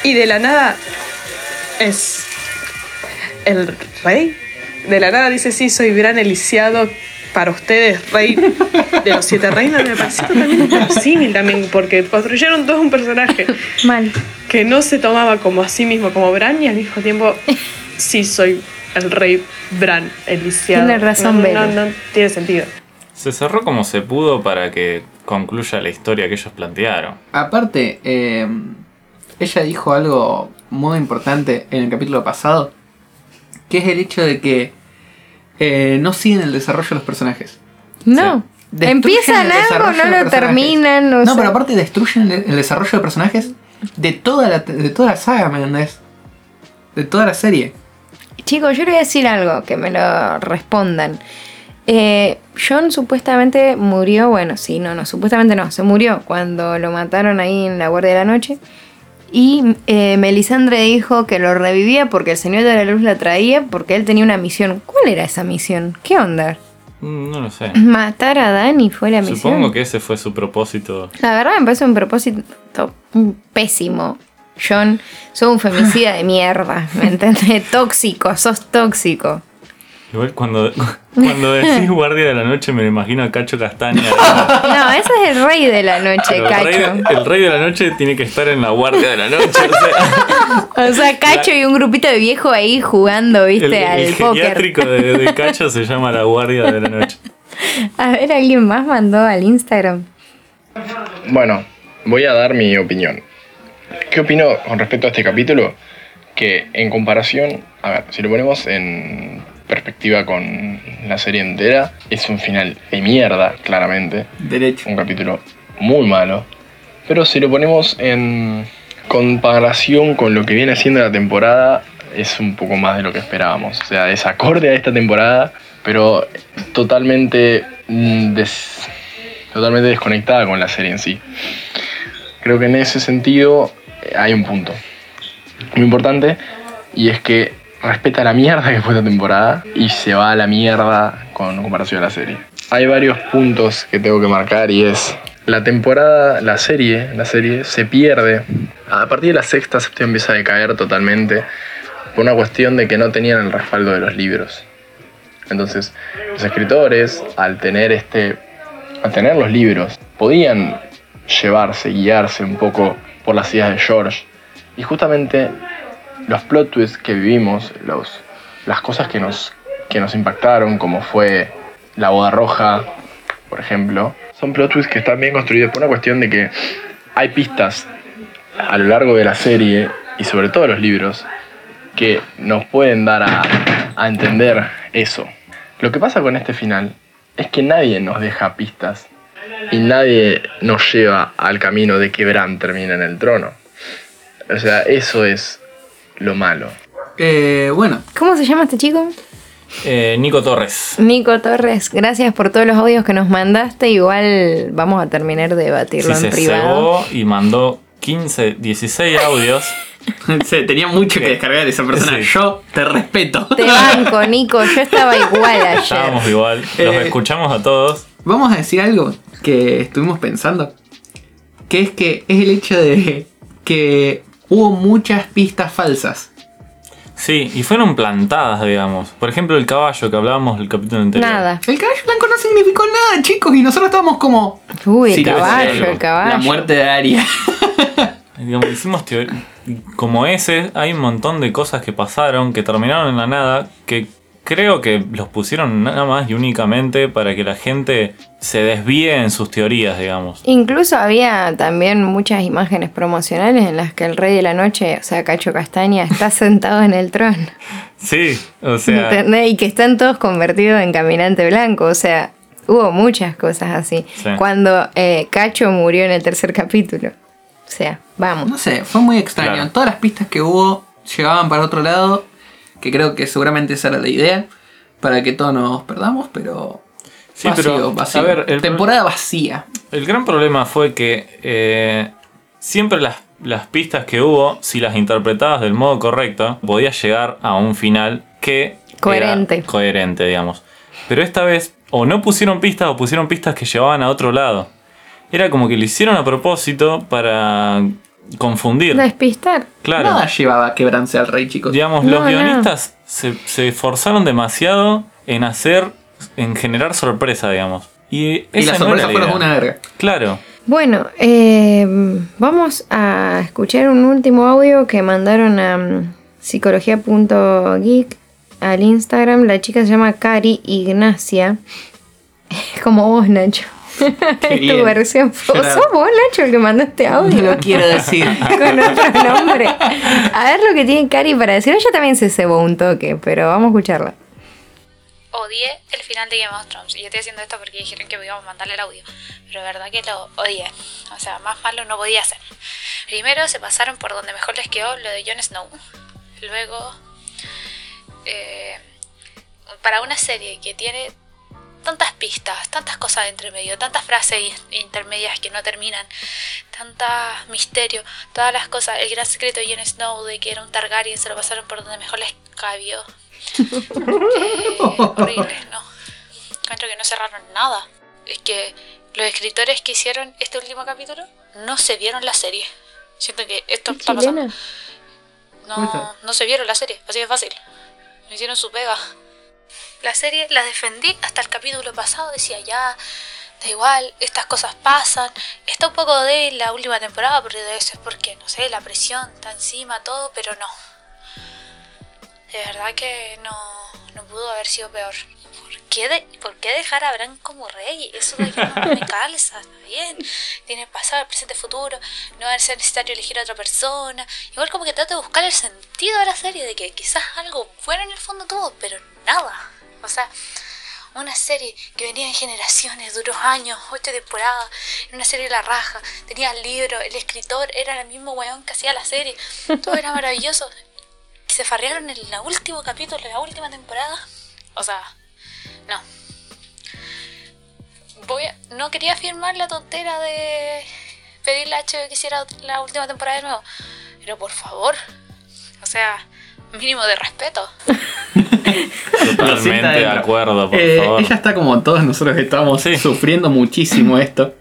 Speaker 7: Y de la nada es el rey. De la nada dice, sí, soy gran eliciado para ustedes, rey de los siete reinos. Me pareció totalmente inverosímil también, porque construyeron todo un personaje
Speaker 2: Mal.
Speaker 7: que no se tomaba como a sí mismo, como Bran, y al mismo tiempo, sí, soy el rey Bran, eliciado.
Speaker 2: Tiene razón,
Speaker 7: no, no,
Speaker 2: Beren.
Speaker 7: no tiene sentido.
Speaker 3: Se cerró como se pudo para que concluya la historia que ellos plantearon.
Speaker 1: Aparte, eh, ella dijo algo muy importante en el capítulo pasado, que es el hecho de que eh, no siguen el desarrollo de los personajes.
Speaker 2: No.
Speaker 1: Destruyen
Speaker 2: Empiezan
Speaker 1: el
Speaker 2: algo,
Speaker 1: desarrollo
Speaker 2: no
Speaker 1: de los
Speaker 2: lo
Speaker 1: personajes.
Speaker 2: terminan. o
Speaker 1: No,
Speaker 2: sea-
Speaker 1: pero aparte destruyen el, el desarrollo de personajes de toda la, de toda la saga, ¿me entendés? De toda la serie.
Speaker 2: Chicos, yo le voy a decir algo, que me lo respondan. Eh, John supuestamente murió, bueno, sí, no, no, supuestamente no, se murió cuando lo mataron ahí en la Guardia de la Noche. Y eh, Melisandre dijo que lo revivía porque el Señor de la Luz la traía porque él tenía una misión. ¿Cuál era esa misión? ¿Qué onda?
Speaker 3: Mm, No lo sé.
Speaker 2: ¿Matar a Dani fue la misión?
Speaker 3: Supongo que ese fue su propósito.
Speaker 2: La verdad me parece un propósito pésimo. John, sos un femicida de mierda, ¿me entendés? Tóxico, sos tóxico.
Speaker 3: Igual cuando, Cuando decís guardia de la noche me lo imagino a Cacho Castaña.
Speaker 2: No, ese es el rey de la noche,
Speaker 3: Pero el, rey
Speaker 2: Cacho.
Speaker 3: de, el rey de la noche tiene que estar en la guardia de la noche. o sea,
Speaker 2: O sea, Cacho y un grupito de viejos ahí jugando, viste,
Speaker 3: el,
Speaker 2: al
Speaker 3: el
Speaker 2: póker.
Speaker 3: geriátrico de, de Cacho se llama la guardia de la noche.
Speaker 2: A ver, alguien más mandó al Instagram.
Speaker 8: Bueno, voy a dar mi opinión. ¿Qué opino con respecto a este capítulo? Que en comparación, a ver, si lo ponemos en perspectiva con la serie entera, es un final de mierda, claramente.
Speaker 1: Derecho.
Speaker 8: Un capítulo muy malo. Pero si lo ponemos en comparación con lo que viene haciendo la temporada, es un poco más de lo que esperábamos. O sea, es acorde a esta temporada, pero totalmente, mm, des- totalmente desconectada con la serie en sí. Creo que en ese sentido eh, hay un punto muy importante y es que respeta la mierda que fue esta temporada y se va a la mierda con comparación a la serie. Hay varios puntos que tengo que marcar y es la temporada, la serie, la serie se pierde. A partir de la sexta, séptima empieza a decaer totalmente por una cuestión de que no tenían el respaldo de los libros. Entonces, los escritores, al tener este, al tener los libros, podían llevarse, guiarse un poco por las ideas de George. Y justamente los plot twists que vivimos, los, las cosas que nos, que nos impactaron, como fue la boda roja, por ejemplo, son plot twists que están bien construidos por una cuestión de que hay pistas a lo largo de la serie y sobre todo los libros que nos pueden dar a, a entender eso. Lo que pasa con este final es que nadie nos deja pistas y nadie nos lleva al camino de que Bran termina en el trono. O sea, eso es lo malo.
Speaker 1: Eh, bueno,
Speaker 2: ¿Cómo se llama este chico?
Speaker 3: Eh, Nico Torres.
Speaker 2: Nico Torres, gracias por todos los audios que nos mandaste. Igual vamos a terminar de
Speaker 3: Sí,
Speaker 2: debatirlo
Speaker 3: se
Speaker 2: en privado.
Speaker 3: cebó y mandó 15, 16 audios.
Speaker 1: se tenía mucho que descargar esa persona.
Speaker 3: Sí.
Speaker 1: Yo te respeto.
Speaker 2: Te banco, Nico. Yo estaba igual ayer.
Speaker 3: Estábamos igual. Los
Speaker 1: Eh.
Speaker 3: escuchamos a todos.
Speaker 1: Vamos a decir algo que estuvimos pensando. Que es que es el hecho de que hubo muchas pistas falsas.
Speaker 3: Sí, y fueron plantadas, digamos. Por ejemplo, el caballo que hablábamos el capítulo anterior.
Speaker 2: Nada.
Speaker 1: El caballo blanco no significó nada, chicos, y nosotros estábamos como...
Speaker 2: Uy, el
Speaker 1: Sí, te voy a decir
Speaker 2: caballo,
Speaker 1: algo.
Speaker 2: el caballo.
Speaker 1: La muerte de Aria.
Speaker 3: Digamos, hicimos teor- Como ese, hay un montón de cosas que pasaron, que terminaron en la nada, que creo que los pusieron nada más y únicamente para que la gente se desvíe en sus teorías, digamos.
Speaker 2: Incluso había también muchas imágenes promocionales en las que el rey de la noche, o sea, Cacho Castaña, está sentado en el trono.
Speaker 3: Sí, o sea.
Speaker 2: ¿Entendés? Y que están todos convertidos en caminante blanco. O sea, hubo muchas cosas así.
Speaker 3: Sí.
Speaker 2: Cuando eh, Cacho murió en el tercer capítulo. O sea, vamos.
Speaker 1: No sé, fue muy extraño.
Speaker 3: Claro.
Speaker 1: Todas las pistas que hubo llegaban para otro lado, que creo que seguramente esa era la idea, para que todos nos perdamos, pero...
Speaker 3: Sí,
Speaker 1: vacío,
Speaker 3: pero,
Speaker 1: vacío.
Speaker 3: a ver, el-
Speaker 1: Temporada vacía.
Speaker 3: El gran problema fue que eh, siempre las, las pistas que hubo, si las interpretabas del modo correcto, podías llegar a un final que... era
Speaker 2: Coherente.
Speaker 3: coherente, digamos. Pero esta vez o no pusieron pistas o pusieron pistas que llevaban a otro lado. Era como que lo hicieron a propósito para confundir.
Speaker 2: Despistar.
Speaker 3: Claro.
Speaker 1: Nada llevaba a quebranse al rey, chicos.
Speaker 3: Digamos,
Speaker 2: No,
Speaker 3: los
Speaker 2: no.
Speaker 3: guionistas se, se esforzaron demasiado en hacer, en generar sorpresa, digamos. Y,
Speaker 1: y
Speaker 3: esa
Speaker 1: las
Speaker 3: no era
Speaker 1: sorpresas fueron
Speaker 3: idea.
Speaker 1: una verga.
Speaker 3: Claro.
Speaker 2: Bueno, eh, vamos a escuchar un último audio que mandaron a mm, psicología.geek al Instagram. La chica se llama Cari Ignacia. Como vos, Nacho.
Speaker 1: Qué
Speaker 2: Es tu
Speaker 1: bien.
Speaker 2: versión. ¿Vos
Speaker 1: Claro.
Speaker 2: sos vos, Nacho, el que mandó este audio?
Speaker 1: No lo quiero decir.
Speaker 2: con otro nombre. A ver lo que tiene Cari para decir. Ella también se cebó un toque, pero vamos a escucharla.
Speaker 9: odié el final de Game of Thrones. Y yo estoy haciendo esto porque dijeron que me íbamos a mandarle el audio. Pero de verdad que lo odié. O sea, más malo no podía ser. Primero se pasaron por donde mejor les quedó lo de Jon Snow. Luego, eh, para una serie que tiene tantas pistas, tantas cosas de entre medio, tantas frases in- intermedias que no terminan, tantas misterio, todas las cosas, el gran secreto de Jon Snow de que era un Targaryen se lo pasaron por donde mejor les cabió. Eh, horrible, ¿no? Encuentro que no cerraron nada. Es que los escritores que hicieron este último capítulo no se vieron la serie. Siento que esto está pasando. No, no se vieron la serie, así de fácil. No hicieron su pega. La serie la defendí hasta el capítulo pasado, decía ya, da igual, estas cosas pasan. Está un poco débil la última temporada, pero de eso es porque, no sé, la presión está encima, todo, pero no. De verdad que no, no pudo haber sido peor. ¿Por qué, de- por qué dejar a Bran como rey? Eso de que no me calza, está bien. Tiene pasado, presente, futuro. No va a ser necesario elegir a otra persona. Igual como que trata de buscar el sentido de la serie, de que quizás algo bueno en el fondo tuvo, pero nada. O sea, una serie que venía en generaciones, duró años, ocho temporadas, era una serie de la raja, tenía libro, el escritor era el mismo weón que hacía la serie, todo era maravilloso. Y se farrearon en el último capítulo, en la última temporada. O sea, no. Voy a- no quería firmar la tontera de pedirle a HBO que hiciera la última temporada de nuevo, pero por favor, o sea, mínimo de respeto.
Speaker 3: Totalmente de
Speaker 1: adentro.
Speaker 3: acuerdo, por
Speaker 1: Eh,
Speaker 3: favor.
Speaker 1: ella está como todos nosotros estamos
Speaker 3: Sí.
Speaker 1: sufriendo muchísimo esto.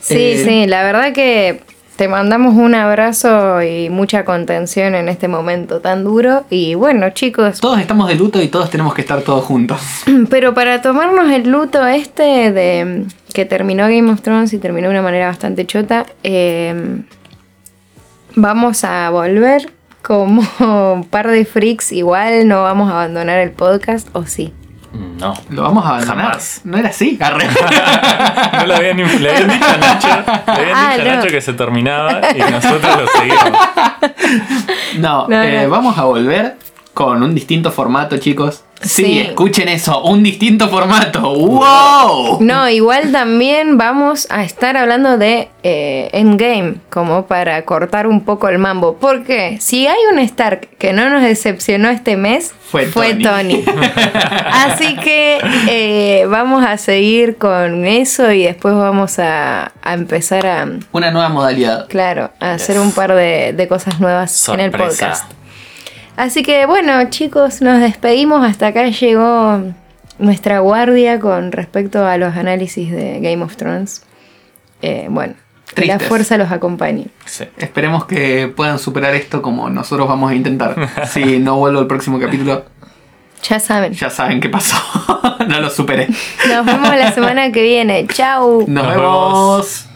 Speaker 2: Sí,
Speaker 1: Eh,
Speaker 2: sí, la verdad que te mandamos un abrazo y mucha contención en este momento tan duro. Y bueno, chicos,
Speaker 1: Todos estamos de luto y todos tenemos que estar todos juntos.
Speaker 2: pero para tomarnos el luto este de que terminó Game of Thrones y terminó de una manera bastante chota, eh, vamos a volver como un par de freaks. Igual no vamos a abandonar el podcast, ¿o sí?
Speaker 3: Mm, No.
Speaker 1: Lo vamos a abandonar.
Speaker 3: Jamás.
Speaker 1: No era así. Arre.
Speaker 3: No le habían, le habían dicho a Nacho, le habían
Speaker 2: Ah,
Speaker 3: dicho a
Speaker 2: no.
Speaker 3: Nacho que se terminaba y nosotros lo seguimos.
Speaker 1: No,
Speaker 2: No,
Speaker 1: eh,
Speaker 2: no.
Speaker 1: vamos a volver con un distinto formato, chicos. Sí,
Speaker 2: Sí.
Speaker 1: escuchen eso, un distinto formato. ¡Wow!
Speaker 2: No, igual también vamos a estar hablando de eh, Endgame, como para cortar un poco el mambo. Porque si hay un Stark que no nos decepcionó este mes,
Speaker 1: Fue Tony.
Speaker 2: Tony. Así que eh, vamos a seguir con eso y después vamos a, a empezar a,
Speaker 1: Una nueva modalidad.
Speaker 2: claro, a hacer
Speaker 3: Yes.
Speaker 2: un par de, de cosas nuevas en el
Speaker 3: Sorpresa.
Speaker 2: podcast. Así que bueno, chicos, nos despedimos. Hasta acá llegó nuestra guardia con respecto a los análisis de Game of Thrones. Eh, bueno, que la
Speaker 1: Tristes.
Speaker 2: fuerza los acompañe.
Speaker 3: Sí.
Speaker 1: Esperemos que puedan superar esto como nosotros vamos a intentar. Si no vuelvo al próximo capítulo,
Speaker 2: Ya saben.
Speaker 1: ya saben qué pasó. No lo superé.
Speaker 2: Nos vemos la semana que viene. Chau.
Speaker 1: Nos,
Speaker 3: Nos
Speaker 1: vemos.
Speaker 3: vemos.